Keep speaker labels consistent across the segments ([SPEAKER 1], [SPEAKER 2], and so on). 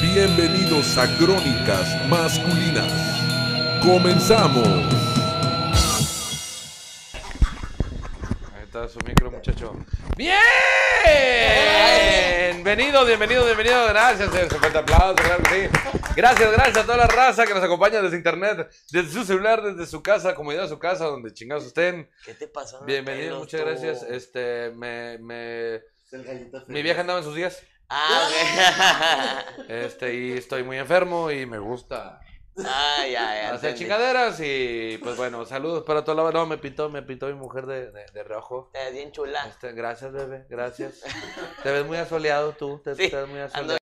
[SPEAKER 1] Bienvenidos a Crónicas Masculinas. Comenzamos.
[SPEAKER 2] Ahí está su micro, muchacho. ¡Bien! Bienvenido, bienvenido, bienvenido. Gracias, señor. Se falta aplauso, claro que sí. Gracias, gracias a toda la raza que nos acompaña desde internet, desde su celular, desde su casa, comodidad de su casa, donde chingados estén.
[SPEAKER 3] ¿Qué te pasó? en los
[SPEAKER 2] Bienvenido,
[SPEAKER 3] pelos,
[SPEAKER 2] muchas
[SPEAKER 3] tú?
[SPEAKER 2] gracias. Este, me, me,
[SPEAKER 4] Ah, Es el gallito
[SPEAKER 2] mi
[SPEAKER 4] feliz.
[SPEAKER 2] vieja andaba en sus días.
[SPEAKER 3] Ah, ok.
[SPEAKER 2] Este, y estoy muy enfermo y me gusta
[SPEAKER 3] Ah, ya, ya.
[SPEAKER 2] hacer
[SPEAKER 3] entendí.
[SPEAKER 2] chingaderas. Y pues bueno, saludos para toda la. No, me pintó, me pintó mi mujer de, de, de rojo.
[SPEAKER 3] Te ves bien chula.
[SPEAKER 2] Este, gracias, bebé, gracias. Te ves muy asoleado tú, te,
[SPEAKER 3] Sí,
[SPEAKER 2] te ves muy asoleado.
[SPEAKER 3] Ando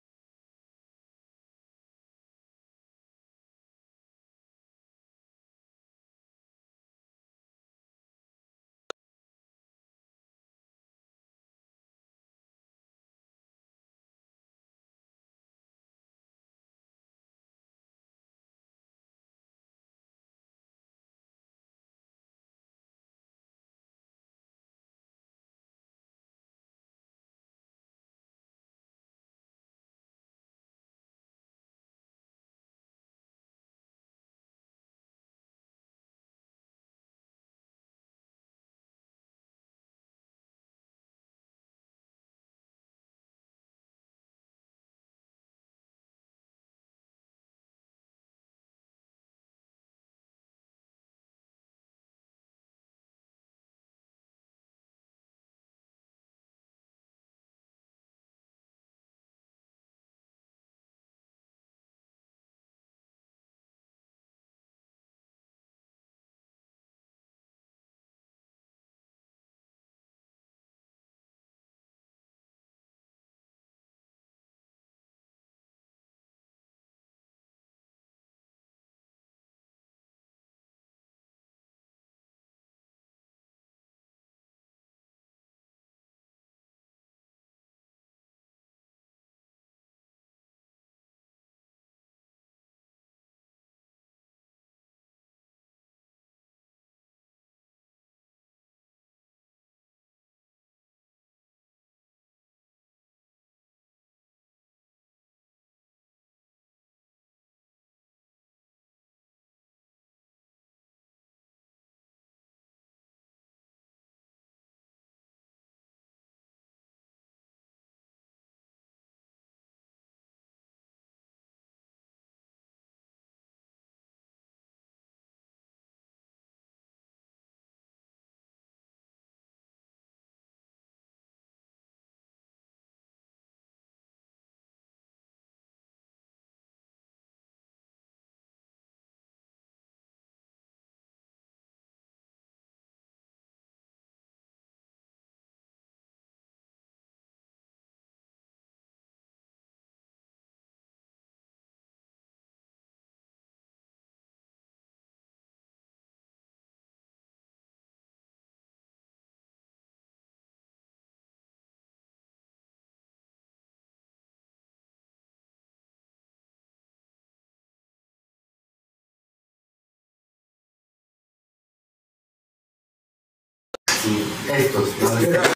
[SPEAKER 4] Sí, estos. ¿no?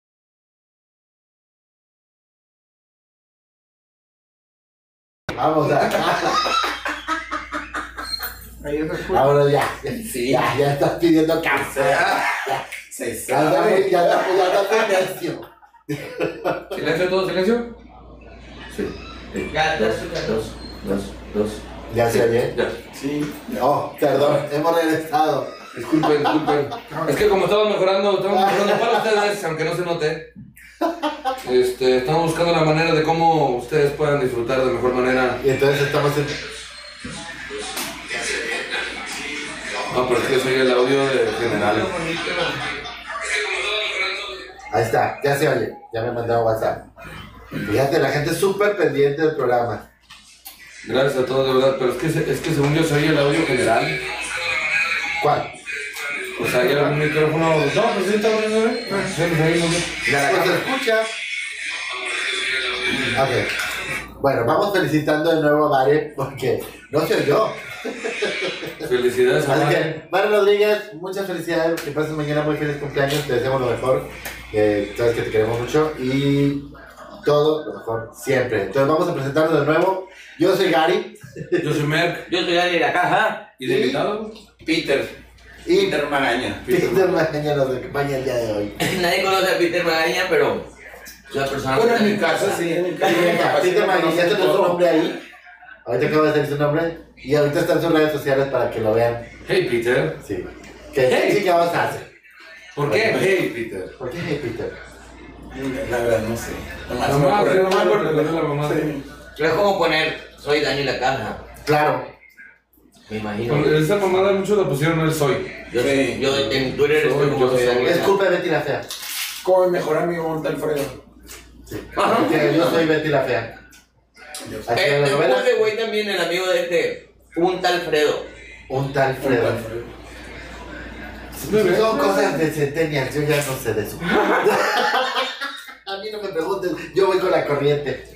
[SPEAKER 5] Vamos a.
[SPEAKER 6] Ahí es el culo.
[SPEAKER 5] Vámonos ya. Ya, ya estás pidiendo cáncer.
[SPEAKER 3] Se
[SPEAKER 5] Ya
[SPEAKER 3] sabe.
[SPEAKER 5] estás ya estás- ya estás de necio.
[SPEAKER 2] Silencio todo, silencio.
[SPEAKER 3] Dos, dos, dos.
[SPEAKER 5] ¿Ya se oye?
[SPEAKER 2] Ya.
[SPEAKER 6] Sí.
[SPEAKER 5] No, perdón, hemos regresado.
[SPEAKER 2] Disculpen, disculpen. Es que como estamos mejorando, estamos mejorando para ustedes, aunque no se note. Este, estamos buscando la manera de cómo ustedes puedan disfrutar de mejor manera.
[SPEAKER 5] Y entonces estamos en.
[SPEAKER 2] No, pero es que soy el audio de general.
[SPEAKER 5] Ahí está, ya se oye. Ya me mandaron WhatsApp. Fíjate, la gente es súper pendiente del programa.
[SPEAKER 2] Gracias a todos, de verdad. Pero es que, se- es que según yo soy el audio general.
[SPEAKER 5] ¿Cuál?
[SPEAKER 2] O sea, ya el micrófono. No, pues sí, está bueno, ¿eh?
[SPEAKER 5] Ah.
[SPEAKER 2] Sí, pues ahí, muy bien.
[SPEAKER 5] Ya se escucha. Ok. Bueno, vamos felicitando de nuevo a Mare porque no se oyó.
[SPEAKER 2] Felicidades a
[SPEAKER 5] Así
[SPEAKER 2] Mare.
[SPEAKER 5] que, Mare Rodríguez, muchas felicidades. Que pases mañana muy feliz cumpleaños. Te deseamos lo mejor. Eh, sabes que te queremos mucho y todo lo mejor siempre. Entonces, vamos a presentarnos de nuevo. Yo soy Gary
[SPEAKER 2] Yo soy Merck.
[SPEAKER 3] Yo soy de la caja.
[SPEAKER 2] ¿Y de
[SPEAKER 5] Sí.
[SPEAKER 2] invitado?
[SPEAKER 3] Peter.
[SPEAKER 5] y
[SPEAKER 3] Peter Magaña.
[SPEAKER 5] Peter Magaña nos acompaña el día de hoy.
[SPEAKER 3] Nadie conoce a Peter Magaña, pero es una persona.
[SPEAKER 6] Bueno,
[SPEAKER 3] que
[SPEAKER 6] en mi
[SPEAKER 3] está
[SPEAKER 6] casa, sí, en mi casa.
[SPEAKER 5] Peter Magaña, ya tenemos su
[SPEAKER 6] todo.
[SPEAKER 5] nombre ahí. Ahorita acabo de hacer su nombre y ahorita está en sus redes sociales para que lo vean.
[SPEAKER 2] Hey, Peter.
[SPEAKER 5] Sí. Que
[SPEAKER 2] Hey.
[SPEAKER 5] sí que vamos a hacer.
[SPEAKER 2] ¿Por qué? Hey, Peter.
[SPEAKER 5] ¿Por qué hey, Peter?
[SPEAKER 3] La verdad, no sé. Nomás
[SPEAKER 2] La
[SPEAKER 3] me
[SPEAKER 2] mamá,
[SPEAKER 3] ocurre.
[SPEAKER 2] la mamá, la mamá.
[SPEAKER 3] Pero es como poner, soy Dani la caja.
[SPEAKER 5] Claro.
[SPEAKER 3] Me imagino.
[SPEAKER 2] Esa mamada muchos la pusieron el soy.
[SPEAKER 3] Yo,
[SPEAKER 6] Sí.
[SPEAKER 3] yo en Twitter
[SPEAKER 2] Soy
[SPEAKER 3] estoy como
[SPEAKER 2] yo,
[SPEAKER 3] soy Dani la
[SPEAKER 5] Es
[SPEAKER 3] Caja.
[SPEAKER 5] culpa de Betty la Fea.
[SPEAKER 6] Como mi mejor amigo Monte Alfredo.
[SPEAKER 5] Sí.
[SPEAKER 3] Ajá.
[SPEAKER 5] Porque yo soy Betty la Fea. Aquí
[SPEAKER 3] Eh,
[SPEAKER 5] en la
[SPEAKER 3] tengo
[SPEAKER 5] novela,
[SPEAKER 3] ese güey también, el amigo de este, un tal Fredo.
[SPEAKER 5] un tal Fredo. pues, Son cosas de centenias, yo ya no sé de eso. a mí no me preguntes, yo voy con la corriente.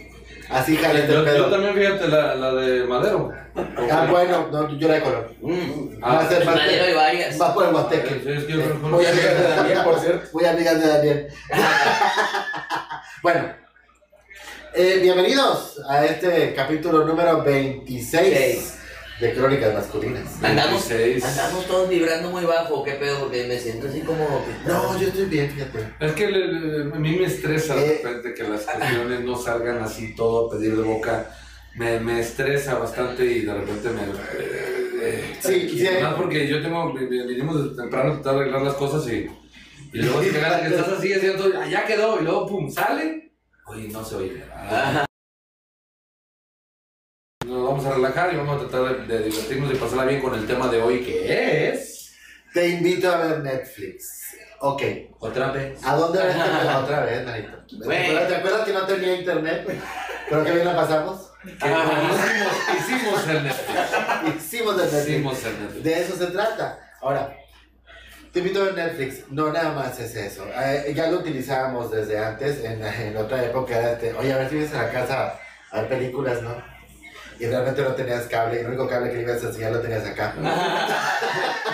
[SPEAKER 5] Así jale este
[SPEAKER 2] Yo, yo
[SPEAKER 5] pedo.
[SPEAKER 2] también fíjate la, la de Madero.
[SPEAKER 5] Ah, bueno, no, yo la de color.
[SPEAKER 3] Mm.
[SPEAKER 2] Ah,
[SPEAKER 5] Va a ser parte-
[SPEAKER 3] Madero y varias.
[SPEAKER 5] Va por el Eh,
[SPEAKER 2] Sí,
[SPEAKER 5] Huasteque.
[SPEAKER 2] es que yo conozco-
[SPEAKER 6] Muy amiga de Daniel, por cierto.
[SPEAKER 5] Muy amigas de Daniel. bueno, eh, bienvenidos a este capítulo número 26
[SPEAKER 3] Seis.
[SPEAKER 5] de Crónicas Masculinas.
[SPEAKER 3] Andamos,
[SPEAKER 2] 26.
[SPEAKER 3] andamos todos vibrando muy bajo, qué pedo, porque me siento así como... que-
[SPEAKER 5] No, yo estoy bien, fíjate.
[SPEAKER 2] Es que le- le- a mí me estresa de
[SPEAKER 5] Eh.
[SPEAKER 2] repente que las cuestiones no salgan así todo a pedir de boca. Me, me estresa bastante y de repente me... eh,
[SPEAKER 5] Sí, sí.
[SPEAKER 2] Más porque yo tengo, vi- vi- vinimos desde temprano a tratar de arreglar las cosas y, y luego te cagas que estás así haciendo, allá quedó, y luego pum, sale. Oye, no se oye. Ah. Nos vamos a relajar y vamos a tratar de, de divertirnos y pasarla bien con el tema de hoy que es...
[SPEAKER 5] Te invito a ver Netflix. Ok,
[SPEAKER 2] Otra vez.
[SPEAKER 5] ¿a dónde ves la otra vez, Narito?
[SPEAKER 3] Güey.
[SPEAKER 5] ¿Te acuerdas que no tenía internet? Pero que bien la pasamos.
[SPEAKER 2] Que hicimos, hicimos el Netflix.
[SPEAKER 5] Hicimos el Netflix.
[SPEAKER 2] Hicimos el Netflix.
[SPEAKER 5] De eso se trata. Ahora, te invito a ver Netflix. No, nada más es eso. Eh, ya lo utilizábamos desde antes, en, en otra época era este, oye, a ver si vienes a la casa a ver películas, ¿no? Y realmente no tenías cable, y el único cable que le ibas a enseñar lo tenías acá.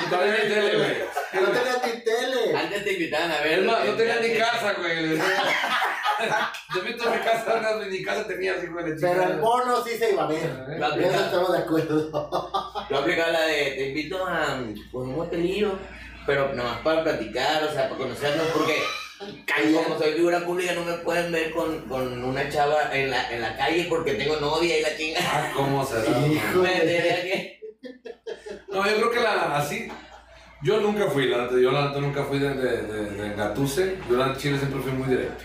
[SPEAKER 2] Y todavía hay tele, güey.
[SPEAKER 5] ¡Que no tenías ni tele!
[SPEAKER 3] Antes te invitaban a ver...
[SPEAKER 2] Es más, no tenía ni
[SPEAKER 3] Antes-
[SPEAKER 2] casa, güey. Yo meto en mi casa, no, ni casa tenía, así, güey. de
[SPEAKER 5] Pero el
[SPEAKER 2] chingada.
[SPEAKER 5] mono sí se iba a ver.
[SPEAKER 2] Eh,
[SPEAKER 3] Lo
[SPEAKER 5] En eso
[SPEAKER 3] aplicaba,
[SPEAKER 5] estamos de acuerdo.
[SPEAKER 3] lo aplicaba la de te invito a pues, un hotelillo, pero nomás para platicar, o sea, para conocernos, porque
[SPEAKER 5] Calle.
[SPEAKER 3] como soy figura pública no me pueden ver con, con una chava en la, en la calle porque tengo novia y la chinga.
[SPEAKER 2] Ah, ¿cómo será?
[SPEAKER 3] Me
[SPEAKER 5] Híjole.
[SPEAKER 3] tendría que-
[SPEAKER 2] No, yo creo que la, así. Yo nunca fui, la neta, yo la neta nunca fui de, de, de, de engatuce. Yo la neta chile siempre fui muy directo.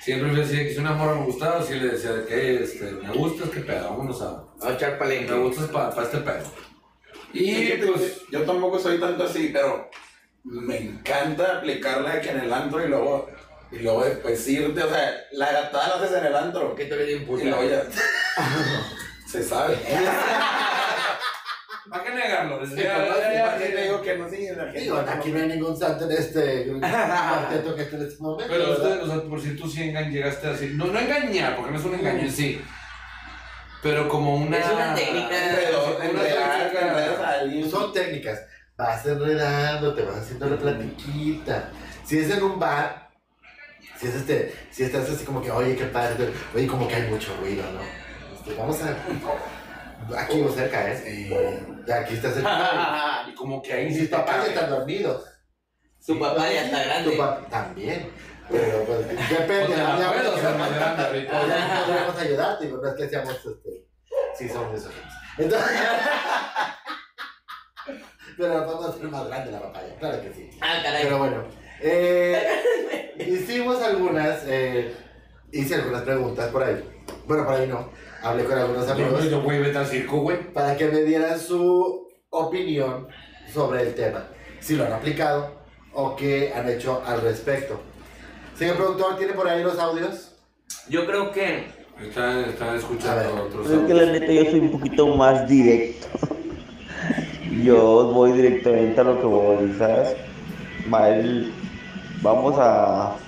[SPEAKER 2] Siempre fui así, que si una morra me gustaba, sí le decía de que este, me gustas, que pedo, vámonos a.
[SPEAKER 3] Vamos a echar palenque.
[SPEAKER 2] Me gustas para este pedo.
[SPEAKER 6] Y
[SPEAKER 2] Y pues.
[SPEAKER 6] yo tampoco soy tanto así, pero me encanta aplicarla de que en el antro y luego, y luego después irte, o sea, la gatada la haces en el antro.
[SPEAKER 3] Que tú eres bien
[SPEAKER 6] Y
[SPEAKER 3] puta.
[SPEAKER 6] luego ya. Se sabe.
[SPEAKER 2] ¿Para qué negarlo? Es-
[SPEAKER 6] Sí,
[SPEAKER 2] ya-
[SPEAKER 6] papá,
[SPEAKER 2] ya-
[SPEAKER 6] sí,
[SPEAKER 2] ya-
[SPEAKER 6] ¿para qué
[SPEAKER 2] ya-
[SPEAKER 6] te digo que no? Sí, la gente
[SPEAKER 5] Digo,
[SPEAKER 6] no-
[SPEAKER 5] aquí no hay ningún santo en este cuarteto que está en este momento.
[SPEAKER 2] Pero
[SPEAKER 5] ¿verdad?
[SPEAKER 2] usted, o sea, por si tú sí engan, llegaste a decir, no, no engañar, porque no es un engaño en sí, pero como una...
[SPEAKER 3] Es una técnica.
[SPEAKER 6] Enredó-
[SPEAKER 2] Una
[SPEAKER 6] enredar-
[SPEAKER 2] técnica.
[SPEAKER 6] enredas a alguien.
[SPEAKER 5] Son técnicas. Vas enredando, te vas haciendo la platiquita. Si es en un bar, si es este, si estás así como que, oye, qué padre, oye, como que hay mucho ruido, ¿no? Este, vamos a. Aquí o cerca, ¿eh? Ya aquí estás cerca.
[SPEAKER 2] Y como que ahí
[SPEAKER 5] Y
[SPEAKER 2] sí
[SPEAKER 5] Mis
[SPEAKER 2] te
[SPEAKER 5] papás ya
[SPEAKER 2] cabe.
[SPEAKER 5] están dormidos.
[SPEAKER 3] Su papá ya está grande.
[SPEAKER 5] Tu papá también. Pero pues, depende.
[SPEAKER 2] Ponte
[SPEAKER 5] la
[SPEAKER 2] la
[SPEAKER 5] mía-
[SPEAKER 2] puedo, o sea, me grande ahorita.
[SPEAKER 5] Ahora no podemos ayudarte, digo, no es que seamos este. Sí, somos esos. Entonces. Pero la podemos hacer más grande la papaya, claro que sí.
[SPEAKER 3] Ah, caray.
[SPEAKER 5] Pero bueno. eh, hicimos algunas. eh, hice algunas preguntas por ahí. Bueno, por ahí no. Hablé con algunos
[SPEAKER 2] Yo,
[SPEAKER 5] amigos
[SPEAKER 2] güey, yo, güey, vete al circo, güey.
[SPEAKER 5] para que me dieran su opinión sobre el tema, si lo han aplicado o qué han hecho al respecto. Señor productor, ¿tiene por ahí los audios?
[SPEAKER 3] Yo creo que
[SPEAKER 2] Están, están escuchando
[SPEAKER 5] A ver.
[SPEAKER 2] otros
[SPEAKER 7] Es que la neta yo soy un poquito más directo. Yo voy directamente a lo que voy, ¿sabes? Va el- Vamos a, a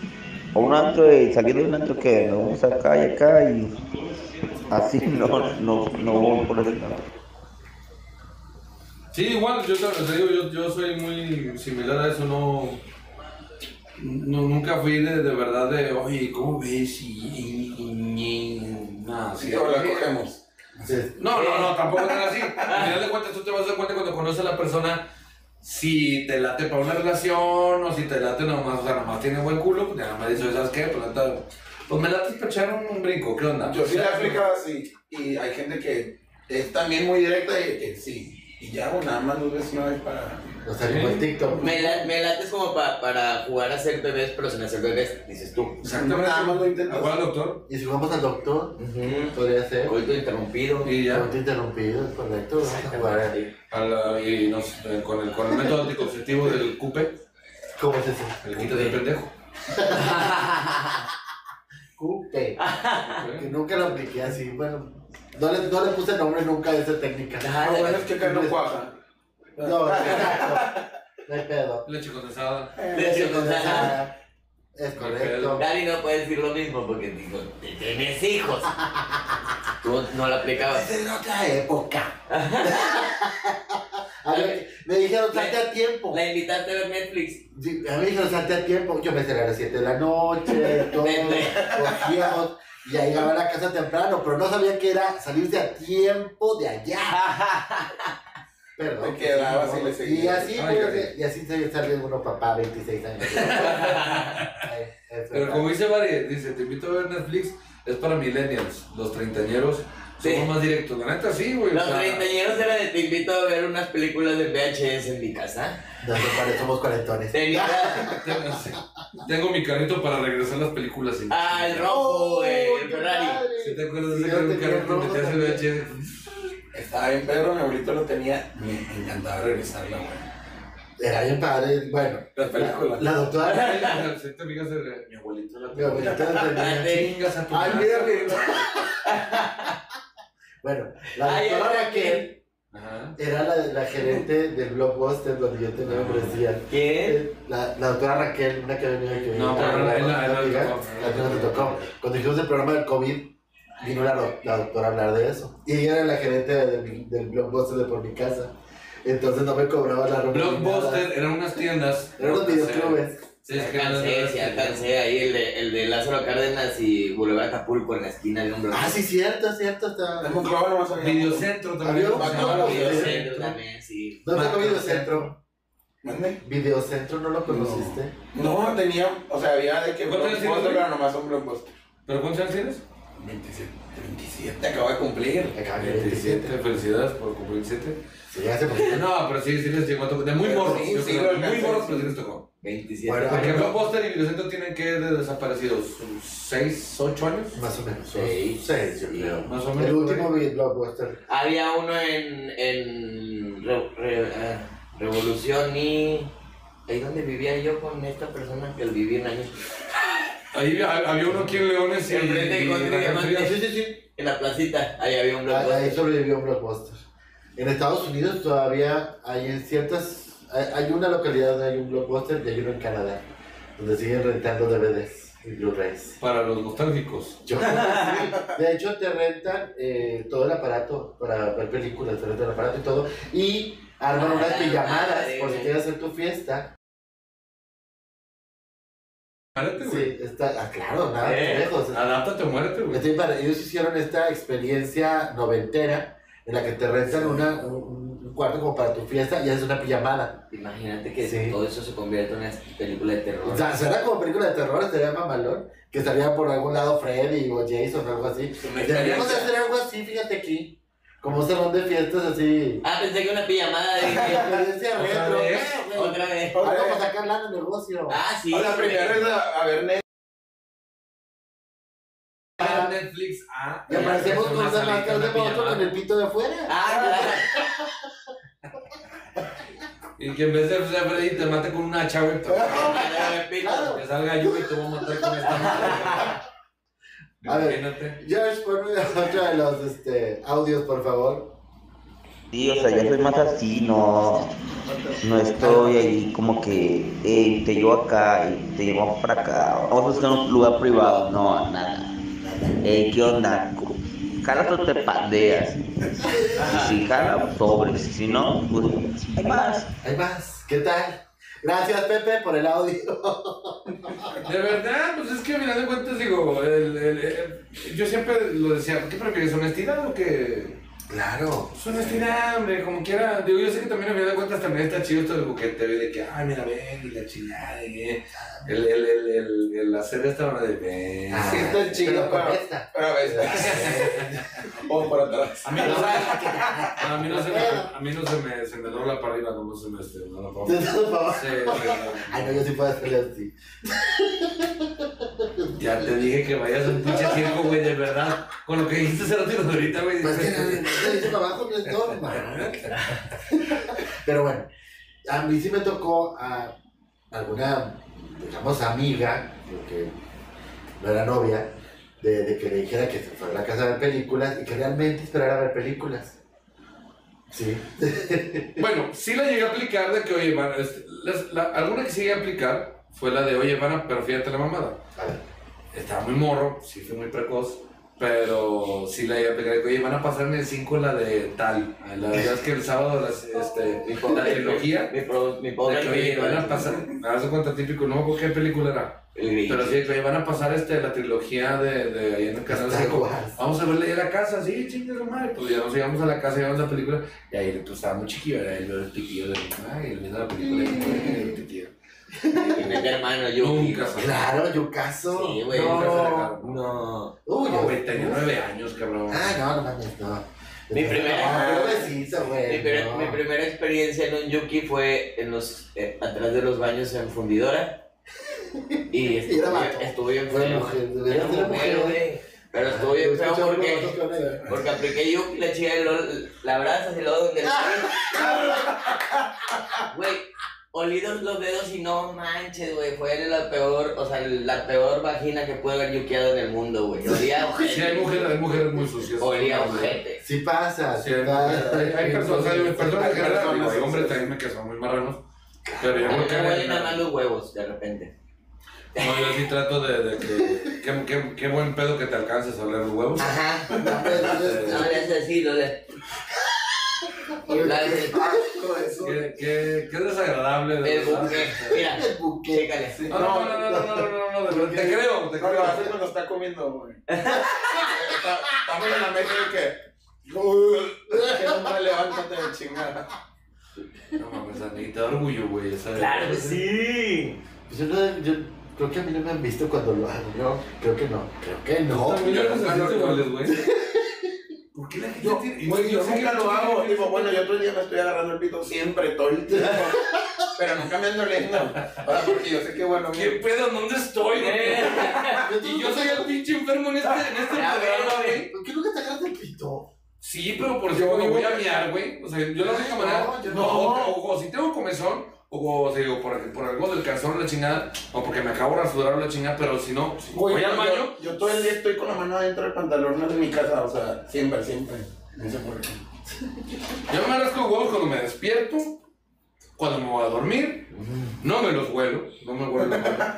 [SPEAKER 7] un antro y saliendo de un antro que nos vamos acá y acá y así no, no, no voy por ese lado.
[SPEAKER 2] Sí, igual, yo te, te digo, yo, yo soy muy similar a eso, no, no- nunca fui de, de verdad de, oye, ¿cómo ves? Y, y- y- y- nada, sí.
[SPEAKER 6] Sí, o la cogemos.
[SPEAKER 5] Sí.
[SPEAKER 2] No, no,
[SPEAKER 6] Eh.
[SPEAKER 2] no, tampoco tan así. Al final de cuentas, tú te vas a dar cuenta cuando conoces a la persona si te late para una relación o si te late nomás, o sea, nomás tiene buen culo, pues ya me dice, ¿sabes qué? Pues, la neta, pues me late para echar un, un brinco, ¿qué onda?
[SPEAKER 6] Yo sí la he aplicado así. Y hay gente que es también muy directa y que sí. Y ya, o nada más dos veces una vez para.
[SPEAKER 5] O sea, como el TikTok.
[SPEAKER 3] me, la- me lates como pa- para jugar a ser bebés, pero sin hacer bebés, dices tú.
[SPEAKER 2] Exactamente.
[SPEAKER 6] Nada más lo intentas.
[SPEAKER 2] ¿Cuál doctor?
[SPEAKER 5] Y si vamos al doctor,
[SPEAKER 3] Ujú.
[SPEAKER 5] podría ser.
[SPEAKER 3] Coito interrumpido.
[SPEAKER 2] Y ya.
[SPEAKER 5] Pregunta interrumpida, es correcto. Vamos a jugar.
[SPEAKER 2] A la- y nos- eh, con, el, con el método anticonceptivo del cupe,
[SPEAKER 5] ¿Cómo es eso?
[SPEAKER 2] el quítate el pendejo.
[SPEAKER 5] Cupe.
[SPEAKER 6] Ah.
[SPEAKER 5] Que nunca lo apliqué así. Bueno, no le, no le puse nombre nunca a esa técnica.
[SPEAKER 2] Ah,
[SPEAKER 6] Lo Ah, bueno es que acá no cuaja.
[SPEAKER 5] No, exacto. No hay pedo.
[SPEAKER 2] Leche condensada.
[SPEAKER 5] Leche condensada. Es correcto.
[SPEAKER 3] Dari no puede decir lo mismo porque dijo, "Te- tienes hijos. Tú no la aplicabas.
[SPEAKER 5] Es en otra época. a ver, me dijeron, salte a tiempo.
[SPEAKER 3] La invitaste a ver Netflix.
[SPEAKER 5] Sí, A mí me dijeron, salte a tiempo. Yo me cerré a las 7 de la noche, todo, cogíamos. Y ya llegaba a la casa temprano, pero no sabía que era salirse a tiempo de allá. Perdón.
[SPEAKER 6] Te quedabas y le
[SPEAKER 5] Y
[SPEAKER 6] seguías.
[SPEAKER 5] así,
[SPEAKER 2] Ay,
[SPEAKER 5] pues,
[SPEAKER 2] qué
[SPEAKER 5] y así se sale uno papá, 26 años. Ay,
[SPEAKER 2] Pero
[SPEAKER 5] es verdad.
[SPEAKER 2] como dice Mari, dice, te invito a ver Netflix, es para millennials, los treintañeros.
[SPEAKER 3] Sí.
[SPEAKER 2] Somos más directos, la neta sí, güey. o
[SPEAKER 3] Los
[SPEAKER 2] sea,
[SPEAKER 3] treintañeros era de te invito a ver unas películas de VHS en mi casa.
[SPEAKER 5] Nosotros pare- somos cuarentones.
[SPEAKER 3] Tenía
[SPEAKER 2] tengo- sí. Tengo mi carrito para regresar las películas. sí.
[SPEAKER 3] ah, el rojo, güey, el
[SPEAKER 5] qué
[SPEAKER 3] Ferrari.
[SPEAKER 5] padre.
[SPEAKER 2] ¿Sí te acuerdas
[SPEAKER 5] Sí,
[SPEAKER 2] de
[SPEAKER 5] yo
[SPEAKER 2] ese
[SPEAKER 5] tenía
[SPEAKER 2] carrito
[SPEAKER 5] rojo
[SPEAKER 2] que metías el
[SPEAKER 5] también.
[SPEAKER 2] VHS?
[SPEAKER 6] Estaba bien, Pedro, mi abuelito lo tenía. Me encantaba regresarla, güey.
[SPEAKER 5] Era bien padre. Bueno,
[SPEAKER 6] Las películas.
[SPEAKER 5] la doctora.
[SPEAKER 2] Sí, te fijas, el- mi abuelito la
[SPEAKER 5] Mi abuelita la tenía.
[SPEAKER 2] Chingas a tu
[SPEAKER 6] Ay,
[SPEAKER 2] madre.
[SPEAKER 6] mira, mira.
[SPEAKER 5] Bueno, la
[SPEAKER 3] Ay,
[SPEAKER 5] doctora
[SPEAKER 3] ay,
[SPEAKER 5] Raquel
[SPEAKER 2] Ajá.
[SPEAKER 5] era la, la gerente del blockbuster donde yo tenía membresía.
[SPEAKER 3] ¿Quién?
[SPEAKER 5] Eh, La, la doctora Raquel, una que venía que
[SPEAKER 2] No,
[SPEAKER 5] venía-
[SPEAKER 2] pero
[SPEAKER 5] la,
[SPEAKER 2] era- era- era-
[SPEAKER 5] amiga,
[SPEAKER 2] era-
[SPEAKER 5] la que nos tocó. Cuando hicimos el programa del COVID, vino la, do- la doctora a hablar de eso. Y ella era la gerente de- del, del blockbuster de por mi casa. Entonces no me cobraba la ropa. ni nada.
[SPEAKER 2] Blockbuster eran unas tiendas.
[SPEAKER 5] Eran unos videoclubes.
[SPEAKER 2] Sí, es que eran
[SPEAKER 3] alcancé,
[SPEAKER 2] las-
[SPEAKER 3] sí, alcancé ahí el de, el de Lázaro Cárdenas y Boulevard Acapulco en la esquina de un bloque.
[SPEAKER 5] Ah, sí, cierto, cierto. Está...
[SPEAKER 6] La Monclova no más había.
[SPEAKER 2] Videocentro también.
[SPEAKER 5] Había un
[SPEAKER 2] se
[SPEAKER 6] Bacalao,
[SPEAKER 2] llamaba
[SPEAKER 3] Videocentro también, sí.
[SPEAKER 5] No tengo
[SPEAKER 2] Macro
[SPEAKER 5] videocentro.
[SPEAKER 6] ¿Mande?
[SPEAKER 5] Videocentro no lo conociste.
[SPEAKER 6] No, tenía. O sea, había de que.
[SPEAKER 2] ¿Cuántos años tienes,
[SPEAKER 6] Blockbuster,
[SPEAKER 2] güey?
[SPEAKER 6] pero nomás un blockbuster.
[SPEAKER 2] ¿Pero cuántos años tienes?
[SPEAKER 6] 27. 27. Acabo de cumplir.
[SPEAKER 5] Acaba de 27.
[SPEAKER 2] Felicidades por cumplir 7.
[SPEAKER 5] Sí, hace poquito.
[SPEAKER 2] No, pero sí, sí les llegó a tocar. De muy
[SPEAKER 6] Pero
[SPEAKER 2] morros.
[SPEAKER 6] sí,
[SPEAKER 2] yo
[SPEAKER 6] sí,
[SPEAKER 2] creo,
[SPEAKER 6] lo
[SPEAKER 2] de muy
[SPEAKER 6] alcancé,
[SPEAKER 2] morros,
[SPEAKER 6] sí.
[SPEAKER 2] pero sí les tocó.
[SPEAKER 3] 27.
[SPEAKER 5] Bueno,
[SPEAKER 2] Porque
[SPEAKER 5] pero-
[SPEAKER 2] Blockbuster y Videocentro tienen que de desaparecidos 6, 8 años.
[SPEAKER 5] Más o menos.
[SPEAKER 3] Seis.
[SPEAKER 5] Seis, yo creo.
[SPEAKER 2] Más o menos.
[SPEAKER 5] El último vi- blockbuster.
[SPEAKER 3] Había uno en, en Re- Re- ah, Revolución y... ahí donde vivía yo con esta persona que viví un año.
[SPEAKER 2] Ahí ha- había uno aquí en Leones y,
[SPEAKER 3] Enfrente de
[SPEAKER 2] y
[SPEAKER 3] Contra
[SPEAKER 2] la
[SPEAKER 3] Diamante.
[SPEAKER 2] Frías.
[SPEAKER 5] sí, sí.
[SPEAKER 3] En la placita, ahí había un
[SPEAKER 5] Ah, Ahí
[SPEAKER 3] blockbuster.
[SPEAKER 5] sobrevivió un blockbuster. En Estados Unidos todavía hay en ciertas. Hay hay una localidad donde hay un blockbuster y hay uno en Canadá, donde siguen rentando DVDs y Blu-rays.
[SPEAKER 2] para los nostálgicos.
[SPEAKER 5] Yo creo que sí. De hecho, te rentan eh, todo el aparato para ver películas, te rentan el aparato y todo. Y arman
[SPEAKER 3] Ah,
[SPEAKER 5] unas pijamadas
[SPEAKER 3] madre.
[SPEAKER 5] por si quieres hacer tu fiesta.
[SPEAKER 2] Muérete, güey.
[SPEAKER 5] Sí, está. Ah, claro, nada,
[SPEAKER 2] Eh,
[SPEAKER 5] de lejos.
[SPEAKER 2] Adáptate o muérete, güey.
[SPEAKER 5] Estoy para- ellos hicieron esta experiencia noventera en la que te rentan una, un, un cuarto como para tu fiesta y haces una pijamada.
[SPEAKER 3] Imagínate que
[SPEAKER 5] Sí.
[SPEAKER 3] todo eso se convierte en una película de terror.
[SPEAKER 5] O sea, será como película de terror, sería mamalón, que salía por algún lado Freddy o Jason o algo así.
[SPEAKER 6] Una
[SPEAKER 5] Deberíamos de
[SPEAKER 6] experiencia.
[SPEAKER 5] hacer algo así, fíjate aquí. Como un salón de fiestas así.
[SPEAKER 3] Ah, pensé que una pijamada de
[SPEAKER 5] Experiencia retro.
[SPEAKER 2] vez.
[SPEAKER 5] Ah, güey.
[SPEAKER 3] otra vez.
[SPEAKER 5] Ah, vamos a sacar lana negocio.
[SPEAKER 3] Ah, sí.
[SPEAKER 6] Ahora primero es a, a ver Netflix.
[SPEAKER 2] Ah, Netflix, ah.
[SPEAKER 5] Y
[SPEAKER 2] es
[SPEAKER 5] aparecemos con
[SPEAKER 2] una
[SPEAKER 5] unas
[SPEAKER 2] salita,
[SPEAKER 5] marcas de
[SPEAKER 2] una
[SPEAKER 5] moto
[SPEAKER 2] pijamada.
[SPEAKER 5] con el pito de afuera.
[SPEAKER 3] Ah,
[SPEAKER 2] Y que en vez de ser Freddy te mate con una hacha, güey.
[SPEAKER 3] claro.
[SPEAKER 5] Claro.
[SPEAKER 2] Que salga yo y te voy a matar con esta madre.
[SPEAKER 5] A ver.
[SPEAKER 2] Imagínate.
[SPEAKER 5] George, ponme otro de los este, audios, por favor.
[SPEAKER 7] Sí, o sea, yo soy más así, no, no estoy ahí como que "Ey, te llevo acá y te llevo para acá. Vamos a buscar un lugar privado. No, nada. Ey, ¿qué onda? Jala o te pandeas. Si jala, sobres. Si no, pues hay más.
[SPEAKER 5] Hay más. ¿Qué tal? Gracias, Pepe, por el audio.
[SPEAKER 2] De verdad, pues es que al final de cuentas, digo, el- el- el- yo siempre lo decía, ¿qué prefieres, honestidad o que...?
[SPEAKER 5] Claro.
[SPEAKER 2] Pues honestidad, hombre, como quiera. Digo, yo sé que también al final de cuentas también está chido esto del buquete, güey, de que, ay, mira, ven, y la chingada, y eh, el, el, el, el, el hacer esta hora de ven.
[SPEAKER 5] Ah,
[SPEAKER 6] Sí, está chido,
[SPEAKER 5] pero con
[SPEAKER 6] pero-
[SPEAKER 5] esta.
[SPEAKER 6] Pero a ver, o por atrás.
[SPEAKER 2] A mí no, se- a mí no se me, a mí no se me, se me dobla para arriba, como se me, este, no la
[SPEAKER 5] Por favor. Ay, no,
[SPEAKER 2] Sí,
[SPEAKER 5] yo sí puedo hacerle así.
[SPEAKER 2] ya te dije que vayas a un pinche circo, güey, de verdad. Con lo que dijiste hace ratito ahorita, güey.
[SPEAKER 5] Pues que no hice para abajo, no es normal. Pero bueno, a mí sí me tocó a alguna, digamos, amiga, porque no era novia, de, de que le dijera que se fuera a la casa a ver películas y que realmente esperara a ver películas. Sí.
[SPEAKER 2] Bueno, sí la llegué a aplicar de que, oye, van, este, las- la- alguna que sí llegué a aplicar fue la de, oye, van, pero fíjate la mamada.
[SPEAKER 5] A ver.
[SPEAKER 2] Estaba muy morro, sí fui muy precoz, pero sí la llegué a aplicar de que, oye, van a pasar en el 5 la de tal. La verdad es que el sábado, las, este, la trilogía,
[SPEAKER 3] Mi, pro, mi
[SPEAKER 2] de
[SPEAKER 3] pobre.
[SPEAKER 2] que, oye, van a pasar, me das cuenta típico, no me acuerdo qué película era.
[SPEAKER 3] El gris.
[SPEAKER 2] Pero sí, de que ahí van a pasar este, la trilogía de, de ahí en el canal.
[SPEAKER 5] Star
[SPEAKER 2] cinco.
[SPEAKER 5] Wars.
[SPEAKER 2] Vamos a verle ya la casa, sí, chingue su madre. Pues ya nos llegamos a la casa, llevamos la película. Y ahí pues, estaba muy chiquillo, era el, el piquillo de ay, el viendo la película. y el piquillo.
[SPEAKER 3] Mi primer hermano, yo.
[SPEAKER 2] Nunca fue.
[SPEAKER 5] Claro, Yucaso.
[SPEAKER 3] Sí, güey.
[SPEAKER 5] No.
[SPEAKER 3] No.
[SPEAKER 5] Uy,
[SPEAKER 2] No,
[SPEAKER 5] yo-
[SPEAKER 2] güey, tenía nueve años, cabrón.
[SPEAKER 5] Ah, no, no mames, no.
[SPEAKER 3] Mi primera-
[SPEAKER 5] No, pero besito, güey.
[SPEAKER 3] Mi, primer-
[SPEAKER 5] no.
[SPEAKER 3] mi primera experiencia en un yuki fue en los, eh, atrás de los baños en fundidora. Y estuve,
[SPEAKER 5] vato.
[SPEAKER 3] estuve bien
[SPEAKER 5] Fue
[SPEAKER 3] feo.
[SPEAKER 5] mujer,
[SPEAKER 3] Era
[SPEAKER 5] debería ser
[SPEAKER 3] mujer,
[SPEAKER 5] mujer.
[SPEAKER 3] güey. Pero estuve bien feo
[SPEAKER 5] Escucha,
[SPEAKER 3] porque.
[SPEAKER 5] no, no, no, no.
[SPEAKER 3] Porque apliqué yo la chica de LOL, la abrazas y luego donde. Güey, olidos los dedos y no manches, güey. Fue la peor, o sea, la peor vagina que pude haber yuqueado en el mundo, güey. Olía a
[SPEAKER 2] Sí, hay
[SPEAKER 3] ojete.
[SPEAKER 2] mujeres, hay mujeres muy sucias.
[SPEAKER 3] Olía a
[SPEAKER 2] Sí,
[SPEAKER 3] ojete.
[SPEAKER 5] Sí pasa,
[SPEAKER 2] Sí,
[SPEAKER 5] sí
[SPEAKER 2] hay,
[SPEAKER 5] pasa.
[SPEAKER 2] hay- hay personas, hay personas en general, digo,
[SPEAKER 6] personas
[SPEAKER 2] hay hombres
[SPEAKER 6] sucias.
[SPEAKER 2] también que son muy marranos. Pero yo
[SPEAKER 3] A mí
[SPEAKER 2] creo que.
[SPEAKER 3] me huelen nada más los huevos, de repente.
[SPEAKER 2] No, yo sí trato de, de que. Qué, qué- qué buen pedo que te alcances a oler los huevos. Eh,
[SPEAKER 3] Ajá.
[SPEAKER 5] Entonces,
[SPEAKER 3] No le haces así, no le. La del-
[SPEAKER 5] asco eso.
[SPEAKER 2] Qué, qué, qué desagradable, de
[SPEAKER 3] del
[SPEAKER 2] verdad.
[SPEAKER 3] buque. Mira,
[SPEAKER 5] El buque.
[SPEAKER 3] chécale.
[SPEAKER 2] No, no, no, no, no, no, no, no, de verdad, te creo, te
[SPEAKER 6] No lo haces
[SPEAKER 2] creo.
[SPEAKER 6] cuando está comiendo, güey. Está- Estamos en la mesa de que. "Uy, Que no me levántate de chingada.
[SPEAKER 2] No mames, a mí te da orgullo, güey, esa-
[SPEAKER 3] Claro que sí.
[SPEAKER 5] Pues Yo, no, yo creo que a mí no me han visto cuando lo hago. Yo creo que no. Creo que
[SPEAKER 2] Tú
[SPEAKER 5] no.
[SPEAKER 2] también
[SPEAKER 6] Yo
[SPEAKER 2] eres
[SPEAKER 6] nunca
[SPEAKER 2] así,
[SPEAKER 6] lo-
[SPEAKER 2] te hueles, güey. ¿Por qué la gente
[SPEAKER 6] Yo,
[SPEAKER 2] tiene-
[SPEAKER 6] güey, yo
[SPEAKER 2] sé que
[SPEAKER 6] nunca
[SPEAKER 2] tú
[SPEAKER 6] lo hago.
[SPEAKER 2] tienes-
[SPEAKER 6] Digo, bueno, yo otro día me estoy agarrando el pito siempre, todo el tiempo. Pero nunca me ando leyendo. Ahora, porque yo sé que, bueno,
[SPEAKER 2] ¿Qué pedo? ¿Dónde estoy? Y yo soy el pinche enfermo en este, en este
[SPEAKER 3] Ya
[SPEAKER 2] programa, güey.
[SPEAKER 5] ¿Por qué nunca te agarras el pito?
[SPEAKER 2] Sí, pero por
[SPEAKER 6] Yo
[SPEAKER 2] si cuando
[SPEAKER 6] digo
[SPEAKER 2] voy a
[SPEAKER 6] que-
[SPEAKER 2] miar, güey. O sea, yo la única
[SPEAKER 5] No,
[SPEAKER 2] manera.
[SPEAKER 5] yo
[SPEAKER 2] No,
[SPEAKER 5] no.
[SPEAKER 2] ojo, si tengo comezón, o, o sea, digo, por, por algo del calzón, la chingada, o porque me acabo de rasurar la chingada, pero si no, si voy al baño.
[SPEAKER 6] Yo, yo todo el día estoy con la mano adentro del pantalón de mi casa, o sea, siempre, siempre. No sé por qué.
[SPEAKER 2] Yo me rasco huevos cuando me despierto, cuando me voy a dormir, no me los huelo, no me huelo la mano.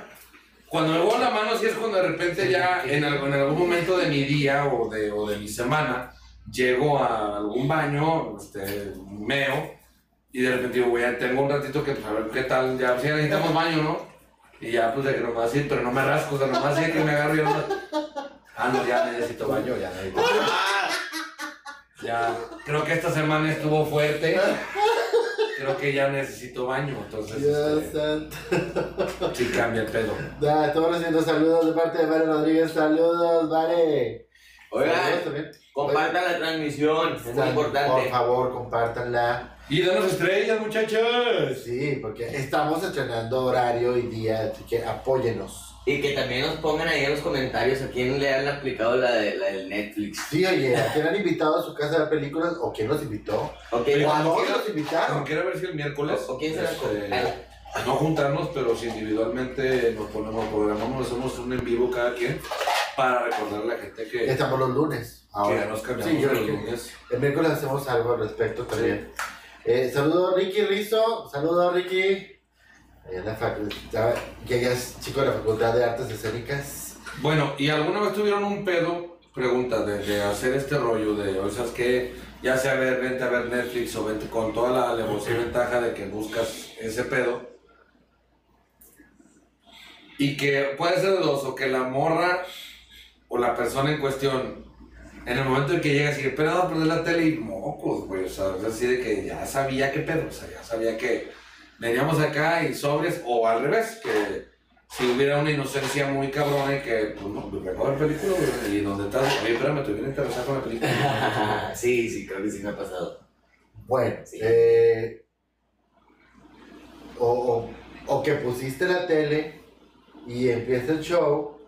[SPEAKER 2] Cuando me huelo la mano, sí es cuando de repente ya en algún, en algún momento de mi día o de, o de mi semana, llego a algún baño, este, meo, y de repente digo, güey, ya tengo un ratito que pues a ver qué tal, ya si necesitamos baño, ¿no? Y ya pues de que nomás sí, pero no me rasco, o sea, nomás sí que me agarro y yo, ah, no, ya necesito baño, ya necesito baño. Ya, creo que esta semana estuvo fuerte. Creo que ya necesito baño, entonces
[SPEAKER 5] Dios
[SPEAKER 2] este,
[SPEAKER 5] santo.
[SPEAKER 2] sí cambia el pedo.
[SPEAKER 5] Ya, todos recibiendo saludos de parte de Vare Rodríguez. Saludos, Vare. Saludos
[SPEAKER 3] Oigan,
[SPEAKER 5] también.
[SPEAKER 3] compartan la transmisión, es muy
[SPEAKER 5] Sal- Por
[SPEAKER 3] importante.
[SPEAKER 5] favor, compártanla.
[SPEAKER 2] Y danos estrellas, muchachos.
[SPEAKER 5] Sí, porque estamos estrenando horario y día, así que apóyenos.
[SPEAKER 3] Y que también nos pongan ahí en los comentarios a quién le han aplicado la, de, la del Netflix.
[SPEAKER 5] Sí, oye, ¿a quién han invitado a su casa a ver películas o quién los invitó?
[SPEAKER 3] ¿Ok?
[SPEAKER 5] ¿O a
[SPEAKER 2] Pero-
[SPEAKER 5] dónde los invitaron?
[SPEAKER 2] Como quiera ver si el miércoles.
[SPEAKER 3] ¿O quién se la
[SPEAKER 2] este,
[SPEAKER 3] come?
[SPEAKER 2] No juntarnos, pero si individualmente nos ponemos, programamos, hacemos un en vivo cada quien para recordar a la gente que, que
[SPEAKER 5] Estamos los lunes. Ahora.
[SPEAKER 2] nos cambiamos
[SPEAKER 5] sí, yo
[SPEAKER 2] los
[SPEAKER 5] creo que
[SPEAKER 2] lunes.
[SPEAKER 5] el miércoles hacemos algo al respecto también. Eh, saludo Ricky Rizzo, saludo Ricky. Allá en la facultad, que ya es chico de la Facultad de Artes Escénicas.
[SPEAKER 2] Bueno, ¿y alguna vez tuvieron un pedo? Pregunta, de, de hacer este rollo de, o sea, es que ya sea ver, vente a ver Netflix o vente con toda la alevosía y ventaja de que buscas ese pedo. Y que puede ser de dos, o que la morra o la persona en cuestión, en el momento en que llega, así, pero a prender la tele y mocos, güey, o sea, es así de que ya sabía qué pedo, o sea, ya sabía que veníamos acá y sobres, o al revés, que si hubiera una inocencia muy cabrona y que, pues no, me acabo de ver película güey, y donde estás, oye, espérame, te viene a interesar con la película.
[SPEAKER 3] sí, sí, creo que sí me ha pasado.
[SPEAKER 5] Bueno,
[SPEAKER 3] Sí.
[SPEAKER 5] eh, o, o- o que pusiste la tele y empieza el show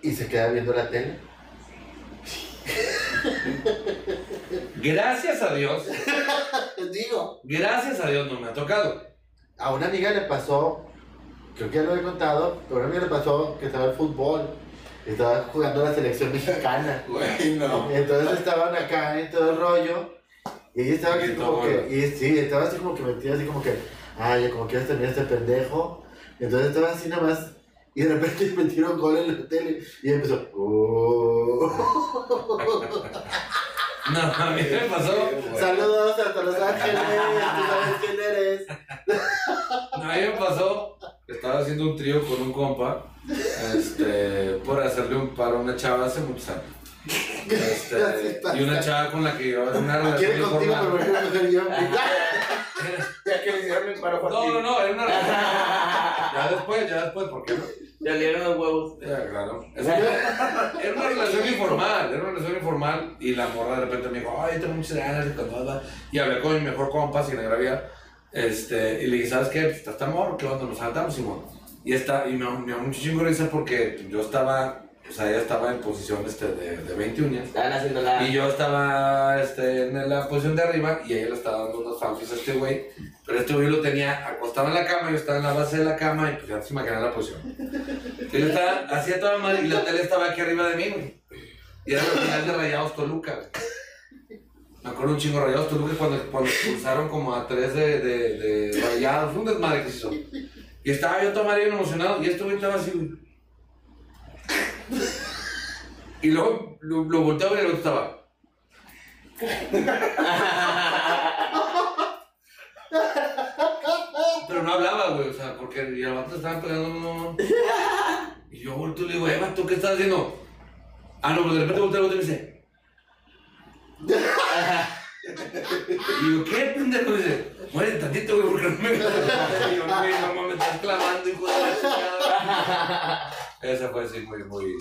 [SPEAKER 5] y se queda viendo la tele.
[SPEAKER 2] Gracias a Dios,
[SPEAKER 5] Les digo.
[SPEAKER 2] gracias a Dios no me ha tocado.
[SPEAKER 5] A una amiga le pasó, creo que ya lo he contado, pero a una amiga le pasó que estaba el fútbol, estaba jugando la selección mexicana.
[SPEAKER 6] Güey, no.
[SPEAKER 5] Entonces estaban acá en todo el rollo. Y ella estaba así
[SPEAKER 2] Y
[SPEAKER 5] como
[SPEAKER 2] todo,
[SPEAKER 5] que.
[SPEAKER 2] ¿no?
[SPEAKER 5] Y sí, estaba así como que metida, así como que. Ay, como quieras terminar este pendejo. Entonces estaba así nada más. Y de repente metieron gol en la tele. Y ella empezó. "Oh".
[SPEAKER 2] No, a mí me pasó.
[SPEAKER 5] Saludos hasta Los Ángeles. Tú sabes quién eres.
[SPEAKER 2] No, a mí me pasó que estaba haciendo un trío con un compa este, por hacerle un paro a una chava hace muchos años.
[SPEAKER 5] Así
[SPEAKER 2] Este,
[SPEAKER 5] pasa.
[SPEAKER 2] y una chava con la que llevaba una relación
[SPEAKER 5] Quiere contigo,
[SPEAKER 2] informal.
[SPEAKER 5] pero me quiero meter yo.
[SPEAKER 6] Ya que le hicieron el paro a
[SPEAKER 2] No,
[SPEAKER 6] ti.
[SPEAKER 2] no, no, era una relación. Ya después, ya después, ¿por qué no?
[SPEAKER 3] Ya olieron los huevos.
[SPEAKER 2] Ya, claro. Es que era una relación informal, era una relación informal y la morra de repente me dijo, ay, tengo muchas ganas de cantar", Y hablé con mi mejor compa, sin agravia, este, y le dije, ¿sabes qué? Pues, Está tan morro, ¿qué onda? Nos saltamos, Simón. Y, está, y me, me dio mucho chingo de risa porque yo estaba, o sea, ella estaba en posición este, de, de 20 uñas.
[SPEAKER 3] Estaban haciendo la.
[SPEAKER 2] Y yo estaba este, en la posición de arriba y ella le estaba dando unos fanfis a este güey. Pero este güey lo tenía acostado en la cama, yo estaba en la base de la cama y pues ya se imaginan la posición. Entonces yo estaba así a toda madre y la tele estaba aquí arriba de mí, güey. Y era la final de Rayados Toluca, güey. Me acuerdo un chingo de Rayados Toluca cuando, cuando expulsaron como a tres de, de, de Rayados. Fue un desmadre que se hizo. Y estaba yo todo madre bien emocionado y este güey estaba así, güey. Y luego lo, lo volteaba y el otro estaba. Pero no hablaba, güey, o sea, porque y al vato le estaban pegando no. Y yo volteo y le digo, eh, vato, ¿qué estás haciendo? Ah, no, pero de repente volteo y me dice. Y yo, ¿qué pendejo? Y dice, muere tantito, güey, porque no me. Y yo, güey, no mames, me estás clavando, hijo de la chingada". Esa fue así, muy, muy.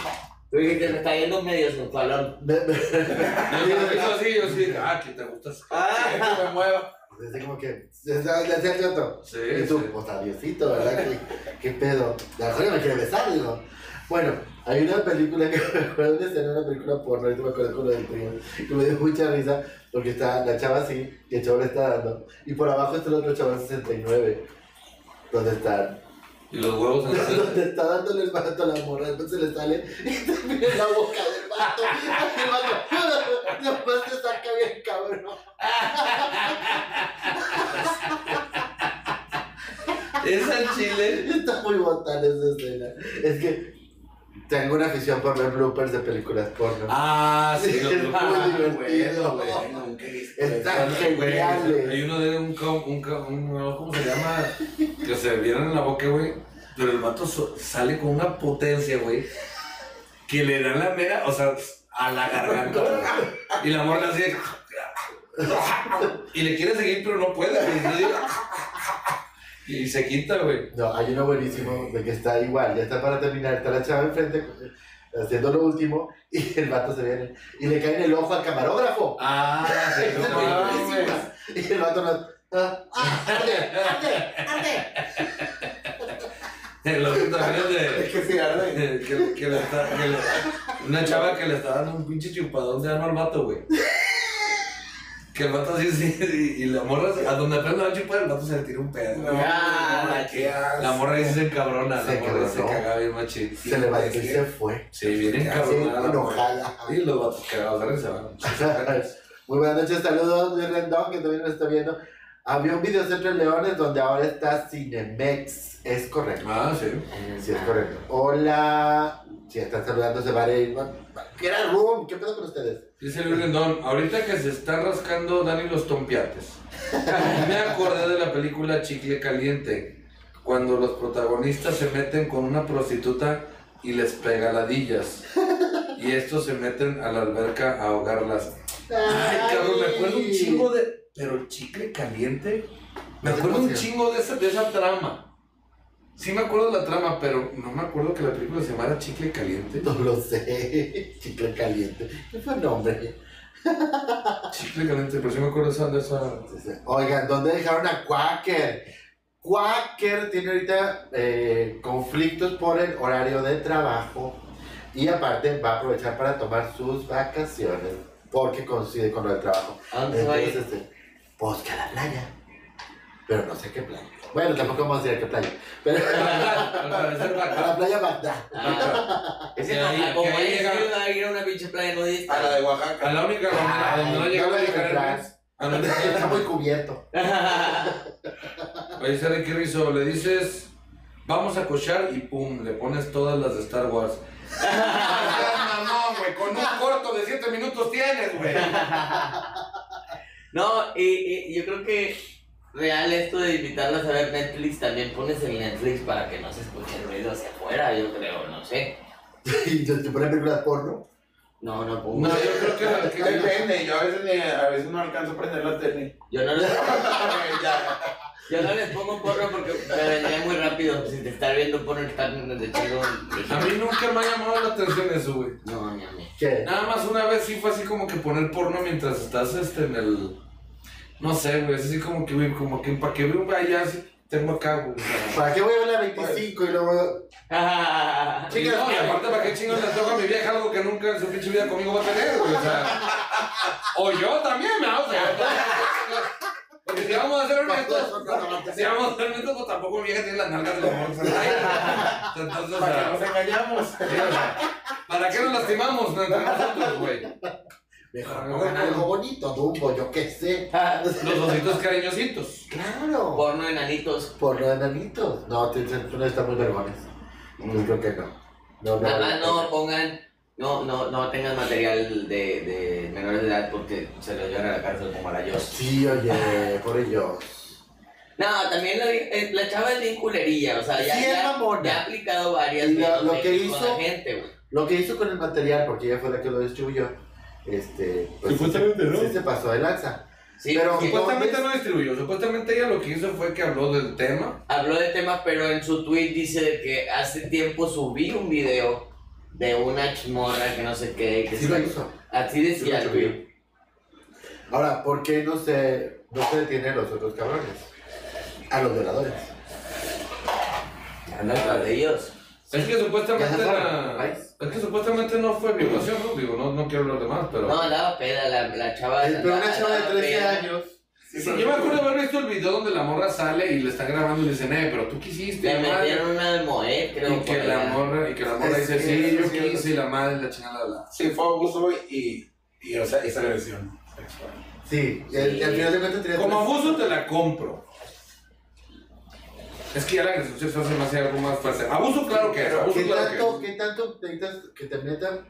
[SPEAKER 3] Tú dijiste, me está yendo medio sensualón.
[SPEAKER 5] Me- me-
[SPEAKER 2] Yo sí, Ah. yo sí, ah, que te gustas.
[SPEAKER 6] Que me mueva.
[SPEAKER 5] Así como que. Le hacía el otro.
[SPEAKER 2] Sí,
[SPEAKER 5] Y
[SPEAKER 2] sí.
[SPEAKER 5] tú, pues adiosito, ¿verdad? ¿Qué, qué pedo? La Jorge me quiere besar, digo. Bueno, hay una película que me acuerdo de escena, una película porno, ahorita me acuerdo con lo del primo, que me dio mucha risa porque está la chava así, y el chavo le está dando, y por abajo está el otro chaval 69. donde están.
[SPEAKER 2] Y los huevos en
[SPEAKER 5] Donde está dándole el vato a la morra, después se le sale y termina en la boca del vato. Y el vato, después se saca bien cabrón.
[SPEAKER 2] Es al chile.
[SPEAKER 5] Está muy botana esa escena. Es que tengo una afición por ver bloopers de películas porno.
[SPEAKER 2] Ah, sí,
[SPEAKER 5] sí,
[SPEAKER 2] lo
[SPEAKER 5] los bloopers.
[SPEAKER 6] Bueno, güey, nunca he visto eso.
[SPEAKER 5] Están
[SPEAKER 2] pues,
[SPEAKER 5] geniales.
[SPEAKER 2] Hay uno de un, co- un, co- un, ¿cómo se llama? Que se vieron en la boca, güey. Pero el vato so- sale con una potencia, güey. Que le dan la mera, o sea, a la garganta. güey. Y la morra así. de- Y le quiere seguir, pero no puede. güey. Y digo, Y se quita, güey.
[SPEAKER 5] No, hay uno buenísimo de que está igual, ya está para terminar, está la chava enfrente haciendo lo último y el vato se viene y le cae en el ojo al camarógrafo.
[SPEAKER 2] Ah, sí,
[SPEAKER 5] Está
[SPEAKER 2] no mames.
[SPEAKER 5] buenísima. y el vato no. Ah, ah, arde, arde, arde.
[SPEAKER 2] El otro también es de.
[SPEAKER 6] Es que se arde.
[SPEAKER 2] que, que le está, que le- una chava que le está dando un pinche chupadón de ano al vato, güey. Que el vato así, sí, y, y la morra, se- a donde apenas la va a chupar, el vato se le tira un pedo.
[SPEAKER 6] No,
[SPEAKER 3] Ah,
[SPEAKER 6] qué asco.
[SPEAKER 2] La morra dice se cabrona, la
[SPEAKER 5] Se
[SPEAKER 2] morra se
[SPEAKER 5] cabronó.
[SPEAKER 2] cagaba bien machín.
[SPEAKER 5] Se levantó y se fue.
[SPEAKER 2] Sí, bien
[SPEAKER 5] Así
[SPEAKER 2] encabronada.
[SPEAKER 5] enojada.
[SPEAKER 2] Y los vatos cagados de risa, güey.
[SPEAKER 5] Muy buenas noches, saludos, mi Rendón, que también me está viendo. Había un videocentro en Leones donde ahora está Cinemex. Es correcto.
[SPEAKER 2] Ah, sí.
[SPEAKER 5] Sí, es correcto. Hola. Si están saludando, se va a ir. ¿Qué era Room? ¿Qué pedo con ustedes?
[SPEAKER 2] Dice Luis Rendón, ahorita que se está rascando Dani los tompiates. Me acordé de la película Chicle Caliente, cuando los protagonistas se meten con una prostituta y les pega ladillas. Y estos se meten a la alberca a ahogarlas. Ay, cabrón, me acuerdo un chingo de. Pero chicle caliente. Me acuerdo un chingo de esa, de esa trama. Sí me acuerdo de la trama, pero no me acuerdo que la película se llamara Chicle Caliente.
[SPEAKER 5] No lo sé. Chicle caliente. ¿Qué fue el nombre?
[SPEAKER 2] Chicle Caliente, pero sí me acuerdo de esa. De esa...
[SPEAKER 5] Oigan, ¿dónde dejaron a Quaker? Quaker tiene ahorita eh, conflictos por el horario de trabajo y aparte va a aprovechar para tomar sus vacaciones porque coincide con lo del trabajo.
[SPEAKER 3] ¿A dónde se va a
[SPEAKER 5] Entonces,
[SPEAKER 3] ir?
[SPEAKER 5] este, pues que a la playa. Pero no sé qué playa. Bueno, tampoco vamos a decir a qué playa. Pero
[SPEAKER 2] Al parecer va
[SPEAKER 5] a
[SPEAKER 2] acá.
[SPEAKER 5] la playa Bagdad.
[SPEAKER 3] Ah,
[SPEAKER 2] Que
[SPEAKER 3] ese
[SPEAKER 2] ahí-
[SPEAKER 3] papá, como
[SPEAKER 2] que ahí
[SPEAKER 3] es
[SPEAKER 2] llega-
[SPEAKER 3] que va a ir a una pinche playa nudista.
[SPEAKER 6] A la de Oaxaca.
[SPEAKER 2] A la única manera donde no
[SPEAKER 5] Ay,
[SPEAKER 2] llegaba a
[SPEAKER 5] no
[SPEAKER 2] llegar el
[SPEAKER 5] entrar.
[SPEAKER 2] mes. A la
[SPEAKER 5] Está muy cubierto.
[SPEAKER 2] Oye, Sara, ¿qué rizo? Le dices, vamos a cochar y pum, le pones todas las de Star Wars. Ah, mamón, güey, con un corto de 7 minutos tienes, güey.
[SPEAKER 3] No, y, y yo creo que real esto de invitarlas a ver Netflix, también pones el Netflix para que no se escuche el ruido hacia afuera, yo creo, no sé.
[SPEAKER 5] Y yo te ponen películas porno.
[SPEAKER 3] No, no pongo.
[SPEAKER 2] No, yo creo que la que
[SPEAKER 6] Depende, yo a veces, ni- a veces no alcanzo a prender la tele.
[SPEAKER 3] Yo no les,
[SPEAKER 6] Ya.
[SPEAKER 3] yo no les pongo porno porque me vendría muy rápido. Si te estás viendo porno, estás de chingo.
[SPEAKER 2] a mí nunca me ha llamado la atención eso, güey.
[SPEAKER 3] No, mi amigo.
[SPEAKER 5] ¿Qué?
[SPEAKER 2] Nada más una vez sí fue así como que poner porno mientras estás este, en el. No sé, güey, es así como que, güey, como que para que veo allá, sí, tengo acá, güey.
[SPEAKER 5] ¿Para qué voy a ver la 25 y luego.?
[SPEAKER 2] Y
[SPEAKER 5] Chicas,
[SPEAKER 2] no, y aparte, ¿para qué chingos le toca a mi vieja algo que nunca en su pinche vida conmigo va a tener? güey? O sea, o yo también, ¿no? O sea, porque si vamos a hacer un esto, si vamos a hacer un esto, pues tampoco mi vieja tiene las nalgas de los morros al aire. Entonces, o
[SPEAKER 6] Para que nos
[SPEAKER 2] sea,
[SPEAKER 6] engañamos.
[SPEAKER 2] sí, o sea, ¿para qué nos lastimamos no, entre nosotros, güey?
[SPEAKER 5] Mejor pongan Ah, algo bonito, Dumbo, yo qué sé.
[SPEAKER 2] Los ositos cariñositos.
[SPEAKER 5] Claro.
[SPEAKER 3] porno enanitos.
[SPEAKER 5] Porno de nanitos. No, tú, tú no estás muy vergones. Yo creo que no. No,
[SPEAKER 3] Nada más no pongan. No, no, no tengan material de, de menores de edad porque se lo llevan a la cárcel como a la Yos.
[SPEAKER 5] Sí, oye, por ello.
[SPEAKER 3] No, también la, eh, la chava es bien culerilla, o sea, ya,
[SPEAKER 5] Sí, es
[SPEAKER 3] ya,
[SPEAKER 5] mamona.
[SPEAKER 3] ya ha aplicado varias
[SPEAKER 5] Y la-
[SPEAKER 3] veces
[SPEAKER 5] lo
[SPEAKER 3] de-
[SPEAKER 5] que
[SPEAKER 3] con
[SPEAKER 5] hizo-
[SPEAKER 3] la gente, güey.
[SPEAKER 5] Lo que hizo con el material, porque ella fue la que lo distribuyó, este. Pues,
[SPEAKER 6] Supuestamente, ¿no?
[SPEAKER 5] Sí, se pasó de lanza.
[SPEAKER 3] Sí,
[SPEAKER 5] Pero-
[SPEAKER 3] porque
[SPEAKER 2] Supuestamente no distribuyó, supuestamente ella lo que hizo fue que habló del tema.
[SPEAKER 3] habló de temas, pero en su tweet dice de que hace tiempo subí un video de una chmorra que no sé qué, que
[SPEAKER 5] Sí,
[SPEAKER 3] se-
[SPEAKER 5] lo hizo.
[SPEAKER 3] así
[SPEAKER 5] Sí lo
[SPEAKER 3] decía el
[SPEAKER 5] subió.
[SPEAKER 3] tweet.
[SPEAKER 5] Ahora, ¿por qué no se, no se detienen los otros cabrones? A los violadores.
[SPEAKER 3] Anda tras de ellos.
[SPEAKER 2] Es que supuestamente
[SPEAKER 5] Ya se fueron,
[SPEAKER 2] la-
[SPEAKER 5] ¿vais?
[SPEAKER 2] es que supuestamente no fue violación, ¿no? Digo, no, no quiero hablar de más, pero
[SPEAKER 3] No, andaba peda, la, la chava.
[SPEAKER 5] Pero una
[SPEAKER 3] andaba-
[SPEAKER 5] chava de
[SPEAKER 3] andaba
[SPEAKER 5] 13
[SPEAKER 3] peda.
[SPEAKER 5] años
[SPEAKER 6] Sí,
[SPEAKER 2] yo me acuerdo haber visto el video donde la morra sale y le está grabando y le dicen, eh, pero tú quisiste.
[SPEAKER 3] Le
[SPEAKER 2] madre".
[SPEAKER 3] metieron una de Moet, creo.
[SPEAKER 2] Y
[SPEAKER 3] por
[SPEAKER 2] que la
[SPEAKER 3] allá.
[SPEAKER 2] morra, y que la morra
[SPEAKER 6] Sí,
[SPEAKER 2] dice,
[SPEAKER 6] sí,
[SPEAKER 2] sí,
[SPEAKER 6] eso
[SPEAKER 2] yo
[SPEAKER 6] es cierto.
[SPEAKER 2] quise, y la madre, la chingada, la.
[SPEAKER 6] Sí, fue abuso y, y, o sea, es agresión sexual.
[SPEAKER 5] Sí, y al, y al final de cuentas tenía
[SPEAKER 2] Como
[SPEAKER 5] tres-
[SPEAKER 2] abuso te la compro. Es que ya la agresión sexual se me hace algo más fuerte. Abuso, claro que es, abuso,
[SPEAKER 5] ¿Qué
[SPEAKER 2] claro
[SPEAKER 5] tanto,
[SPEAKER 2] que
[SPEAKER 5] ¿Qué tanto necesitas que te metan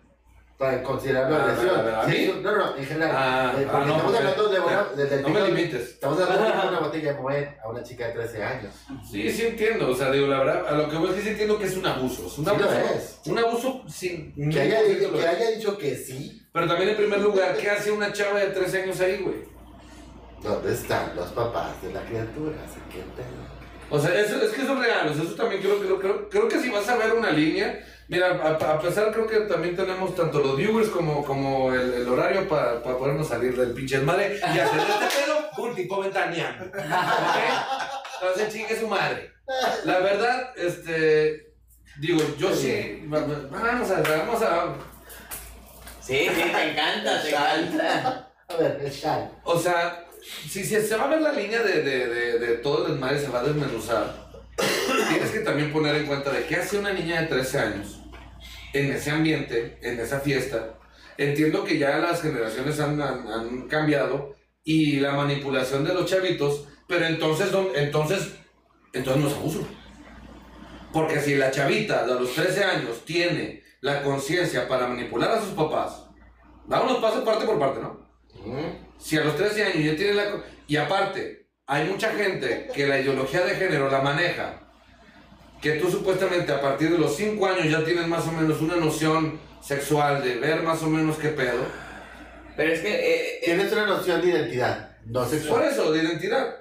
[SPEAKER 5] para considerarlo
[SPEAKER 2] Ah,
[SPEAKER 5] agresión?
[SPEAKER 2] a ver, a
[SPEAKER 5] Sí,
[SPEAKER 2] mí.
[SPEAKER 5] eso- no, no, en general.
[SPEAKER 2] Ah, ah,
[SPEAKER 5] Eh, porque
[SPEAKER 2] no,
[SPEAKER 5] estamos
[SPEAKER 2] porque-
[SPEAKER 5] hablando de una.
[SPEAKER 2] ya,
[SPEAKER 5] de- de-
[SPEAKER 2] no me limites.
[SPEAKER 5] Estamos hablando de una botella de Moet a una chica de 13 años.
[SPEAKER 2] es. Sí, sí entiendo, o sea, digo, la verdad, a lo que voy es que sí entiendo que es un abuso. Es un
[SPEAKER 5] Sí lo
[SPEAKER 2] abuso,
[SPEAKER 5] es.
[SPEAKER 2] un abuso sin...
[SPEAKER 5] Que haya,
[SPEAKER 2] ningún
[SPEAKER 5] que
[SPEAKER 2] concepto.
[SPEAKER 5] haya dicho que sí.
[SPEAKER 2] Pero también en primer lugar, ¿qué hace una chava de 13 años ahí, güey?
[SPEAKER 5] ¿Dónde están los papás de la criatura? Así que pedo.
[SPEAKER 2] O sea, eso, es que eso es real, o sea, eso también creo, creo, creo, creo que si vas a ver una línea, mira, a, a pesar creo que también tenemos tanto los viewers como, como el, el horario para podernos salir del pinche madre y hacer de este pedo un tipo ventaneando. ¿ok? Entonces chingue su madre. La verdad, este, digo, yo sí, va- va- vamos a, vamos a,
[SPEAKER 3] Sí, sí, te encanta, te encanta.
[SPEAKER 5] A ver, el chal.
[SPEAKER 2] o sea, si, si se va a ver la línea de, de, de, de todo el desmadre, se va a desmenuzar. Tienes que también poner en cuenta de qué hace una niña de 13 años en ese ambiente, en esa fiesta. Entiendo que ya las generaciones han, han- han cambiado y la manipulación de los chavitos, pero entonces, ¿dó- entonces, entonces no es abuso. Porque si la chavita de los 13 años tiene la conciencia para manipular a sus papás, da unos pasos parte por parte, ¿no? Si a los 13 años ya tiene la... co- Y aparte, hay mucha gente que la ideología de género la maneja. Que tú supuestamente a partir de los 5 años ya tienes más o menos una noción sexual de ver más o menos qué pedo.
[SPEAKER 3] Pero es que. eh, eh,
[SPEAKER 5] Tienes una noción de identidad, no
[SPEAKER 2] Por
[SPEAKER 5] sexual.
[SPEAKER 2] eso, de identidad.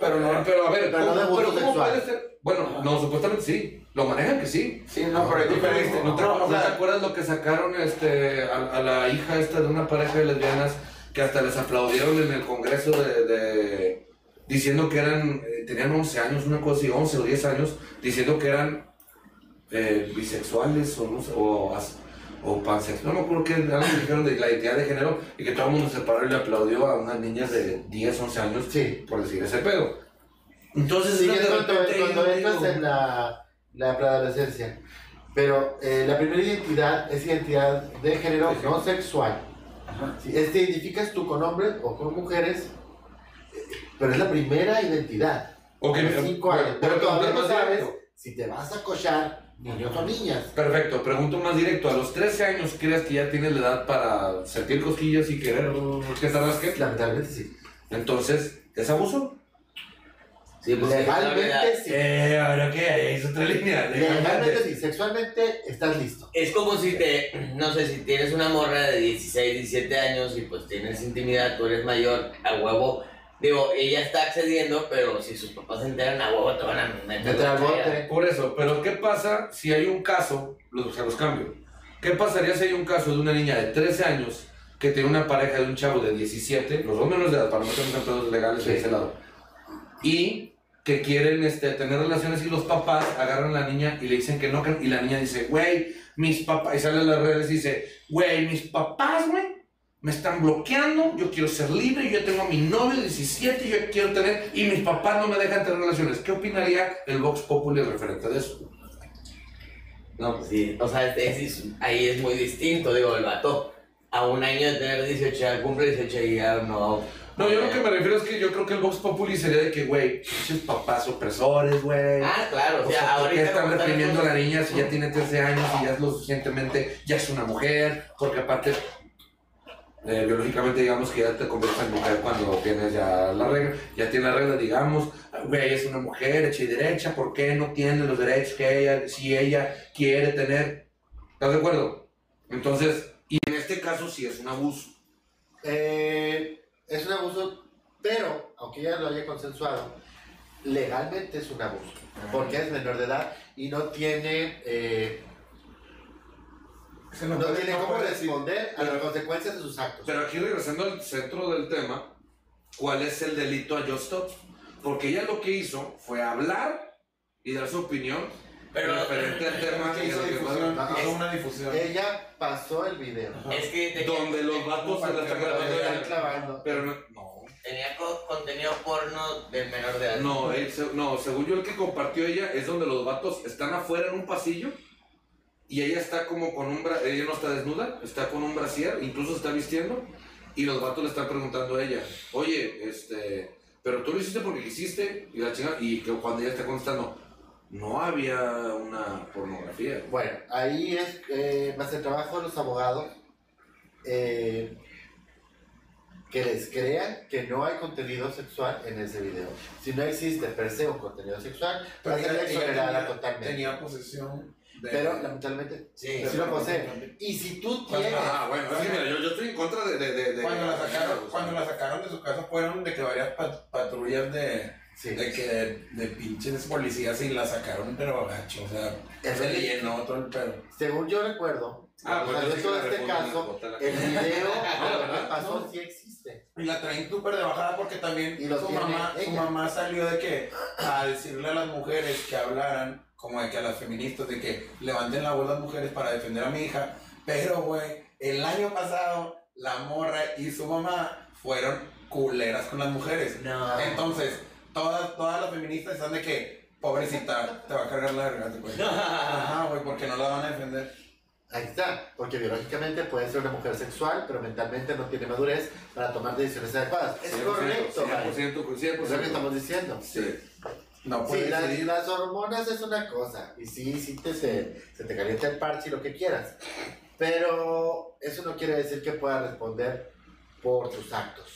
[SPEAKER 6] Pero
[SPEAKER 2] Pero,
[SPEAKER 6] no,
[SPEAKER 2] a ver,
[SPEAKER 5] Pero no
[SPEAKER 2] ¿cómo,
[SPEAKER 5] de gusto
[SPEAKER 2] pero ¿cómo
[SPEAKER 5] sexual.
[SPEAKER 2] puede ser? Bueno, no, supuestamente sí. Lo manejan que sí.
[SPEAKER 6] sí, no, pero es
[SPEAKER 2] No,
[SPEAKER 6] diferente.
[SPEAKER 2] no te,
[SPEAKER 6] No, o
[SPEAKER 2] no te
[SPEAKER 6] sea,
[SPEAKER 2] acuerdas lo que sacaron este, a, a la hija esta de una pareja de lesbianas que hasta les aplaudieron en el congreso de, de- diciendo que eran, eh, tenían 11 años, una cosa así, 11 o 10 años, diciendo que eran eh, bisexuales o, no sé, o, as- o pansexuales. No me acuerdo que algo dijeron de la identidad de género y que todo el mundo se paró y le aplaudió a unas niñas de 10, 11 años
[SPEAKER 5] Sí.
[SPEAKER 2] por decir ese pedo. Entonces,
[SPEAKER 5] Sí,
[SPEAKER 2] de
[SPEAKER 5] es cuando,
[SPEAKER 2] repente,
[SPEAKER 5] cuando
[SPEAKER 2] yo
[SPEAKER 5] entras
[SPEAKER 2] digo,
[SPEAKER 5] en la, la preadolescencia. Pero eh, la primera identidad es identidad de género
[SPEAKER 2] Sí, sí.
[SPEAKER 5] no sexual.
[SPEAKER 6] Ajá.
[SPEAKER 5] Si es, te identificas tú con hombres o con mujeres, eh, pero es la primera identidad.
[SPEAKER 2] ok,
[SPEAKER 5] Tienes cinco
[SPEAKER 2] bueno,
[SPEAKER 5] años,
[SPEAKER 2] pero
[SPEAKER 5] pero todavía no
[SPEAKER 2] más
[SPEAKER 5] sabes
[SPEAKER 2] directo.
[SPEAKER 5] si te vas a cochar niños o niñas.
[SPEAKER 2] Perfecto, pregunto más directo. ¿A los 13 años crees que ya tienes la edad para sentir cosquillas y querer que te qué?
[SPEAKER 5] Lamentablemente sí.
[SPEAKER 2] Entonces, ¿es abuso?
[SPEAKER 3] sí, pues,
[SPEAKER 5] Legalmente sí.
[SPEAKER 2] Eh, ahora qué, ahí es otra línea.
[SPEAKER 5] Legalmente sí. Sexualmente estás listo.
[SPEAKER 3] Es como si te, no sé, si tienes una morra de 16, 17 años y pues tienes intimidad, tú eres mayor, a huevo. Digo, ella está accediendo, pero si sus papás se enteran, a huevo te van a meter.
[SPEAKER 5] Meter al
[SPEAKER 3] la
[SPEAKER 5] bote.
[SPEAKER 3] fea.
[SPEAKER 2] eh, Por eso, pero ¿qué pasa si hay un caso? Los, se los cambio. ¿Qué pasaría si hay un caso de una niña de 13 años que tiene una pareja de un chavo de 17, los dos menos de edad, para no tener pedos legales de ese lado, y que quieren este, tener relaciones y los papás agarran a la niña y le dicen que no, que- y la niña dice, güey, mis papás, y sale a las redes y dice, güey, mis papás, güey, me están bloqueando, yo quiero ser libre, yo tengo a mi novio de 17, yo quiero tener, y mis papás no me dejan tener relaciones. ¿Qué opinaría el Vox Populi referente de eso?
[SPEAKER 3] No, pues sí. O sea, es- es- ahí es muy distinto, digo, el vato. A un año de tener 18, ya cumple 18 y ya no.
[SPEAKER 2] No, yo lo que me refiero es que yo creo que el Vox Populi sería de que, güey, pinches papás opresores, güey.
[SPEAKER 3] Ah, claro, o
[SPEAKER 2] O
[SPEAKER 3] sea,
[SPEAKER 2] sea, ¿por
[SPEAKER 3] ahorita.
[SPEAKER 2] qué están
[SPEAKER 3] como
[SPEAKER 2] Pues, reprimiendo a la niña si ya tiene 13 años y ya es lo suficientemente, ya es una mujer? Porque aparte, eh, biológicamente digamos que ya te conviertes en mujer cuando tienes ya la regla, ya tiene la regla, digamos, ah, güey, es una mujer hecha y derecha, ¿por qué no tiene los derechos que ella, si ella quiere tener? ¿Estás de acuerdo? Entonces, y en este caso sí es un abuso.
[SPEAKER 5] Eh, es un abuso, pero aunque ella lo haya consensuado, legalmente es un abuso, porque es menor de edad y no tiene, eh,
[SPEAKER 6] se
[SPEAKER 5] no
[SPEAKER 6] nos puede-
[SPEAKER 5] tiene
[SPEAKER 6] no
[SPEAKER 5] cómo
[SPEAKER 6] puede decir.
[SPEAKER 5] responder a las
[SPEAKER 2] Pero-
[SPEAKER 5] consecuencias de sus actos.
[SPEAKER 2] Pero aquí regresando al centro del tema, ¿cuál es el delito a Just Stop? Porque ella lo que hizo fue hablar y dar su opinión
[SPEAKER 3] Pero-
[SPEAKER 2] referente al tema
[SPEAKER 6] Que
[SPEAKER 2] y a
[SPEAKER 6] hizo
[SPEAKER 2] lo que
[SPEAKER 6] difusión, eh,
[SPEAKER 2] pasa.
[SPEAKER 6] hizo una difusión.
[SPEAKER 5] Ella pasó el video,
[SPEAKER 3] Es que. te-
[SPEAKER 2] donde los vatos se la están grabando.
[SPEAKER 5] lo
[SPEAKER 2] y
[SPEAKER 5] están
[SPEAKER 2] la-
[SPEAKER 5] clavando.
[SPEAKER 2] Pero no, no,
[SPEAKER 3] Tenía co- contenido porno de menor de edad.
[SPEAKER 2] No, él se- no, según yo el que compartió ella es donde los vatos están afuera en un pasillo y ella está como con un bra ella no está desnuda, está con un brasier, incluso se está vistiendo y los vatos le están preguntando a ella, oye, este, pero tú lo hiciste porque quisiste y la chinga y que cuando ella está contestando, no había una pornografía.
[SPEAKER 5] Bueno, ahí es eh, más el trabajo de los abogados eh, que les crean que no hay contenido sexual en ese video. Si no existe per se un contenido sexual, va a ser exonerada totalmente.
[SPEAKER 6] tenía posesión de.
[SPEAKER 5] Pero lamentablemente pues,
[SPEAKER 3] Sí.
[SPEAKER 5] sí lo posee. Y si tú tienes.
[SPEAKER 2] Ah, bueno, es que mira, yo, yo estoy en contra de... de, de, de-
[SPEAKER 6] Cuando la, sacaron,
[SPEAKER 2] de-
[SPEAKER 6] cuando la sacaron de su casa fueron de que varias pat- patrullas de,
[SPEAKER 5] Sí.
[SPEAKER 6] de que de, pinches policías y la sacaron pero gacho, o sea,
[SPEAKER 5] Es
[SPEAKER 6] se le
[SPEAKER 5] feliz.
[SPEAKER 6] llenó todo el pedo.
[SPEAKER 5] Según yo recuerdo,
[SPEAKER 2] Ah,
[SPEAKER 5] cuando
[SPEAKER 2] pues yo sé
[SPEAKER 5] salió todo
[SPEAKER 2] que la
[SPEAKER 5] este
[SPEAKER 2] reforma
[SPEAKER 5] caso,
[SPEAKER 2] vota la-
[SPEAKER 5] el video de lo que
[SPEAKER 2] ¿verdad?
[SPEAKER 5] pasó
[SPEAKER 6] No.
[SPEAKER 5] sí existe.
[SPEAKER 6] Y la traen súper de bajada porque también
[SPEAKER 5] Y lo
[SPEAKER 6] su,
[SPEAKER 5] tiene
[SPEAKER 6] mamá, su
[SPEAKER 5] ella.
[SPEAKER 6] mamá salió de que a decirle a las mujeres que hablaran, como de que a las feministas, de que levanten la voz las mujeres para defender a mi hija. Pero, güey, el año pasado la morra y su mamá fueron culeras con las mujeres.
[SPEAKER 3] No.
[SPEAKER 6] Entonces, todas, todas las feministas están de que, pobrecita, te va a cargar la garganta, güey. Ajá, güey, porque no la van a defender.
[SPEAKER 5] Ahí está, porque biológicamente puede ser una mujer sexual, pero mentalmente no tiene madurez para tomar decisiones adecuadas. Es
[SPEAKER 2] 100%,
[SPEAKER 5] correcto, Mari.
[SPEAKER 2] 100%, 100%.
[SPEAKER 5] es lo que estamos diciendo.
[SPEAKER 2] Sí.
[SPEAKER 6] No
[SPEAKER 5] Sí,
[SPEAKER 6] puede
[SPEAKER 5] la-
[SPEAKER 6] decidir.
[SPEAKER 5] las hormonas es una cosa, y sí, sí te, se, se te calienta el parche y lo que quieras, pero eso no quiere decir que puedas responder por tus actos.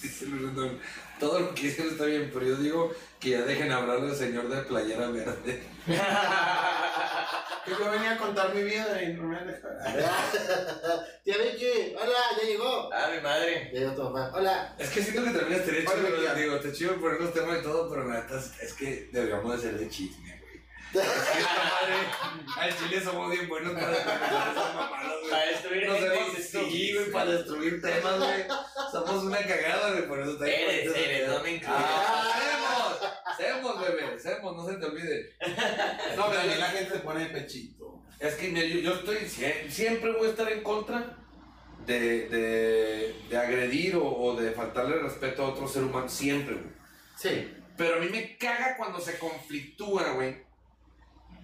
[SPEAKER 2] Dice Luis Rendón, Todo lo que dicen está bien, pero yo digo que ya dejen hablar del señor de playera verde.
[SPEAKER 6] Que yo venía a contar mi vida y no me han dejado.
[SPEAKER 5] Tía Vicky, hola, ya llegó.
[SPEAKER 3] Ah, mi madre.
[SPEAKER 5] Ya llegó tu mamá, hola.
[SPEAKER 2] Es que siento que también estaría
[SPEAKER 6] Vale,
[SPEAKER 2] chido,
[SPEAKER 6] ya.
[SPEAKER 2] digo, te chido poner los temas y todo, pero la neta es- es que deberíamos hacer de chisme, güey. Es que esta madre, al chile somos bien buenos para dejar esas mamadas, güey.
[SPEAKER 3] Para destruir
[SPEAKER 2] Nos hemos
[SPEAKER 3] gente,
[SPEAKER 2] sí, güey, para destruir temas, güey. Somos una cagada, güey, por eso también.
[SPEAKER 3] Eres, eres, no me incluyas.
[SPEAKER 2] Ah, Semos, semos, bebé, semos, no se te olvide. No, pero
[SPEAKER 6] También la gente se pone de pechito.
[SPEAKER 2] Es que mira, yo, yo estoy, sie- siempre voy a estar en contra de, de, de agredir o, o de faltarle respeto a otro ser humano, siempre, güey.
[SPEAKER 5] Sí,
[SPEAKER 2] Pero a mí me caga cuando se conflictúa, güey.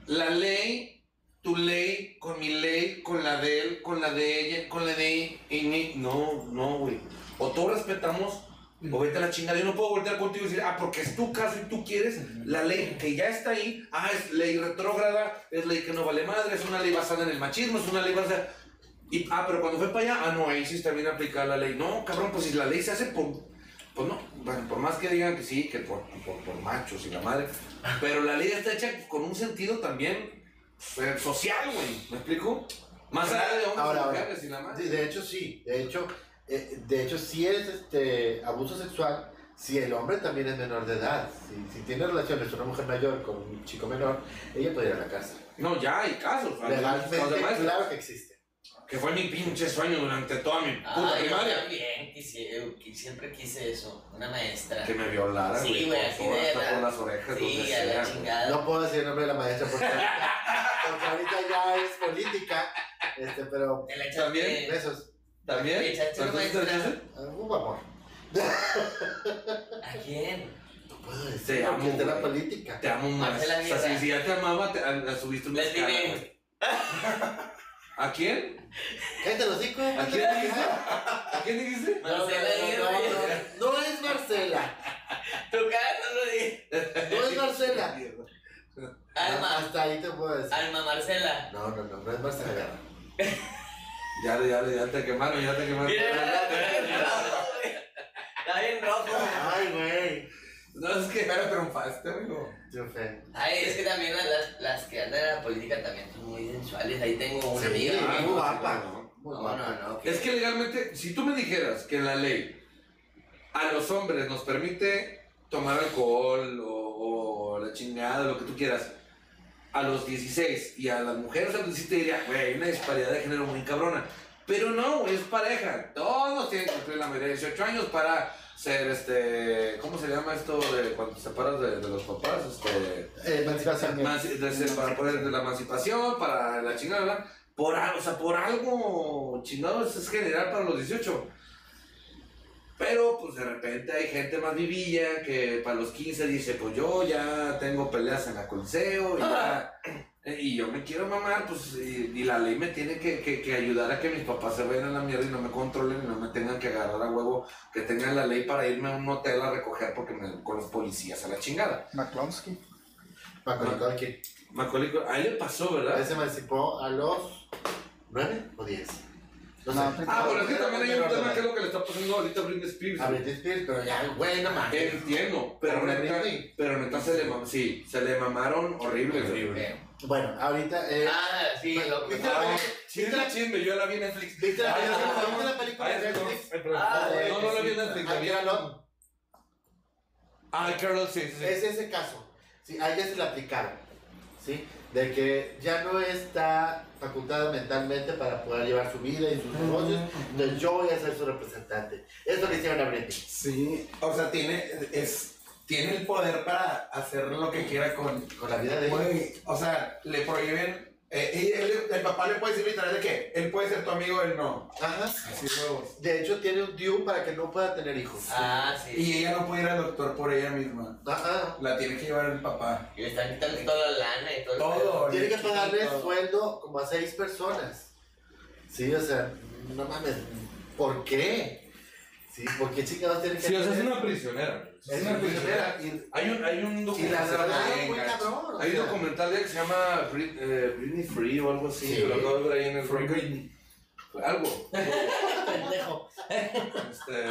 [SPEAKER 2] La ley, tu ley, con mi ley, con la de él, con la de ella, con la de ella. No, no, güey. O todos respetamos, o vete a la chingada. Yo no puedo voltear contigo y decir, ah, porque es tu caso y tú quieres la ley que ya está ahí. Ah, es ley retrógrada, es ley que no vale madre, es una ley basada en el machismo, es una ley basada. Y, ah, pero cuando fue para allá, ah, no, ahí sí está bien aplicada la ley. No, cabrón, pues si la ley se hace por. Pues no, bueno, por más que digan que sí, que por, por, por machos y la madre. Pero la ley está hecha con un sentido también eh, social, güey. ¿Me explico? Más allá de hombres
[SPEAKER 5] Ahora,
[SPEAKER 2] y
[SPEAKER 5] ahora.
[SPEAKER 2] mujeres y la madre.
[SPEAKER 5] de, de hecho sí, de hecho, eh, de hecho sí es este abuso sexual si el hombre también es menor de edad, si, si tiene relaciones una mujer mayor con un chico menor, ella puede ir a la cárcel.
[SPEAKER 2] No, ya hay casos. ¿vale? Los
[SPEAKER 5] Legalmente,
[SPEAKER 2] demás,
[SPEAKER 5] claro que existe.
[SPEAKER 2] Que fue mi pinche sueño durante toda mi puta
[SPEAKER 3] Ah, yo
[SPEAKER 2] primaria.
[SPEAKER 3] también quise- eu- que siempre quise eso, una maestra.
[SPEAKER 2] Que me violara,
[SPEAKER 3] Sí, güey,
[SPEAKER 2] por
[SPEAKER 3] así
[SPEAKER 2] favor,
[SPEAKER 3] de
[SPEAKER 2] hasta
[SPEAKER 3] la-
[SPEAKER 2] por las orejas, donde
[SPEAKER 3] Sí, a
[SPEAKER 2] sea,
[SPEAKER 3] la
[SPEAKER 2] güey.
[SPEAKER 3] chingada.
[SPEAKER 5] No puedo decir el nombre de la maestra porque ahorita, porque ahorita ya es política. Este, pero
[SPEAKER 3] Te la echaste-
[SPEAKER 2] También,
[SPEAKER 5] besos.
[SPEAKER 2] ¿También?
[SPEAKER 3] Le echaste una
[SPEAKER 2] ¿Entonces te
[SPEAKER 3] maestra.
[SPEAKER 2] dicen?
[SPEAKER 5] Un amor.
[SPEAKER 3] ¿A quién?
[SPEAKER 5] No puedo
[SPEAKER 2] Te
[SPEAKER 5] decir porque
[SPEAKER 2] amo,
[SPEAKER 5] es de la
[SPEAKER 2] güey.
[SPEAKER 5] política.
[SPEAKER 2] Te amo más. O
[SPEAKER 3] Marcela
[SPEAKER 2] sea,
[SPEAKER 3] Guerra.
[SPEAKER 2] si, si ya te amaba, te, a- a- subiste una
[SPEAKER 3] Les
[SPEAKER 2] escala,
[SPEAKER 3] diré.
[SPEAKER 2] güey. ¿A quién?
[SPEAKER 5] Cállate los cinco.
[SPEAKER 2] ¿A
[SPEAKER 5] cállate
[SPEAKER 2] quién
[SPEAKER 5] los
[SPEAKER 2] dijiste?
[SPEAKER 5] cinco.
[SPEAKER 2] ¿A quién dijiste?
[SPEAKER 5] No, no, no,
[SPEAKER 3] Marcela
[SPEAKER 5] no, no,
[SPEAKER 3] Guerra.
[SPEAKER 5] no, no es Marcela.
[SPEAKER 3] Tu cara no lo dije.
[SPEAKER 5] No es Marcela.
[SPEAKER 3] Alma,
[SPEAKER 5] Hasta ahí te puedo decir.
[SPEAKER 3] Alma Marcela.
[SPEAKER 5] No, no, no, no es Marcela. Guerra.
[SPEAKER 2] Ya, ya, ya te quemaron, ya te quemaron. Ah,
[SPEAKER 3] Mira, está bien rojo, güey. Está bien rojo.
[SPEAKER 5] Ay, güey.
[SPEAKER 2] No, es que.
[SPEAKER 6] Pero triunfaste, amigo.
[SPEAKER 5] Triunfé.
[SPEAKER 3] Ay, es que también las, las que andan en la política también son muy sensuales. Ahí tengo una
[SPEAKER 5] Sí,
[SPEAKER 3] amiga.
[SPEAKER 5] muy guapa.
[SPEAKER 2] no.
[SPEAKER 5] Muy
[SPEAKER 3] No,
[SPEAKER 5] guapa.
[SPEAKER 3] no, no.
[SPEAKER 2] Es que legalmente, si tú me dijeras que en la ley a los hombres nos permite tomar alcohol o, o la chingada, lo que tú quieras, a los 16 y a las mujeres a los 17 diría, güey, hay una disparidad de género muy cabrona. Pero no, es pareja. Todos tienen que cumplir la mayoría de 18 años para ser este. ¿Cómo se llama esto de cuando te separas de, de los papás? Este.
[SPEAKER 5] Eh, Emancipación.
[SPEAKER 2] Emanci- desde- para poder de la emancipación, para la chingada, ¿verdad? Por, al- o sea, por algo chingado es, es general para los 18. Pero pues de repente hay gente más vivilla que para los 15 dice, pues yo ya tengo peleas en la Coliseo y, ya- y yo me quiero mamar, pues y, y la ley me tiene que, que- que ayudar a que mis papás se vayan a la mierda y no me controlen y no me tengan que agarrar a huevo, que tengan la ley para irme a un hotel a recoger porque me- con los policías a la chingada.
[SPEAKER 8] McClonsky.
[SPEAKER 5] Macaulay
[SPEAKER 2] Macaulay, Cul- a él le pasó,
[SPEAKER 5] Él
[SPEAKER 2] ¿verdad?
[SPEAKER 5] se emancipó a los 9 o 10. No sé.
[SPEAKER 8] No, creo que-
[SPEAKER 2] Ah, bueno, es que también hay un
[SPEAKER 5] Pero-
[SPEAKER 2] tema que es lo que le está pasando ahorita a Britney Spears.
[SPEAKER 5] A Britney Spears, pero ya, güey, no mames.
[SPEAKER 2] Entiendo, pero
[SPEAKER 5] Ahora
[SPEAKER 2] neta,
[SPEAKER 5] Britney.
[SPEAKER 2] pero neta se le, mam- sí, se le mamaron horrible. güey.
[SPEAKER 5] Bueno, ahorita. Eh,
[SPEAKER 3] Ah, sí, lo que
[SPEAKER 5] ¿Viste la
[SPEAKER 3] estaba-
[SPEAKER 5] peli-
[SPEAKER 2] Chisme, chisme, yo la vi en Netflix.
[SPEAKER 5] ¿Viste la
[SPEAKER 2] Ah,
[SPEAKER 5] película-
[SPEAKER 2] ah,
[SPEAKER 5] ¿viste la película
[SPEAKER 2] ah,
[SPEAKER 5] de
[SPEAKER 2] no,
[SPEAKER 5] Netflix?
[SPEAKER 2] el problema.
[SPEAKER 5] Ah, de-
[SPEAKER 2] No, no la vi en Netflix, la
[SPEAKER 5] Ah,
[SPEAKER 2] vi
[SPEAKER 5] que era Love?
[SPEAKER 2] Ah, Carol, sí, sí, sí.
[SPEAKER 5] Es ese caso. Sí, a ella se la aplicaron. ¿Sí? De que ya no está facultada mentalmente para poder llevar su vida y sus negocios. Entonces yo voy a ser su representante. Eso le hicieron a Britney.
[SPEAKER 6] Sí, o sea, tiene, es, tiene el poder para hacer lo que quiera con,
[SPEAKER 5] Con la vida de ella.
[SPEAKER 6] Güey, o sea, le prohíben. eh, y él- el papá le puede decir literal de que él puede ser tu amigo, él no.
[SPEAKER 5] Ajá.
[SPEAKER 6] Así huevos.
[SPEAKER 5] De hecho, tiene un due para que no pueda tener hijos.
[SPEAKER 3] Ah, sí.
[SPEAKER 6] Y ella no puede ir al doctor por ella misma.
[SPEAKER 5] Ajá.
[SPEAKER 6] La tiene que llevar el papá.
[SPEAKER 3] Y le están quitando toda la lana y todo. el pedo.
[SPEAKER 6] Todo.
[SPEAKER 5] Tiene que pagarle
[SPEAKER 6] todo.
[SPEAKER 5] sueldo como a seis personas. Sí, o sea, no mames. ¿Por qué? Sí, ¿por qué chingados tiene que
[SPEAKER 2] Sí, o sea, es
[SPEAKER 5] tener-
[SPEAKER 2] una prisionera.
[SPEAKER 5] Es una prisionera. Y,
[SPEAKER 2] Hay un, hay un
[SPEAKER 5] y la
[SPEAKER 2] documental.
[SPEAKER 5] verdad,
[SPEAKER 2] de-
[SPEAKER 5] muy cabrón. o
[SPEAKER 2] Hay un
[SPEAKER 5] sea.
[SPEAKER 2] documental de que se llama Brit- eh, Britney Free o algo así.
[SPEAKER 5] Sí.
[SPEAKER 2] que Lo acabo de ver ahí en el Free Britney. Algo.
[SPEAKER 5] pendejo.
[SPEAKER 2] Este,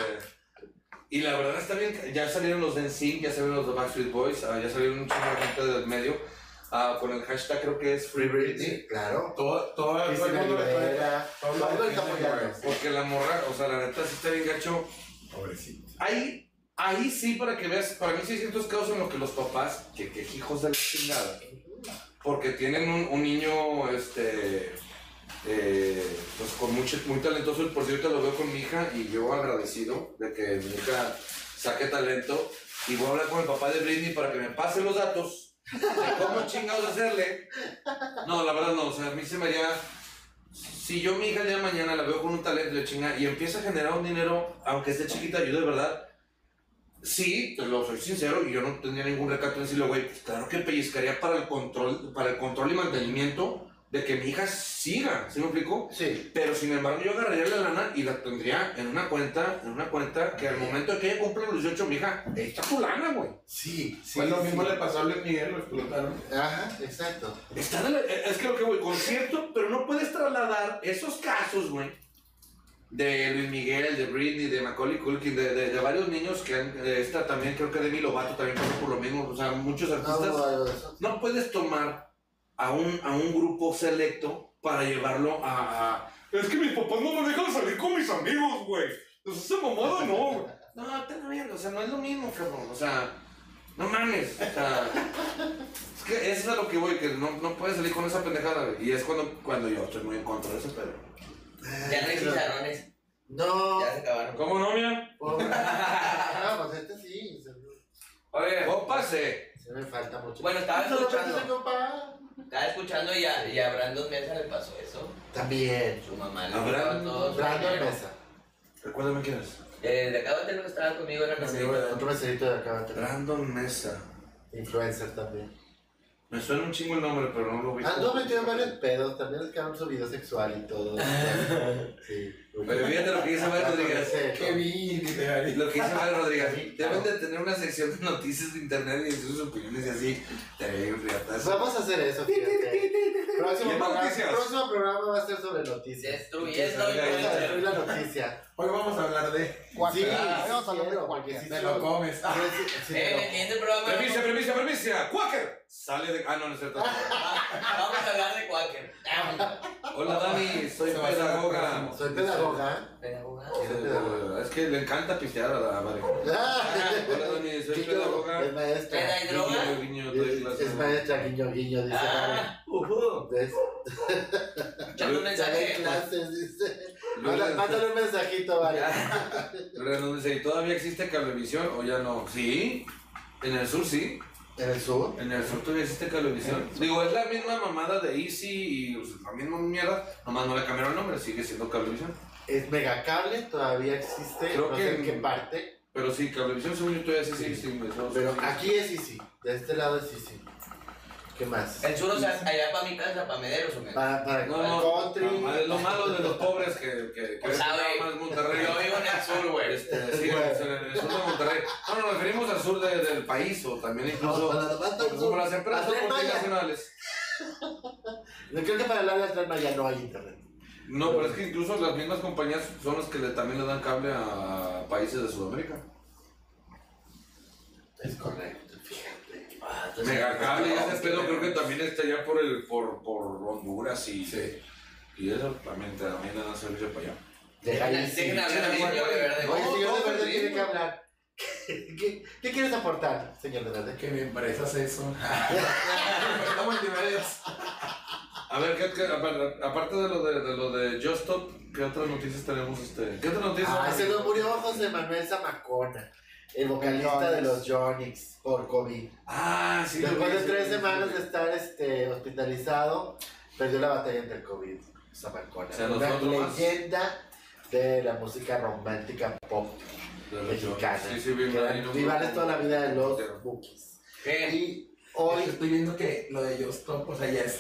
[SPEAKER 2] y la verdad está bien, que ya salieron los de NSYNC, ya salieron los de Backstreet Boys, ah, ya salieron un chingo de gente del medio ah, con el hashtag creo que es Free Britney.
[SPEAKER 5] Sí, claro.
[SPEAKER 6] Todo, todo, todo el
[SPEAKER 5] Cristina
[SPEAKER 6] mundo le puede-
[SPEAKER 5] Aguilera, todo el mundo está apoyando.
[SPEAKER 2] Porque la morra, o sea, la neta sí está bien gacho.
[SPEAKER 6] Pobrecito.
[SPEAKER 2] Ahí, ahí sí, para que veas, para mí sí hay ciertos casos en los que los papás, que, que hijos de la chingada, porque tienen un, un niño, este, eh, pues con mucho, muy talentoso, y por cierto lo veo con mi hija y yo agradecido de que mi hija saque talento y voy a hablar con el papá de Britney para que me pase los datos de cómo chingados hacerle. No, la verdad no, o sea, a mí se me haría... Si yo mi hija el día de mañana la veo con un talento de chinga y empieza a generar un dinero, aunque esté chiquita, yo de verdad Sí, te lo soy sincero, y yo no tendría ningún recato en decirle, güey, pues claro que pellizcaría para el control, para el control y mantenimiento de que mi hija siga, ¿sí me explico?
[SPEAKER 5] Sí,
[SPEAKER 2] Pero sin embargo yo agarraría la lana y la tendría en una cuenta, en una cuenta que al momento de que ella cumpla los 18, mi hija, ahí está tu lana, güey.
[SPEAKER 5] sí, sí.
[SPEAKER 6] Pues lo
[SPEAKER 5] sí.
[SPEAKER 6] mismo le pasó a Luis Miguel, lo explotaron.
[SPEAKER 5] Ajá, exacto.
[SPEAKER 2] Está de la- eh, es que lo que voy, concierto, pero no puedes trasladar esos casos, güey, de Luis Miguel, de Britney, de Macaulay Culkin, de, de- de varios niños que han, de esta también, creo que Demi Lovato también pasó por lo mismo, o sea, muchos
[SPEAKER 5] No,
[SPEAKER 2] artistas.
[SPEAKER 5] hubo algo de Ah, eso.
[SPEAKER 2] no puedes tomar a un, a un grupo selecto para llevarlo a, a- Es que mis papás no me dejan salir con mis amigos, güey. Pues esa mamada no, güey. No, te la mierda, o sea, no es lo mismo, cabrón. O sea, no mames. O sea, es que eso es a lo que voy, que no, no puedes salir con esa pendejada, güey. Y es cuando, cuando yo estoy muy en contra de eso, pero...
[SPEAKER 3] Ya no hay chicharrones,
[SPEAKER 5] No,
[SPEAKER 3] ya se acabaron.
[SPEAKER 2] ¿Cómo no, mira?
[SPEAKER 5] pobre. No, pues este sí. se me-
[SPEAKER 3] Oye,
[SPEAKER 2] O pase.
[SPEAKER 5] Se me falta mucho.
[SPEAKER 3] Bueno, estaba
[SPEAKER 5] Solo
[SPEAKER 3] escuchando.
[SPEAKER 5] pensé en compa.
[SPEAKER 3] estaba escuchando y a, y a Brandon Mesa le pasó eso.
[SPEAKER 5] También.
[SPEAKER 3] Su mamá le
[SPEAKER 2] A
[SPEAKER 3] pasó
[SPEAKER 2] Brandon-
[SPEAKER 3] todo.
[SPEAKER 5] Brandon Mesa.
[SPEAKER 2] Recuérdame quién es.
[SPEAKER 3] El eh, de acá de tener que estaba conmigo era Casimiro.
[SPEAKER 5] Otro meserito de acá va a tener.
[SPEAKER 2] Brandon Mesa.
[SPEAKER 5] Influencer también.
[SPEAKER 2] Me suena un chingo el nombre, pero no lo vi.
[SPEAKER 5] Andó metido en varios pedos. También les quedaron su video sexual y todo. Sí.
[SPEAKER 2] Pero fíjate lo que dice Mario Rodríguez.
[SPEAKER 6] Qué bien, literal.
[SPEAKER 2] Lo que dice Mario Rodríguez, deben de tener una sección de noticias de internet y sus opiniones y así. Te veo un riatazo.
[SPEAKER 5] Vamos a hacer eso. fíjate. Próximo
[SPEAKER 2] Bien,
[SPEAKER 5] programa,
[SPEAKER 2] noticias.
[SPEAKER 5] próximo programa va a ser sobre noticias.
[SPEAKER 3] Destruyendo
[SPEAKER 5] Vamos a
[SPEAKER 3] el
[SPEAKER 5] destruir la noticia.
[SPEAKER 6] Hoy vamos a hablar de.
[SPEAKER 8] Guaca.
[SPEAKER 5] Sí,
[SPEAKER 8] Ah,
[SPEAKER 5] sí
[SPEAKER 8] vamos a hablar de
[SPEAKER 5] quiero,
[SPEAKER 8] guaca.
[SPEAKER 5] porque sí
[SPEAKER 6] Te
[SPEAKER 5] quiero.
[SPEAKER 6] lo comes.
[SPEAKER 5] Ah, sí, sí,
[SPEAKER 3] Eh,
[SPEAKER 5] pero-
[SPEAKER 3] ¿me entiende el programa?
[SPEAKER 2] Permisa, permisa, permisa. ¡Quaker! Sale de. Ah, no, no es cierto.
[SPEAKER 3] Ah, Vamos a hablar de Quaker.
[SPEAKER 2] Hola, Dani, soy
[SPEAKER 6] Se va a hacer
[SPEAKER 2] pedagoga. Eh,
[SPEAKER 6] próximo.
[SPEAKER 5] Soy
[SPEAKER 3] Ah,
[SPEAKER 5] pedagoga.
[SPEAKER 3] Pedagoga.
[SPEAKER 5] Soy pedagoga.
[SPEAKER 2] Es que le encanta pistear a la madre. Hola, Dani, soy
[SPEAKER 5] Guiño,
[SPEAKER 2] pedagoga.
[SPEAKER 5] Es maestra.
[SPEAKER 3] ¿Peda y droga?
[SPEAKER 2] Guiño, guiño, doy
[SPEAKER 5] eh, Es,
[SPEAKER 2] clase.
[SPEAKER 5] es maestra, guiño, guiño, dice.
[SPEAKER 3] Ah, ujú.
[SPEAKER 5] ¿Ves?
[SPEAKER 3] Echando un
[SPEAKER 5] Sale
[SPEAKER 3] mensaje.
[SPEAKER 5] clases, dice. Mándale
[SPEAKER 2] Luego-
[SPEAKER 5] mándale un mensajito, vale.
[SPEAKER 2] Luego nos dice, ¿y ¿Todavía existe cablevisión o ya no? Sí. En el sur sí.
[SPEAKER 5] En el sur.
[SPEAKER 2] En el sur todavía existe Cablevisión. Digo, es la pues, misma mamada de Easy y o sea, la misma mierda, nomás no le cambiaron el nombre, sigue siendo Cablevisión.
[SPEAKER 5] es Megacable, todavía existe,
[SPEAKER 2] Creo
[SPEAKER 5] no
[SPEAKER 2] que
[SPEAKER 5] sé en
[SPEAKER 2] en-
[SPEAKER 5] qué parte,
[SPEAKER 2] Pero sí, Cablevisión según yo todavía sí
[SPEAKER 5] Sí.
[SPEAKER 2] existe. güey, no sé.
[SPEAKER 5] pero aquí es Easy, de este lado es Easy. ¿Qué más?
[SPEAKER 3] El sur, o sea, allá para mi casa, para Mederos o menos.
[SPEAKER 5] Para, para
[SPEAKER 2] Eh, No, no,
[SPEAKER 5] country.
[SPEAKER 2] no, es lo malo de los pobres que, que, que
[SPEAKER 3] O sea,
[SPEAKER 2] es nada
[SPEAKER 3] güey,
[SPEAKER 2] más Monterrey.
[SPEAKER 3] yo vivo en el sur, güey.
[SPEAKER 2] Este, sí,
[SPEAKER 5] Güey.
[SPEAKER 2] en el sur de Monterrey. No, nos referimos al sur de- del país o también
[SPEAKER 5] No,
[SPEAKER 2] incluso
[SPEAKER 5] para lo más
[SPEAKER 2] como
[SPEAKER 5] sur,
[SPEAKER 2] las empresas
[SPEAKER 5] a Tren Maya.
[SPEAKER 2] multinacionales.
[SPEAKER 5] Yo creo que para el área de Tlalpan ya no hay internet.
[SPEAKER 2] No, pero es que incluso las mismas compañías son las que le- también le dan cable a países de Sudamérica.
[SPEAKER 5] Es correcto, fíjate.
[SPEAKER 2] Ah, Megacable y ese pedo creo que también está ya por el por, por Honduras y,
[SPEAKER 6] Sí.
[SPEAKER 2] y eso también, también le dan servicio para allá.
[SPEAKER 5] Deja
[SPEAKER 3] Dejen-
[SPEAKER 5] Easy.
[SPEAKER 3] dejen hablar a mí, yo de verdad.
[SPEAKER 5] Oye,
[SPEAKER 2] No,
[SPEAKER 5] señor
[SPEAKER 2] no,
[SPEAKER 5] de verdad
[SPEAKER 2] sí,
[SPEAKER 5] tiene que
[SPEAKER 2] güey.
[SPEAKER 5] hablar. ¿Qué, qué quieres aportar, señor de verdad?
[SPEAKER 6] Que mi empresa hace eso. Está multimedios.
[SPEAKER 2] A ver, ¿qué, qué- apar- aparte de lo de, de lo de Just Stop, ¿qué otras noticias tenemos? Este? ¿Qué otras noticias?
[SPEAKER 5] Ah, se nos murió José Manuel Zamacona, el vocalista de los Jonix por COVID.
[SPEAKER 2] Ah, sí. lo
[SPEAKER 5] Después
[SPEAKER 2] vi,
[SPEAKER 5] de
[SPEAKER 2] sí,
[SPEAKER 5] tres
[SPEAKER 2] sí,
[SPEAKER 5] semanas
[SPEAKER 2] sí.
[SPEAKER 5] de estar este, hospitalizado, perdió la batalla entre el COVID. Zamacona,
[SPEAKER 2] Se nos
[SPEAKER 5] una
[SPEAKER 2] fue otro más.
[SPEAKER 5] leyenda de la música romántica pop
[SPEAKER 2] De los
[SPEAKER 5] mexicana.
[SPEAKER 2] Jones. Sí, sí, vi
[SPEAKER 5] que
[SPEAKER 2] una-
[SPEAKER 5] eran
[SPEAKER 2] y no-
[SPEAKER 5] rivales toda la vida de
[SPEAKER 2] Pero-
[SPEAKER 5] los Bookies.
[SPEAKER 3] ¿Qué?
[SPEAKER 5] Y
[SPEAKER 6] Hoy
[SPEAKER 5] hoy
[SPEAKER 6] estoy viendo que lo de Just Stop, o sea, ya es,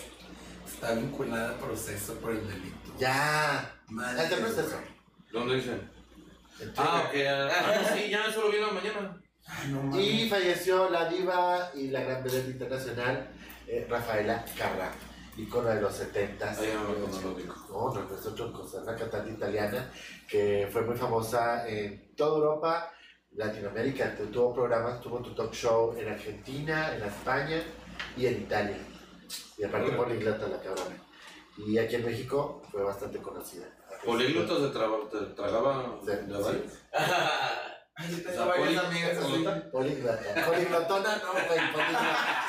[SPEAKER 6] está vinculada al proceso por el delito.
[SPEAKER 5] ya.
[SPEAKER 6] Madre,
[SPEAKER 5] Este proceso.
[SPEAKER 6] güey.
[SPEAKER 2] ¿Dónde dicen?
[SPEAKER 5] Entonces,
[SPEAKER 2] Ah, ok. Ah, sí, ya eso lo vi en la mañana.
[SPEAKER 6] Ay, Ah, no
[SPEAKER 5] Y
[SPEAKER 6] mames.
[SPEAKER 5] falleció la diva y la gran vedette internacional eh, Rafaela Carrà, ícono de los 70
[SPEAKER 2] Ay, no, no, no lo digo.
[SPEAKER 5] No, no, no es otra cosa, es una cantante italiana que fue muy famosa en toda Europa, Latinoamérica, tu- tuvo programas, tuvo tu talk show en Argentina, en España y en Italia. Y aparte
[SPEAKER 2] Órale.
[SPEAKER 5] políglota la cabrona. Y aquí en México fue bastante conocida.
[SPEAKER 2] Políglotas de traba- te tragaba.
[SPEAKER 5] Sí,
[SPEAKER 2] de
[SPEAKER 5] sí.
[SPEAKER 2] varios.
[SPEAKER 6] Ay, yo
[SPEAKER 2] O
[SPEAKER 6] tengo
[SPEAKER 2] sea,
[SPEAKER 6] varias
[SPEAKER 2] poli-
[SPEAKER 6] amigas así.
[SPEAKER 5] Políglota. Poliglotona no, güey, políglota.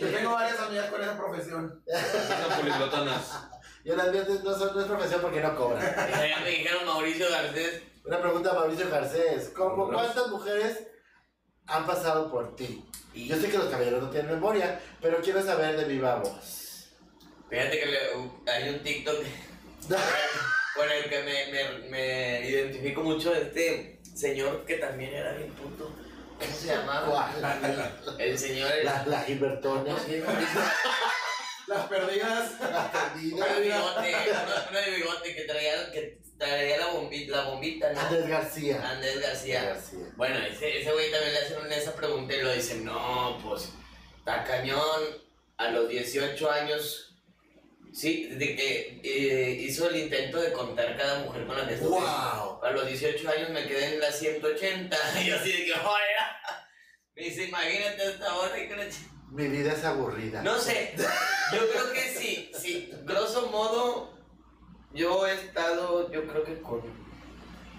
[SPEAKER 6] Yo tengo varias amigas con esa profesión.
[SPEAKER 2] Esas poliglotanas.
[SPEAKER 5] Yo las mías no, son, no es profesión porque no cobran.
[SPEAKER 3] Ya me dijeron Mauricio Garcés.
[SPEAKER 5] Una pregunta a Mauricio Garcés. ¿Cómo
[SPEAKER 2] Hola.
[SPEAKER 5] cuántas mujeres han pasado por ti?
[SPEAKER 3] Y
[SPEAKER 5] Yo sé que los caballeros no tienen memoria, pero quiero saber de viva voz.
[SPEAKER 3] fíjate que le- uh, hay un TikTok con el que me, me, me identifico mucho. Este señor que también era bien puto. ¿Cómo se llamaba?
[SPEAKER 5] La,
[SPEAKER 3] El señor.
[SPEAKER 5] la, la Gilbertona.
[SPEAKER 3] No sé, Mauricio.
[SPEAKER 6] Las perdidas.
[SPEAKER 5] La
[SPEAKER 3] Una de
[SPEAKER 5] perdida.
[SPEAKER 3] bigote, una- una de bigote que traía, que traía la, bombita, la bombita, ¿no?
[SPEAKER 5] Andrés García.
[SPEAKER 3] Andrés García.
[SPEAKER 5] García.
[SPEAKER 3] Bueno, ese ese güey también le hacen una- esa pregunta y lo dicen, no, pues, está cañón, a los 18 años, sí, de que eh, hizo el intento de contar cada mujer con la que estuvo.
[SPEAKER 5] ¡Wow!
[SPEAKER 3] A los 18 años me quedé en la 180 y yo así de que, joder, me dice, imagínate hasta hora y que la ch-
[SPEAKER 5] Mi vida es aburrida.
[SPEAKER 3] no sé, yo creo que sí, sí, grosso modo, yo he estado, yo creo que con,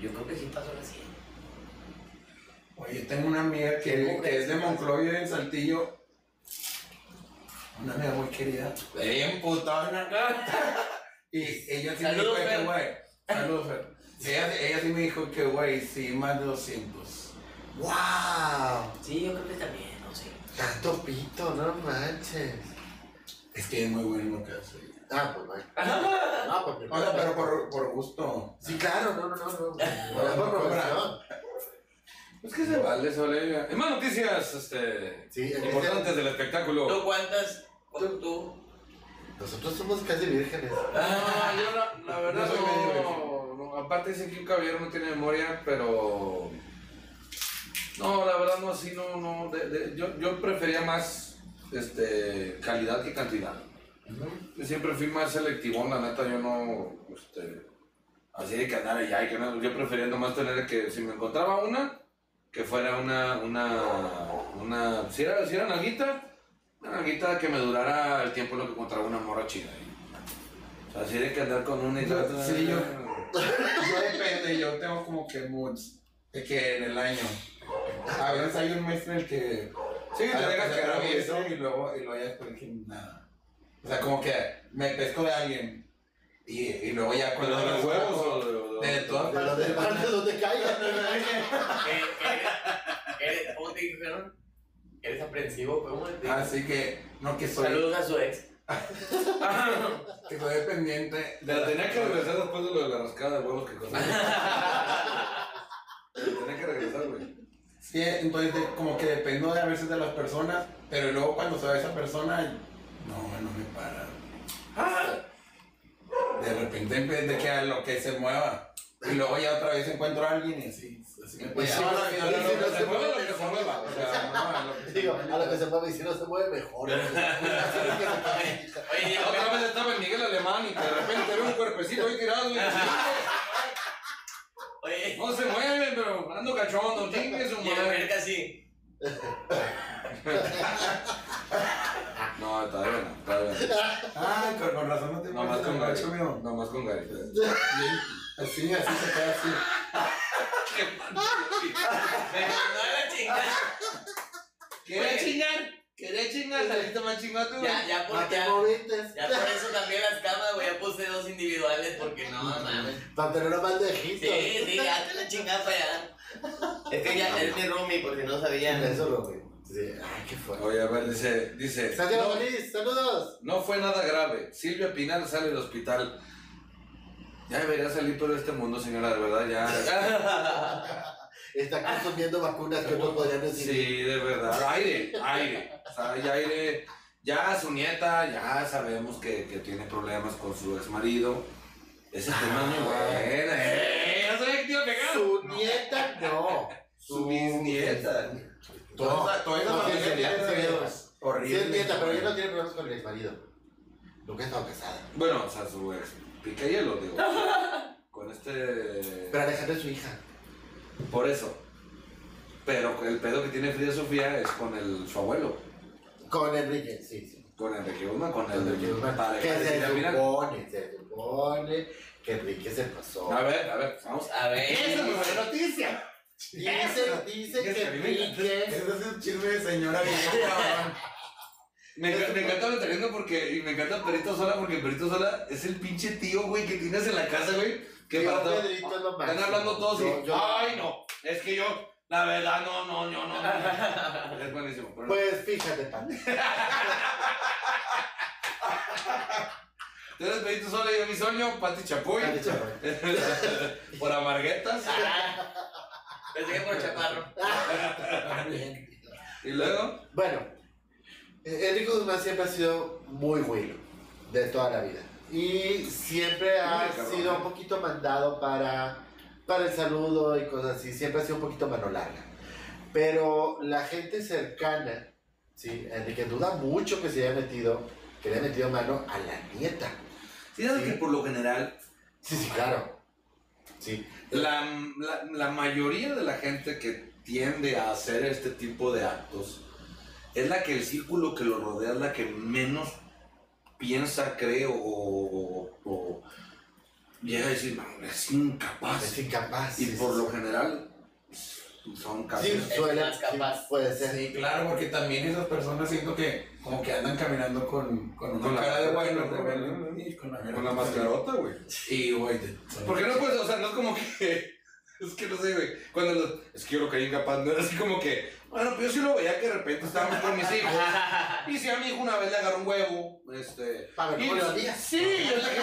[SPEAKER 3] yo creo que sí pasó la 100.
[SPEAKER 6] Oye, tengo una amiga que, que es de Monclovia en Saltillo. Una amiga muy querida. Bien putona. Y ella sí
[SPEAKER 3] Saludos,
[SPEAKER 6] me dijo de
[SPEAKER 3] Fer.
[SPEAKER 6] que, güey. Saludos, Fer. Ella, ella sí me dijo que, güey, sí, más de 200.
[SPEAKER 5] ¡Wow!
[SPEAKER 3] Sí, yo creo que también, no sé.
[SPEAKER 5] Tanto pito, no manches.
[SPEAKER 6] Es que es muy bueno en lo que hace.
[SPEAKER 5] Ah, pues bueno. No, pues
[SPEAKER 6] O sea, pero por, por gusto.
[SPEAKER 5] Sí, claro, no, no, no. no. Por
[SPEAKER 6] no,
[SPEAKER 5] por
[SPEAKER 6] cobra.
[SPEAKER 5] profesión.
[SPEAKER 2] Es que se vale, se vale. Y más noticias este,
[SPEAKER 5] Sí, en
[SPEAKER 2] importantes del espectáculo.
[SPEAKER 3] ¿Tú cuántas? ¿Tú? tú?
[SPEAKER 5] Nosotros somos casi vírgenes.
[SPEAKER 2] Ah, yo la, la verdad
[SPEAKER 6] No soy
[SPEAKER 2] no,
[SPEAKER 6] medio
[SPEAKER 2] no, Aparte dicen que un caballero no tiene memoria, pero. No, la verdad no, así no, no. de- de- yo, yo prefería más este, calidad que cantidad. Yo siempre fui más selectivón, la neta, yo no. Este, así de que andar allá y que no. Yo prefería nomás tener que, si me encontraba una, que fuera una. una, una si era, si era nalguita, una nalguita que me durara el tiempo en lo que encontraba una morra chida. y- o sea, así de que andar con una y
[SPEAKER 6] Yo-
[SPEAKER 2] otra-
[SPEAKER 6] sí, yo- Yo depende, yo tengo como que moods. De que en el año. A veces hay un mes en el que
[SPEAKER 2] Sí,
[SPEAKER 6] A
[SPEAKER 2] te
[SPEAKER 6] la
[SPEAKER 2] dejas
[SPEAKER 6] que
[SPEAKER 2] quedar bien.
[SPEAKER 6] atravieso y luego, y luego ya después dije, nada. O sea, como que me pesco de alguien y, y luego ya
[SPEAKER 2] ¿Pero
[SPEAKER 6] cuando
[SPEAKER 2] de los
[SPEAKER 6] las
[SPEAKER 2] huevos
[SPEAKER 6] saco,
[SPEAKER 2] o de los-
[SPEAKER 6] de
[SPEAKER 5] De
[SPEAKER 6] todas
[SPEAKER 5] los de
[SPEAKER 6] partes.
[SPEAKER 5] parte donde caigan.
[SPEAKER 3] ¿Qué- qué- eres- ¿Cómo te dijeron? Ah, ¿Eres aprensivo? ¿Cómo te dijeron?
[SPEAKER 6] Así que, no que soy.
[SPEAKER 3] Saludos a su ex.
[SPEAKER 6] que quedé pendiente.
[SPEAKER 2] La tenía que regresar después de lo de la rascada de huevos que costó. La tenía que regresar, güey.
[SPEAKER 6] Sí, entonces de- como que dependo de a veces de las personas, pero luego cuando se ve esa persona, no, no me para. ¡Ah! De repente empe- de que a lo que se mueva. Y luego ya otra vez encuentro a alguien y así. así me
[SPEAKER 5] Pues
[SPEAKER 6] pues
[SPEAKER 5] sí,
[SPEAKER 6] ahora
[SPEAKER 5] sí,
[SPEAKER 6] no,
[SPEAKER 5] sí, sí,
[SPEAKER 6] no, no,
[SPEAKER 5] no se
[SPEAKER 6] no, se mueve
[SPEAKER 5] mueve,
[SPEAKER 6] lo que
[SPEAKER 5] se
[SPEAKER 6] se mueva. O sea, no, a lo que se
[SPEAKER 5] Digo,
[SPEAKER 6] mueva.
[SPEAKER 5] a lo que se mueve, y si no se mueve, mejor.
[SPEAKER 3] Oye, Diego,
[SPEAKER 2] Otra vez estaba en Miguel Alemán y de repente veo un cuerpecito ahí tirado y
[SPEAKER 3] oye,
[SPEAKER 2] no se mueve, pero ando cachondo, chingue su
[SPEAKER 3] y el
[SPEAKER 2] madre.
[SPEAKER 3] merca sí.
[SPEAKER 2] No, está bien, está bien.
[SPEAKER 6] Ah, con, con razón no te
[SPEAKER 2] Nomás con
[SPEAKER 6] mueves,
[SPEAKER 2] Gary.
[SPEAKER 6] amigo.
[SPEAKER 2] Nomás con Gary.
[SPEAKER 6] Así, así se queda así.
[SPEAKER 3] Me mandó a la chingada.
[SPEAKER 2] ¿Querés chingar? ¿Querés chingar? Saliste más chingado tú.
[SPEAKER 3] Ya, ya,
[SPEAKER 5] Para
[SPEAKER 3] por,
[SPEAKER 5] que
[SPEAKER 3] ya,
[SPEAKER 5] movientes,
[SPEAKER 3] ya por eso cambié las camas, güey. Ya puse dos individuales porque no mames.
[SPEAKER 5] para tenerlo más lejito.
[SPEAKER 3] Sí, sí, ya te la chingada para allá. Es que ya es mi roomie porque no sabían.
[SPEAKER 5] Eso lo que. Sí, ay, qué fuerte.
[SPEAKER 2] Oye, a ver, dice, dice.
[SPEAKER 5] Santiago
[SPEAKER 2] no,
[SPEAKER 5] Solís, saludos.
[SPEAKER 2] no fue nada grave. Silvia Pinal sale del hospital. Ya debería salir todo este mundo, señora, de verdad, ya.
[SPEAKER 5] Está consumiendo vacunas que no podrían recibir.
[SPEAKER 2] Sí, de verdad. Aire, aire. O sea, ya aire. Ya su nieta, ya sabemos que, que tiene problemas con su ex marido. Ese tema es muy bueno. eh. Ah, Ya sabía que te iba a pegar.
[SPEAKER 5] Su nieta, no.
[SPEAKER 2] Su bisnieta.
[SPEAKER 6] Toda esa- toda esa
[SPEAKER 5] no,
[SPEAKER 6] familia
[SPEAKER 5] sí, sí,
[SPEAKER 6] tiene
[SPEAKER 5] sí,
[SPEAKER 6] problemas.
[SPEAKER 5] sí, sí. Sí,
[SPEAKER 6] Horrible.
[SPEAKER 5] es nieta, pero ella no tiene problemas con el ex marido. Nunca he estado casada.
[SPEAKER 2] Bueno, o sea, su ex. Pica hielo, digo. Con este.
[SPEAKER 5] Pero Alejandra es su hija.
[SPEAKER 2] Por eso. Pero el pedo que tiene Frida Sofía es con el, su abuelo,
[SPEAKER 5] Con Enrique, sí, sí.
[SPEAKER 2] con Enrique Guzmán, con el
[SPEAKER 5] Enrique Guzmán.
[SPEAKER 2] padre
[SPEAKER 5] Que
[SPEAKER 2] de
[SPEAKER 5] se
[SPEAKER 2] Silvia Pinal.
[SPEAKER 5] supone, se supone que Enrique se pasó.
[SPEAKER 2] A ver, a ver, vamos.
[SPEAKER 3] A ver.
[SPEAKER 5] buena noticia. Dicen, dicen
[SPEAKER 2] Yes,
[SPEAKER 5] que
[SPEAKER 2] a mí me encanta.
[SPEAKER 5] Enrique.
[SPEAKER 6] Ese es un chisme de señora bien cabrón.
[SPEAKER 2] Me, enca- me encanta lo tremendo porque, y me encanta Perito Sola porque Perito Sola es el pinche tío, güey, que tienes en la casa, güey. Que
[SPEAKER 5] Tío
[SPEAKER 2] para todo-
[SPEAKER 5] Pedrito es lo
[SPEAKER 2] Están
[SPEAKER 5] máximo.
[SPEAKER 2] hablando todos
[SPEAKER 5] Yo-
[SPEAKER 2] y,
[SPEAKER 5] yo-
[SPEAKER 2] ay, no, es que yo, la verdad, no, no, yo no. no". es buenísimo. pero-
[SPEAKER 5] Pues fíjate, pan.
[SPEAKER 2] Entonces, Perito Sola y yo mi sueño, Pati Chapuy,
[SPEAKER 5] Pati Chapoy.
[SPEAKER 2] por Amarguetas,
[SPEAKER 3] Pensé que por chaparro.
[SPEAKER 2] y luego,
[SPEAKER 5] Bueno, eh, Enrique Guzmán siempre ha sido muy bueno de toda la vida. Y siempre ha
[SPEAKER 2] Muy cabrón,
[SPEAKER 5] sido
[SPEAKER 2] ¿eh?
[SPEAKER 5] un poquito mandado para, para el saludo y cosas así. Siempre ha sido un poquito mano larga. Pero la gente cercana, ¿sí? Enrique duda mucho que se haya metido, que le haya metido mano a la nieta.
[SPEAKER 2] sí, sabes que por lo general,
[SPEAKER 5] Sí, sí, claro. Sí.
[SPEAKER 2] La, la- la mayoría de la gente que tiende a hacer este tipo de actos es la que el círculo que lo rodea es la que menos piensa, cree o, o- o llega a decir, "No, es
[SPEAKER 5] Es
[SPEAKER 2] incapaz.
[SPEAKER 5] incapaz.
[SPEAKER 2] Ah, Y
[SPEAKER 5] sí,
[SPEAKER 2] por
[SPEAKER 5] sí,
[SPEAKER 2] lo
[SPEAKER 5] sí.
[SPEAKER 2] general pues, son casi...
[SPEAKER 5] Sí, suele,
[SPEAKER 3] más
[SPEAKER 5] sí,
[SPEAKER 3] capaz.
[SPEAKER 5] puede ser.
[SPEAKER 6] Sí, claro, porque también esas personas siento que como que andan caminando con, con una
[SPEAKER 2] Con la-
[SPEAKER 6] cara de bueno,
[SPEAKER 2] con la-
[SPEAKER 6] rebelde, y con la,
[SPEAKER 2] Con la mascarota, güey.
[SPEAKER 6] Y güey, te-
[SPEAKER 2] Porque no puedes, o sea, no es como que... Es que no sé, güey. Cuando lo- Es que yo lo caí incapaz, no era así como que... Bueno, pues yo sí lo veía que de repente estábamos con mis hijos. Y si a mi hijo una vez le agarró un huevo, este...
[SPEAKER 5] Para ver
[SPEAKER 2] Y
[SPEAKER 5] Ah, cómo le
[SPEAKER 2] yo-
[SPEAKER 5] dolía.
[SPEAKER 2] Sí, yo dije,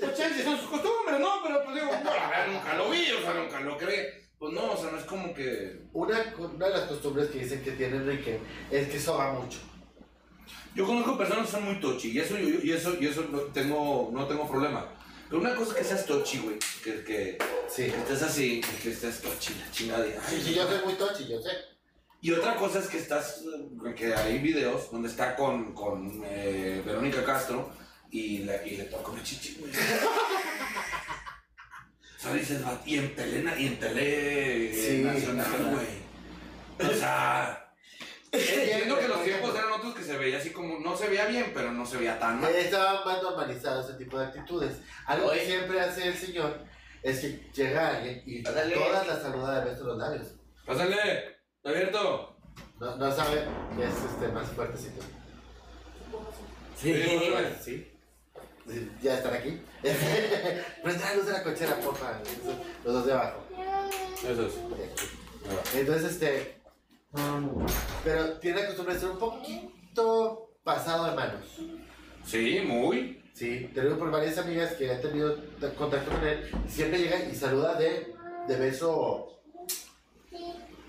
[SPEAKER 2] pues chance, son sus costumbres, ¿no? Pero pues digo, bueno, la verdad, nunca lo vi, o sea, nunca lo creí. Pues no, o sea, no es como que.
[SPEAKER 5] Una, una de las costumbres que dicen que tiene Enrique es que soba mucho.
[SPEAKER 2] Yo conozco personas que son muy tochi, y eso, yo- yo- y eso, y eso no tengo, no tengo problema. Pero una cosa es que seas tochi, güey, que, que,
[SPEAKER 5] Sí.
[SPEAKER 2] que estés así, que estés tochi, la chingada. y-
[SPEAKER 5] Sí, sí, yo soy muy tochi, yo sé.
[SPEAKER 2] Y otra cosa es que estás, eh, que hay videos donde está con, con eh, Verónica Castro y, la- y le toca una chichi, güey. O sea, dices, "Va, y en Telena, y en Tele
[SPEAKER 5] Sí,
[SPEAKER 2] Nacional,
[SPEAKER 5] claro.
[SPEAKER 2] güey. O sea, entiendo que los tiempos eran otros que se veía así como, no se veía bien, pero no se veía tan mal.
[SPEAKER 5] Estaba más normalizado ese tipo de actitudes. Algo que
[SPEAKER 3] Oye.
[SPEAKER 5] siempre hace el señor es que llega alguien y
[SPEAKER 3] Ándale.
[SPEAKER 5] todas las saluda de besos los labios.
[SPEAKER 2] Pásale, está abierto.
[SPEAKER 5] No, no sabe que es este, más fuertecito.
[SPEAKER 2] Sí.
[SPEAKER 5] Sí. Sí, Ya están aquí. Prende la luz de la cochera, porfa. Los dos de abajo.
[SPEAKER 2] Eso es.
[SPEAKER 5] Entonces, este. Pero tiene la costumbre de ser un poquito pasado de manos.
[SPEAKER 2] Sí, muy.
[SPEAKER 5] Sí, Sí, te lo digo por varias amigas que han tenido t- contacto con él. Siempre llega y saluda de, de beso.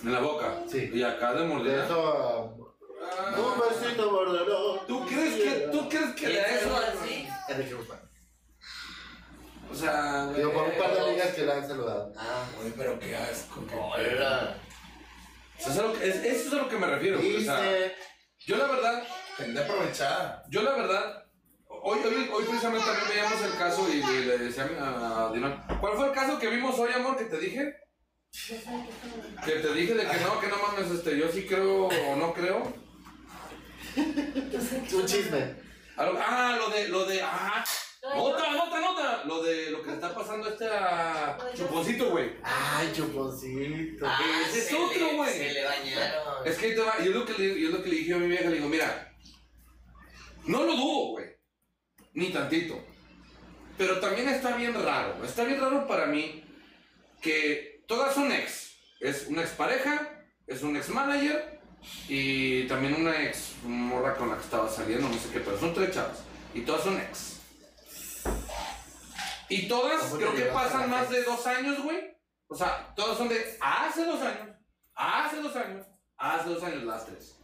[SPEAKER 2] En la boca.
[SPEAKER 5] Sí.
[SPEAKER 2] Y acá de
[SPEAKER 5] De
[SPEAKER 2] mordida.
[SPEAKER 5] beso.
[SPEAKER 2] Ah.
[SPEAKER 5] Un besito bordelón.
[SPEAKER 2] ¿Tú crees que, tú crees que de eso?
[SPEAKER 3] así?
[SPEAKER 5] Enrique Guzmán.
[SPEAKER 2] O sea, güey.
[SPEAKER 5] Digo, por un
[SPEAKER 2] Eh.
[SPEAKER 5] par de amigas que la han saludado.
[SPEAKER 3] Ah,
[SPEAKER 6] Oye, pero qué asco. qué pedo.
[SPEAKER 3] hola.
[SPEAKER 2] Eso es a lo que, es- eso es a lo que me refiero. güey. O sea,
[SPEAKER 5] Viste.
[SPEAKER 2] yo la verdad,
[SPEAKER 6] Gente aprovechada.
[SPEAKER 2] Yo la verdad, hoy, hoy, hoy precisamente también veíamos el caso y, y le decía a mi- a, Dylan, ¿cuál fue el caso que vimos hoy, amor, que te dije? Que te dije de que no, que no mames, este, yo sí creo o no creo.
[SPEAKER 5] Un chisme.
[SPEAKER 2] A lo- ah, lo de, lo de, ah, nota, nota, nota, lo de lo que está pasando este a chuponcito, güey.
[SPEAKER 5] Ay, chuponcito.
[SPEAKER 3] Ah,
[SPEAKER 2] Ese es
[SPEAKER 3] se
[SPEAKER 2] otro,
[SPEAKER 3] le-
[SPEAKER 2] güey.
[SPEAKER 3] Se le bañaron.
[SPEAKER 2] Es que ahí te va, yo es lo que le, yo es lo que le dije a mi vieja, le digo, mira, no lo dudo, güey, ni tantito. Pero también está bien raro, está bien raro para mí que todas son ex. Es una expareja, es un ex manager y también una ex morra con la que estaba saliendo, no sé qué, pero son tres chavas. Y todas son ex. Y todas
[SPEAKER 5] ¿Cómo
[SPEAKER 2] creo
[SPEAKER 5] te
[SPEAKER 2] que
[SPEAKER 5] llevas a
[SPEAKER 2] pasan
[SPEAKER 5] la
[SPEAKER 2] más de dos años, güey. O sea, todas son de hace dos años, hace dos años, hace dos años las tres.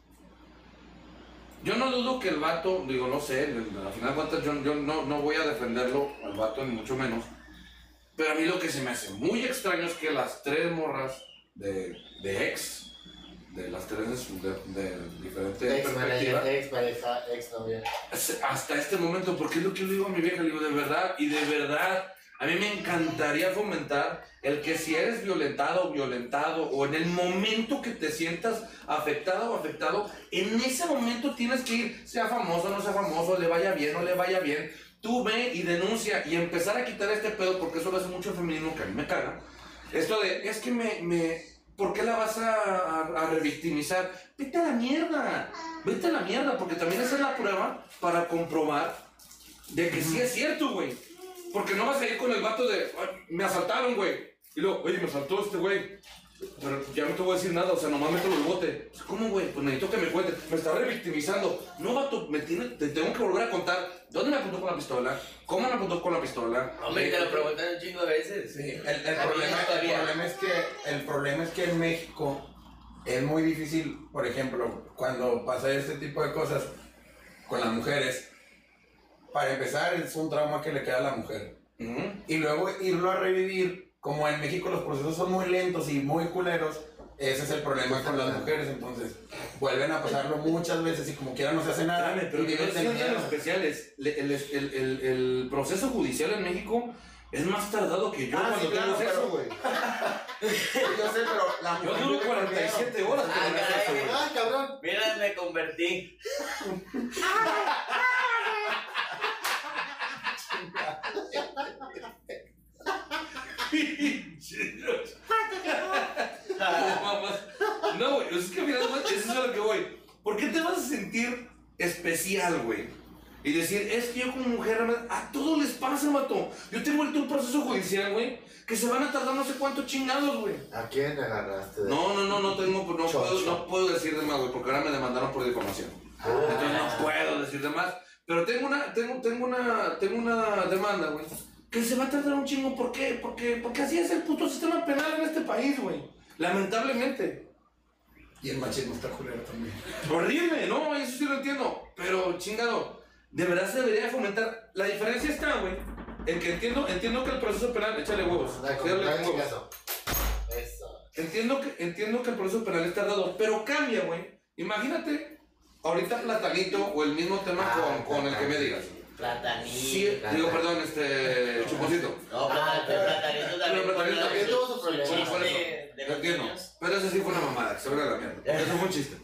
[SPEAKER 2] Yo no dudo que el vato, digo, no sé, al final de cuentas yo, yo no, no voy a defenderlo al vato ni mucho menos. Pero a mí lo que se me hace muy extraño es que las tres morras de, de ex, de las tres de, su- de, de diferente
[SPEAKER 5] Ex
[SPEAKER 2] perspectiva,
[SPEAKER 5] manager, ex pareja, ex novia.
[SPEAKER 2] es- hasta este momento, porque es lo que le digo a mi vieja, le digo, de verdad, y de verdad, a mí me encantaría fomentar el que si eres violentado o violentado, o en el momento que te sientas afectado o afectado, en ese momento tienes que ir, sea famoso, no sea famoso, le vaya bien, no le vaya bien, tú ve y denuncia y empezar a quitar este pedo, porque eso lo hace mucho el feminismo que a mí me caga. Esto de, es que me, me ¿por qué la vas a, a- a revictimizar? Vete a la mierda, vete a la mierda, porque también esa es la prueba para comprobar de que sí es cierto, güey. Porque no vas a ir con el vato de, "Ay, me asaltaron, güey. Y luego, oye, me asaltó este güey. Pero ya no te voy a decir nada, o sea, nomás meto el bote. Pues, ¿Cómo, güey? Pues necesito que me cuentes. Me está revictimizando. No, vato, me tiene, te tengo que volver a contar. ¿Dónde me apuntó con la pistola? ¿Cómo me apuntó con la pistola?
[SPEAKER 3] Hombre,
[SPEAKER 2] Eh,
[SPEAKER 3] te lo preguntan un chingo de veces.
[SPEAKER 6] Sí, el, el
[SPEAKER 3] A mí
[SPEAKER 6] problema,
[SPEAKER 3] no
[SPEAKER 6] el,
[SPEAKER 3] sabía.
[SPEAKER 6] problema es que, el problema es que en México es muy difícil, por ejemplo, cuando pasa este tipo de cosas con las mujeres, para empezar es un trauma que le queda a la mujer.
[SPEAKER 2] ujú.
[SPEAKER 6] Y luego irlo a revivir, como en México los procesos son muy lentos y muy culeros, ese es el problema con las mujeres, entonces vuelven a pasarlo muchas veces y como quiera no se hace nada.
[SPEAKER 2] Espérame, pero
[SPEAKER 6] y
[SPEAKER 2] que no
[SPEAKER 6] viven de
[SPEAKER 2] sean tan
[SPEAKER 6] miedo.
[SPEAKER 2] especiales. Le- El, el- el- el proceso judicial en México es más tardado que yo
[SPEAKER 5] Ah, sí,
[SPEAKER 2] cuando
[SPEAKER 5] claro,
[SPEAKER 2] tengo
[SPEAKER 5] pero-
[SPEAKER 2] eso, güey.
[SPEAKER 6] Yo sé, pero la mujer
[SPEAKER 2] Yo duro
[SPEAKER 6] vive con miedo.
[SPEAKER 2] 47 horas
[SPEAKER 3] Ah,
[SPEAKER 2] con eso,
[SPEAKER 3] caray.
[SPEAKER 2] güey.
[SPEAKER 5] Ah, cabrón.
[SPEAKER 3] Mira, me convertí.
[SPEAKER 2] No, güey, es que mira, güey, eso es a lo que voy. ¿Por qué te vas a sentir especial, güey? Y decir, es que yo como mujer, a todos les pasa, mato. Yo tengo ahorita un proceso judicial, güey, que se van a tardar no sé cuántos chingados, güey.
[SPEAKER 5] ¿A quién agarraste?
[SPEAKER 2] No, no, no, no tengo, no
[SPEAKER 5] Chocho.
[SPEAKER 2] puedo, no puedo decir de más, güey, porque ahora me demandaron por difamación. Entonces
[SPEAKER 5] Ah.
[SPEAKER 2] no puedo decir de más. Pero tengo una, tengo, tengo una, tengo una demanda, güey. Que se va a tardar un chingo, ¿por qué? Porque, porque así es el puto sistema penal en este país, güey. Lamentablemente.
[SPEAKER 6] Y el machismo está culero también.
[SPEAKER 2] Horrible, no, eso sí lo entiendo. Pero chingado, de verdad se debería fomentar. La diferencia está, güey. En que entiendo, entiendo que el proceso penal, échale huevos.
[SPEAKER 5] Dale,
[SPEAKER 2] échale
[SPEAKER 5] dale,
[SPEAKER 2] huevos.
[SPEAKER 5] chingazo. Eso.
[SPEAKER 2] Entiendo que, entiendo que el proceso penal es tardado, pero cambia, güey. Imagínate, ahorita Platanito o el mismo tema
[SPEAKER 5] Ah,
[SPEAKER 2] con, con el que me digas.
[SPEAKER 3] Platanito.
[SPEAKER 2] Sí, digo, perdón, este, Chuponcito.
[SPEAKER 3] No,
[SPEAKER 5] Ah,
[SPEAKER 3] pero Platanito también.
[SPEAKER 2] pero Platanito
[SPEAKER 3] fue
[SPEAKER 2] también
[SPEAKER 3] la-
[SPEAKER 5] tuvo su problema.
[SPEAKER 3] chiste
[SPEAKER 2] Por eso,
[SPEAKER 3] de
[SPEAKER 2] lo
[SPEAKER 3] los
[SPEAKER 2] entiendo.
[SPEAKER 3] niños.
[SPEAKER 2] Pero eso sí fue una mamada, que se vea la mierda. Eso fue un chiste.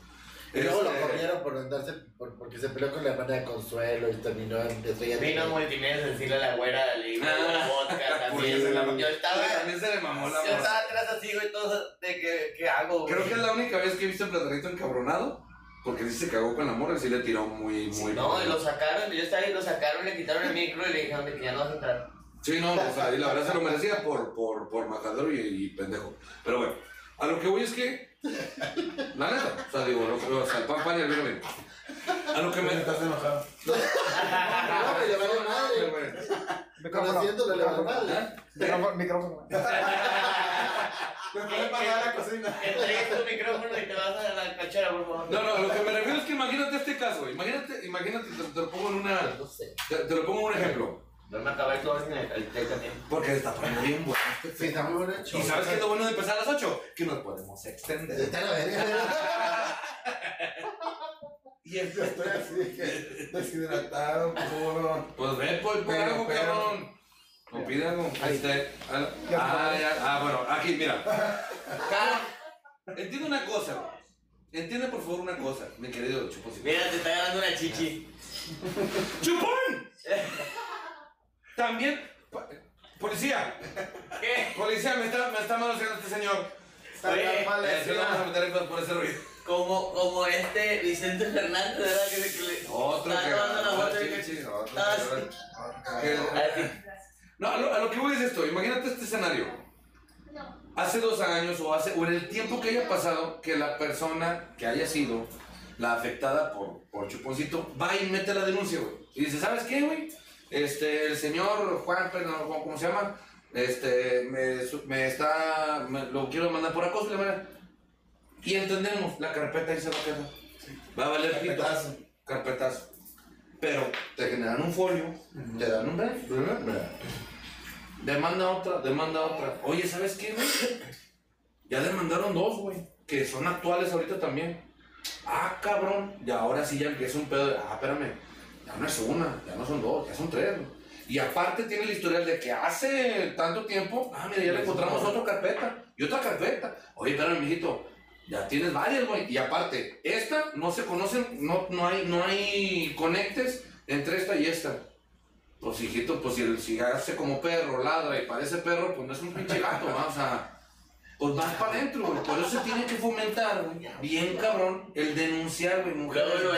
[SPEAKER 5] Y luego lo
[SPEAKER 2] Este,
[SPEAKER 5] corrieron por andarse, por- porque se peleó con la hermana de Consuelo y terminó en estrella. de-
[SPEAKER 3] Vino multimedia a decirle a la güera, le dijo
[SPEAKER 2] Ah,
[SPEAKER 3] la vodka
[SPEAKER 2] porque se la-
[SPEAKER 3] también. Yo estaba,
[SPEAKER 2] También se le mamó la
[SPEAKER 3] yo estaba
[SPEAKER 2] morra.
[SPEAKER 3] atrás así, güey, todo de que, ¿qué hago, güey?
[SPEAKER 2] Creo que es la única vez que he visto a Platanito encabronado, porque sí se cagó con la morra y sí le tiró muy, muy.
[SPEAKER 3] No, y lo sacaron, yo estaba ahí, lo sacaron, le quitaron el micro y le dijeron de que ya no vas a entrar.
[SPEAKER 2] Sí, no, o sea, y la verdad se lo merecía por, por, por matador y, y pendejo. Pero bueno, a lo que voy es que. La neta, o sea, digo, lo que- o sea, el pan, pan y el vino, vino. A lo que me.
[SPEAKER 6] Estás enojado.
[SPEAKER 5] Ah, No, me le vale madre. Conociéndole le va mal.
[SPEAKER 2] ¿Eh?
[SPEAKER 8] Micrófono, micrófono.
[SPEAKER 6] Me puede pasar a la cocina.
[SPEAKER 3] Entrega tu micrófono y te vas a la cachera, por favor.
[SPEAKER 2] No, no, lo que me refiero es que imagínate este caso. Imagínate, imagínate, te, te lo pongo en una.
[SPEAKER 3] No sé.
[SPEAKER 2] Te, te lo pongo en un ejemplo.
[SPEAKER 3] No me acabé todo en el, el té también.
[SPEAKER 2] Porque está poniendo bien, güey.
[SPEAKER 5] Sí, está muy buen hecho.
[SPEAKER 2] ¿Y sabes qué es lo bueno de empezar a las 8? Que nos podemos extender.
[SPEAKER 5] Está la verga.
[SPEAKER 6] Y es que estoy así de que deshidratado, puro.
[SPEAKER 2] Pues ve, pues, por
[SPEAKER 6] Pero,
[SPEAKER 2] algo,
[SPEAKER 6] pero.
[SPEAKER 2] cabrón. No pide algo. Ahí está. Ah,
[SPEAKER 8] Ya.
[SPEAKER 2] ah, ya. Ah, bueno, aquí, mira. Cara, entiende una cosa. güey. Entiende, por favor, una cosa, mi querido chuponcito.
[SPEAKER 3] Mira, te está agarrando una chichi.
[SPEAKER 2] ¡Chupón! También. pa- Policía,
[SPEAKER 3] ¿Qué?
[SPEAKER 2] policía, me está, me está manoseando este señor.
[SPEAKER 5] Está
[SPEAKER 3] Oye,
[SPEAKER 5] la mala
[SPEAKER 2] Eh, se lo vamos a
[SPEAKER 5] escena.
[SPEAKER 2] meter en- por ese ruido.
[SPEAKER 3] Como, como este Vicente Fernández, ¿verdad? Que, se- que le
[SPEAKER 2] Otro
[SPEAKER 3] está
[SPEAKER 2] que.
[SPEAKER 3] tomando la
[SPEAKER 2] otro
[SPEAKER 3] foto y
[SPEAKER 2] sí,
[SPEAKER 3] que-
[SPEAKER 2] sí, otro
[SPEAKER 3] Ah,
[SPEAKER 2] que-
[SPEAKER 3] sí. Ah,
[SPEAKER 2] que-
[SPEAKER 3] Así.
[SPEAKER 2] No, a lo, a lo que voy es esto. Imagínate este escenario. Hace dos años o, hace, o en el tiempo que haya pasado que la persona que haya sido la afectada por, por Chuponcito va y mete la denuncia, güey. Y dice, ¿sabes qué, güey? Este, el señor Juan, pues, no, ¿cómo cómo se llama? Este, me, su- me está, me- lo quiero mandar por acoso, la verdad. Y entendemos, la carpeta ahí se va a quedar. Va a valer pito.
[SPEAKER 6] Carpetazo.
[SPEAKER 2] Carpetazo. Pero te generan un folio, te dan un break, bla, bla, bla. Demanda otra, demanda otra. Oye, ¿sabes qué, güey? Ya demandaron dos, güey. Que son actuales ahorita también. Ah, cabrón. Y ahora sí ya empieza un pedo de, ah, espérame. Ya no es una, ya no son dos, ya son tres. güey. Y aparte tiene el historial de que hace tanto tiempo, ah, mira, ya le encontramos otra carpeta y otra carpeta. Oye, espérame, mijito. Ya tienes varias, güey. Y aparte, esta no se conocen, no, no, hay, no hay conectes entre esta y esta. Pues hijito, pues si, el- si hace como perro, ladra y parece perro, pues no es un pinche gato, ¿va? o sea, pues vas para adentro, güey. Por eso se tiene que fomentar, güey, bien cabrón, el denunciar, güey, mujeres.
[SPEAKER 3] Luego, luego.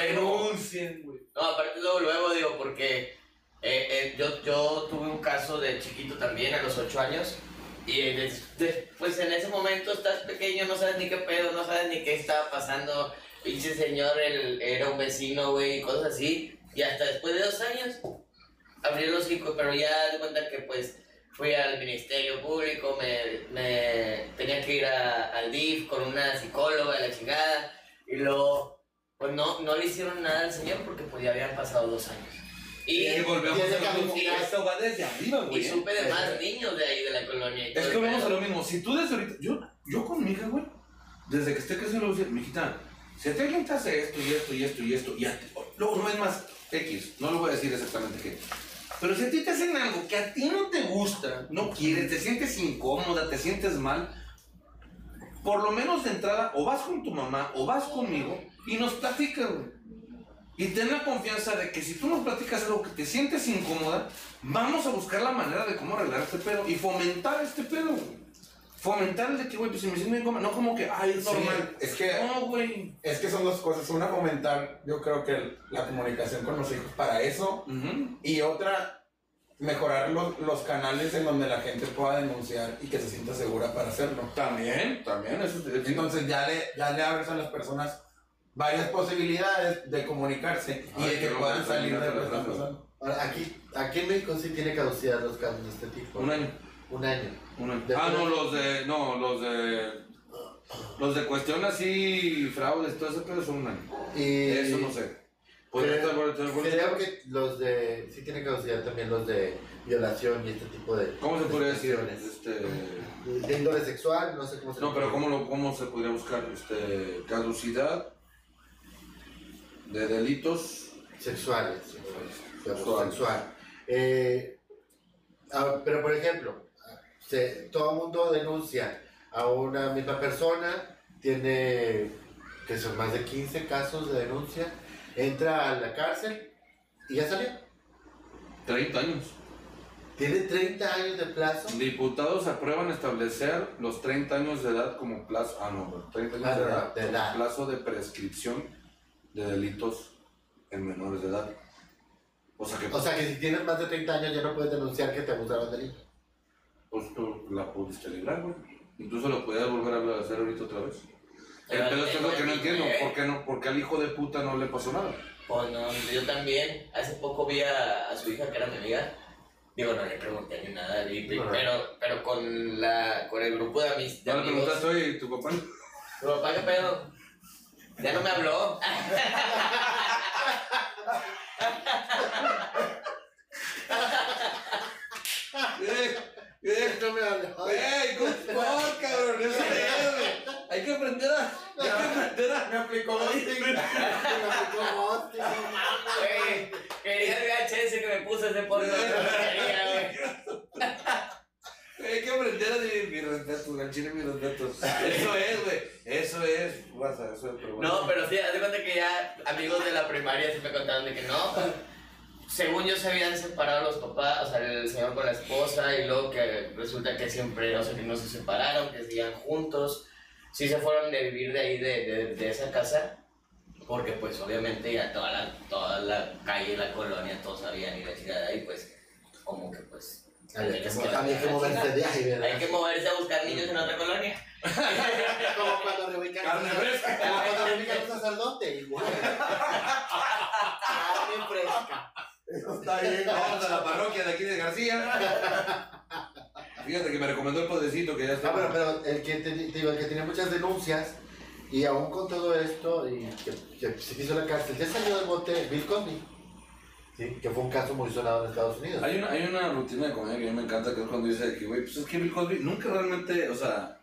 [SPEAKER 2] denuncien, güey.
[SPEAKER 3] No, aparte luego, luego digo, porque eh, eh, yo, yo tuve un caso de chiquito también, a los 8 años, y eh, des- de- pues en ese momento estás pequeño, no sabes ni qué pedo, no sabes ni qué estaba pasando, pinche señor el- era un vecino, güey, y cosas así, y hasta después de dos años abrí los cinco, pero ya de cuenta que pues fui al Ministerio Público, me, me tenía que ir a- al DIF con una psicóloga, la chingada, y luego pues no, no le hicieron nada al señor porque pues ya habían pasado dos años. Y,
[SPEAKER 2] Y volvemos
[SPEAKER 5] tiene
[SPEAKER 2] a lo mismo.
[SPEAKER 3] caminar.
[SPEAKER 2] Esto va desde arriba,
[SPEAKER 3] y
[SPEAKER 2] güey. ¿eh?
[SPEAKER 3] supe de más niños de ahí, de la colonia. y todo
[SPEAKER 2] Es que
[SPEAKER 3] el
[SPEAKER 2] volvemos a
[SPEAKER 3] pedo.
[SPEAKER 2] lo mismo. Si tú desde ahorita, yo, yo con mi hija, güey, desde que esté creciendo, le voy a decir, mijita, si a ti alguien te hace esto y esto y esto y esto, y a ti- luego no es más X, no lo voy a decir exactamente qué. Pero si a ti te hacen algo que a ti no te gusta, no quieres, te sientes incómoda, te sientes mal, por lo menos de entrada, o vas con tu mamá, o vas conmigo, y nos platicas, güey. Y ten la confianza de que si tú nos platicas algo que te sientes incómoda, vamos a buscar la manera de cómo arreglar este pedo y fomentar este pedo, güey. Fomentar el de que, güey, pues si me siento incómoda, no como que, ay, es
[SPEAKER 6] Sí,
[SPEAKER 2] normal.
[SPEAKER 6] es que-
[SPEAKER 2] No, güey.
[SPEAKER 6] Es que son dos cosas. Una, fomentar, yo creo que el- la comunicación con los hijos para eso.
[SPEAKER 2] Ujú.
[SPEAKER 6] Y otra, mejorar los, los canales en donde la gente pueda denunciar y que se sienta segura para hacerlo.
[SPEAKER 2] También, también, eso te
[SPEAKER 6] Entonces ya le, ya le abres a las personas varias posibilidades de comunicarse y
[SPEAKER 2] Ay,
[SPEAKER 6] de que
[SPEAKER 2] qué
[SPEAKER 6] puedan
[SPEAKER 2] bonito,
[SPEAKER 6] salir de
[SPEAKER 2] mira,
[SPEAKER 6] lo que están
[SPEAKER 2] mira.
[SPEAKER 6] pasando.
[SPEAKER 5] Ahora, aquí, aquí en México sí tiene caducidad los casos de este tipo.
[SPEAKER 2] Un año,
[SPEAKER 5] Un año.
[SPEAKER 2] un año.
[SPEAKER 5] De
[SPEAKER 2] Ah, no,
[SPEAKER 5] acuerdo.
[SPEAKER 2] los de, no, los de, los de cuestión así, fraudes, todo ese pedo son un año.
[SPEAKER 5] Y
[SPEAKER 2] Eso no sé. Podría
[SPEAKER 5] creo,
[SPEAKER 2] estar bueno, estar bueno.
[SPEAKER 5] creo que los de. Sí tiene caducidad también los de violación y este tipo de.
[SPEAKER 2] ¿Cómo se podría decir?
[SPEAKER 5] cuestiones.
[SPEAKER 2] Este...
[SPEAKER 5] De índole sexual, no sé cómo se
[SPEAKER 2] No, pero ¿cómo, lo, cómo se podría buscar? Este, caducidad de delitos.
[SPEAKER 5] Sexuales. Sexual.
[SPEAKER 2] Sexual.
[SPEAKER 5] sexual. Eh, ah, pero por ejemplo, se- todo el mundo denuncia a una misma persona, tiene que son más de 15 casos de denuncia, entra a la cárcel y ya salió.
[SPEAKER 2] 30 años.
[SPEAKER 5] Tiene 30 años de plazo.
[SPEAKER 2] Diputados aprueban establecer los 30 años de edad como plazo. Ah, no, los 30 años
[SPEAKER 5] Ah,
[SPEAKER 2] de
[SPEAKER 5] no,
[SPEAKER 2] edad,
[SPEAKER 5] de
[SPEAKER 2] como
[SPEAKER 5] edad.
[SPEAKER 2] plazo de prescripción de delitos en menores de edad. O sea que
[SPEAKER 5] O sea que si tienes más de 30 años ya no puedes denunciar que te abusaron del hijo.
[SPEAKER 2] pues, tú la pudiste librar, güey. Incluso lo podías volver a hacer ahorita otra vez. El
[SPEAKER 3] Pero
[SPEAKER 2] pedo es lo que no
[SPEAKER 3] tengo
[SPEAKER 2] entiendo.
[SPEAKER 3] el-
[SPEAKER 2] ¿Por qué no? Porque al hijo de puta no le pasó nada.
[SPEAKER 3] Pues no, yo también. Hace poco vi a, a su hija, que era mi amiga, Digo, no le pregunté ni nada, y-
[SPEAKER 5] No.
[SPEAKER 3] pero, pero con, la, con el grupo de, mis, de
[SPEAKER 2] No le
[SPEAKER 3] amigos.
[SPEAKER 2] preguntaste, oye, ¿tu papá?
[SPEAKER 3] Tu papá, ¿qué pedo? Ya no me habló.
[SPEAKER 2] ¡Eh!
[SPEAKER 5] No me habló.
[SPEAKER 2] ¡Ey! ¡Good sport, cabrón! ¡Eso es, güey! Hay que aprender a... Hay que aprender a...
[SPEAKER 6] Me aplicó ghosting.
[SPEAKER 3] Ah, Güey, Quería el VHS que me puse ese porno. Quería, güey.
[SPEAKER 2] Hay que aprender a dividir mis respetos, al chile mis respetos. Eso es, güey. Eso es, WhatsApp, eso es, pero bueno.
[SPEAKER 3] No, pero sí, haz de cuenta que ya amigos de la primaria se me contaron de que no. Según yo se habían separado los papás, o sea, el señor con la esposa y luego que resulta que siempre, o sea, que no se separaron, que seguían juntos. Sí se fueron de vivir de ahí, de, de- de esa casa, porque pues obviamente ya toda la, toda la calle, la colonia, todos sabían y la chingada y pues como que pues...
[SPEAKER 5] Había que
[SPEAKER 3] tenías
[SPEAKER 5] mo- había que moverse de ahí, ¿verdad?
[SPEAKER 3] Hay que moverse a buscar niños en otra colonia.
[SPEAKER 5] Como cuando reubicamos.
[SPEAKER 2] Carne fresca.
[SPEAKER 5] Como cuando reubicamos un sacerdote, igual. Carne fresca.
[SPEAKER 2] Está bien, vamos a la parroquia de aquí de García. Ah, Fíjate que me recomendó el podecito que ya está.
[SPEAKER 5] No, pero, Ah, pero el que te, te digo, el que tenía muchas denuncias y aún con todo esto y que, que se hizo la cárcel, ya salió del bote Bill Cosby, ¿sí? que fue un caso muy sonado en Estados Unidos.
[SPEAKER 2] Hay una, hay una rutina de comedia que a mí me encanta, que es cuando dice de que, güey, pues es que Bill Cosby nunca realmente, o sea,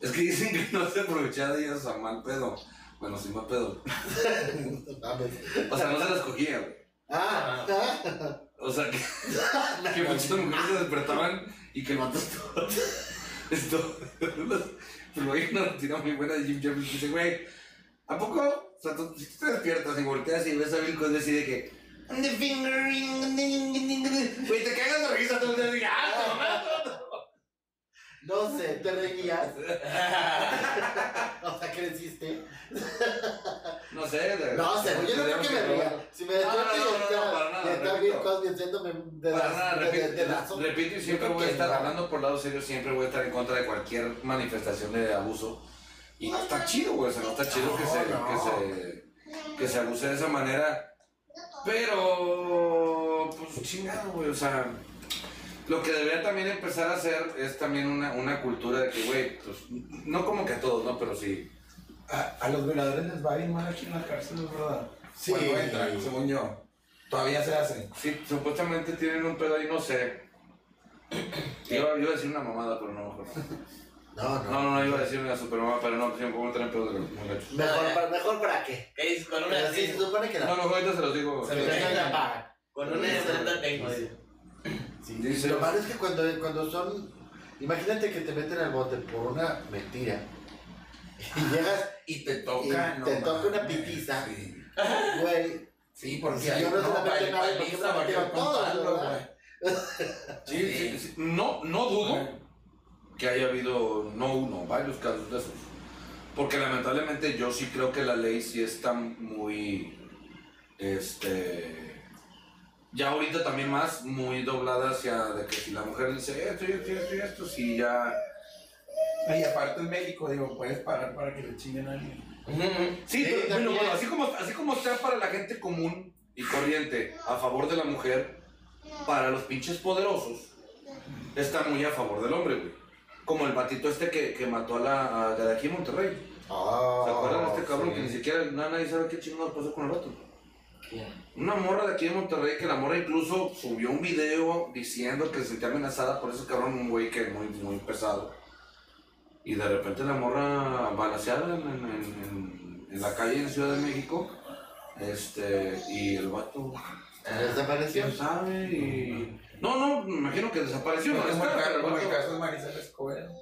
[SPEAKER 2] es que dicen que no se aprovechaba de ellas a mal pedo. Bueno, sin mal pedo.
[SPEAKER 5] No mames.
[SPEAKER 2] O sea, no se las cogía, güey.
[SPEAKER 5] pues, Ah,
[SPEAKER 2] O sea, que, que muchas mujeres se despertaban y que el vato estaba... estaba- Pero luego hay una rutina muy buena de Jim Jeffries que dice, güey, ¿a poco? O sea, tú, si tú te despiertas y volteas y ves a Bill Cosby así de que... "And The fingering, and the- and the- and the-" güey, te cagas de risa todo el día. y dices, ¡Ah, no mames".
[SPEAKER 5] no sé, te reías. o sea, creciste.
[SPEAKER 2] No sé, de-
[SPEAKER 5] No sé, yo no creo
[SPEAKER 2] tendríamos
[SPEAKER 5] que me ría. Si me
[SPEAKER 2] No, no, no,
[SPEAKER 5] despierto
[SPEAKER 2] no,
[SPEAKER 5] y
[SPEAKER 2] no, para
[SPEAKER 5] está-
[SPEAKER 2] nada,
[SPEAKER 5] y está Bill
[SPEAKER 2] repito.
[SPEAKER 5] Cosby haciéndome de
[SPEAKER 2] Para
[SPEAKER 5] las-
[SPEAKER 2] nada,
[SPEAKER 5] de-
[SPEAKER 2] repito,
[SPEAKER 5] de- de lazo.
[SPEAKER 2] repito y siempre
[SPEAKER 5] Yo creo
[SPEAKER 2] voy a
[SPEAKER 5] que
[SPEAKER 2] estar
[SPEAKER 5] no.
[SPEAKER 2] hablando por lado serio, siempre voy a estar en contra de cualquier manifestación de abuso. Y no está chido, güey, o sea, no está chido que, se, que, se, que se abuse de esa manera. Pero, pues chingado, güey, o sea, lo que debería también empezar a hacer es también una, una cultura de que, güey, pues, no como que a todos, ¿no? Pero sí.
[SPEAKER 6] A, a los violadores les va bien mal aquí en la cárcel, es ¿verdad?
[SPEAKER 5] Sí.
[SPEAKER 6] Cuando entran, según yo. Todavía se hace.
[SPEAKER 2] Sí, supuestamente tienen un pedo ahí, no sé. Iba, iba a decir una mamada, pero no, mejor no.
[SPEAKER 5] No, no.
[SPEAKER 2] No, no, no iba a decir una supermamá, pero no, siempre voy a tener pedos de los muchachos.
[SPEAKER 5] Mejor, para, mejor para qué.
[SPEAKER 3] ¿Qué dices? Con una
[SPEAKER 5] Pero sí,
[SPEAKER 3] actriz.
[SPEAKER 5] se supone que la.
[SPEAKER 2] No, no, ahorita se los digo.
[SPEAKER 6] Se
[SPEAKER 5] Pero
[SPEAKER 6] los-
[SPEAKER 5] ya la pagan.
[SPEAKER 3] Con una demanda tengo. dice.
[SPEAKER 2] Dice,
[SPEAKER 5] Lo malo es que cuando, cuando son. Imagínate que te meten al bote por una mentira. Y llegas,
[SPEAKER 6] Y te
[SPEAKER 5] toca,
[SPEAKER 6] tocan.
[SPEAKER 5] no mames.
[SPEAKER 6] Sí,
[SPEAKER 5] güey.
[SPEAKER 6] sí porque
[SPEAKER 5] Si yo no se la meto
[SPEAKER 6] vale,
[SPEAKER 5] nada, porque
[SPEAKER 6] paliza,
[SPEAKER 5] se la
[SPEAKER 6] porque
[SPEAKER 5] metieron todos,
[SPEAKER 6] contarlo,
[SPEAKER 5] ¿verdad?
[SPEAKER 6] güey.
[SPEAKER 2] sí, sí, sí. No, no dudo que haya habido, no uno, varios casos de esos. Porque lamentablemente yo sí creo que la ley sí está muy, este, ya ahorita también más, muy doblada hacia de que si la mujer dice esto y esto y esto y esto, sí ya...
[SPEAKER 6] Y aparte en México, digo, puedes parar para que le chinguen a alguien.
[SPEAKER 2] Sí,
[SPEAKER 5] Sí,
[SPEAKER 2] pero- bueno,
[SPEAKER 5] también.
[SPEAKER 2] bueno, así como, así como está para la gente común y corriente a favor de la mujer, para los pinches poderosos está muy a favor del hombre, güey. Como el batito este que, que mató a la a, la de aquí en Monterrey.
[SPEAKER 5] Oh,
[SPEAKER 2] ¿Se acuerdan de este cabrón
[SPEAKER 5] sí.
[SPEAKER 2] que ni siquiera na- nadie sabe qué chingados pasó con el vato? Una morra de aquí en Monterrey que la morra incluso subió un video diciendo que se sentía amenazada por ese cabrón, un güey que es muy, muy pesado. Y de repente la morra balaseada en, en- en- en la calle en Ciudad de México. Este, y el vato,
[SPEAKER 5] Desapareció.
[SPEAKER 2] quién sabe, y... No, no, me imagino que desapareció, no,
[SPEAKER 6] Como el
[SPEAKER 2] está, Ah,
[SPEAKER 6] ca-
[SPEAKER 2] pero el
[SPEAKER 6] como el
[SPEAKER 2] vato-
[SPEAKER 6] caso de Marisela Escobedo.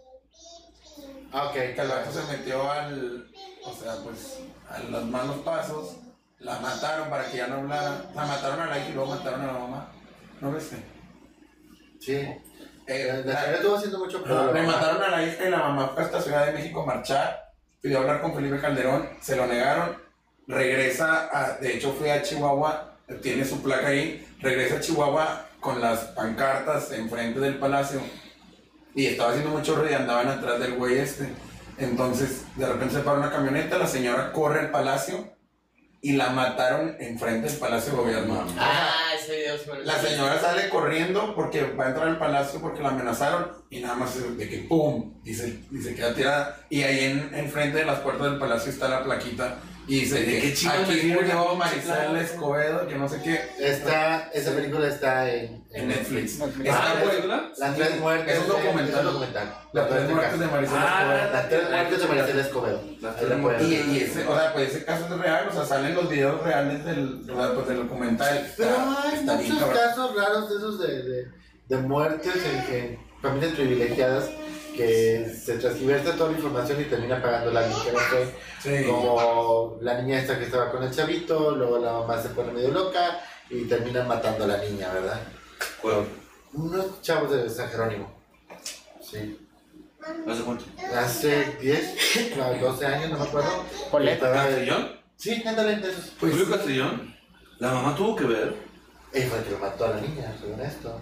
[SPEAKER 5] Ah, ok.
[SPEAKER 6] que el vato se metió al, o sea, pues, a los malos pasos, la mataron para que ya no hablara, la mataron a la hija y luego mataron a la mamá, ¿no ves?
[SPEAKER 5] Sí.
[SPEAKER 6] Eh,
[SPEAKER 5] La
[SPEAKER 6] la-
[SPEAKER 5] señora estuvo haciendo mucho
[SPEAKER 6] le
[SPEAKER 5] problema.
[SPEAKER 6] mataron a la hija y la mamá fue hasta Ciudad de México a marchar, pidió hablar con Felipe Calderón, se lo negaron, regresa, a- de hecho fue a Chihuahua, tiene su placa ahí, regresa a Chihuahua con las pancartas enfrente del palacio y estaba haciendo mucho ruido y andaban atrás del güey este. Entonces, de repente se para una camioneta, la señora corre al palacio y la mataron enfrente del palacio de gobierno.
[SPEAKER 3] Ah, sí, ese video se me
[SPEAKER 6] La señora sale corriendo porque va a entrar al palacio porque la amenazaron y nada más es de que pum y se, y se queda tirada. Y ahí en, enfrente de las puertas del palacio está la plaquita y dice
[SPEAKER 2] ¿De
[SPEAKER 6] que
[SPEAKER 2] qué chingados me
[SPEAKER 6] aquí
[SPEAKER 2] sirve la
[SPEAKER 6] murió
[SPEAKER 2] pinche
[SPEAKER 6] Marisela
[SPEAKER 2] placa?
[SPEAKER 6] Escobedo, que no sé qué,
[SPEAKER 5] Está, esa película está en,
[SPEAKER 6] en Netflix.
[SPEAKER 2] Ah,
[SPEAKER 6] Está,
[SPEAKER 2] güey,
[SPEAKER 6] güey,
[SPEAKER 2] ¿verdad?
[SPEAKER 5] Las tres muertes.
[SPEAKER 6] Es un documental. Las tres muertes de Marisela
[SPEAKER 2] Ah,
[SPEAKER 6] Escobedo.
[SPEAKER 5] Las tres muertes de Marisela Escobedo.
[SPEAKER 2] Las
[SPEAKER 5] Ahí
[SPEAKER 2] tres
[SPEAKER 5] la
[SPEAKER 6] Y,
[SPEAKER 5] pueden ver.
[SPEAKER 6] y ese, o sea, pues ese caso es real, o sea, salen los videos reales del, o sea, pues, del documental. Está-
[SPEAKER 5] Pero hay
[SPEAKER 6] está bien
[SPEAKER 5] muchos
[SPEAKER 6] cabrón.
[SPEAKER 5] casos raros de esos de, de, de muertes en que familias privilegiadas que se transgiversa toda la información y termina pagando la diferencia.
[SPEAKER 6] Sí.
[SPEAKER 5] Como la niña esta que estaba con el chavito, luego la mamá se pone medio loca y terminan matando a la niña, ¿verdad? Unos chavos de San Jerónimo. Sí.
[SPEAKER 2] ¿Hace cuánto?
[SPEAKER 5] Hace 10, no, 12 años, no me acuerdo.
[SPEAKER 8] Colette.
[SPEAKER 5] Estaba-
[SPEAKER 2] ¿Castrillón?
[SPEAKER 5] Sí, ándale, de esos.
[SPEAKER 6] Pues,
[SPEAKER 2] ¿Julio Castrillón? La mamá tuvo que ver.
[SPEAKER 5] Ey, fue el que lo mató a la niña, según esto.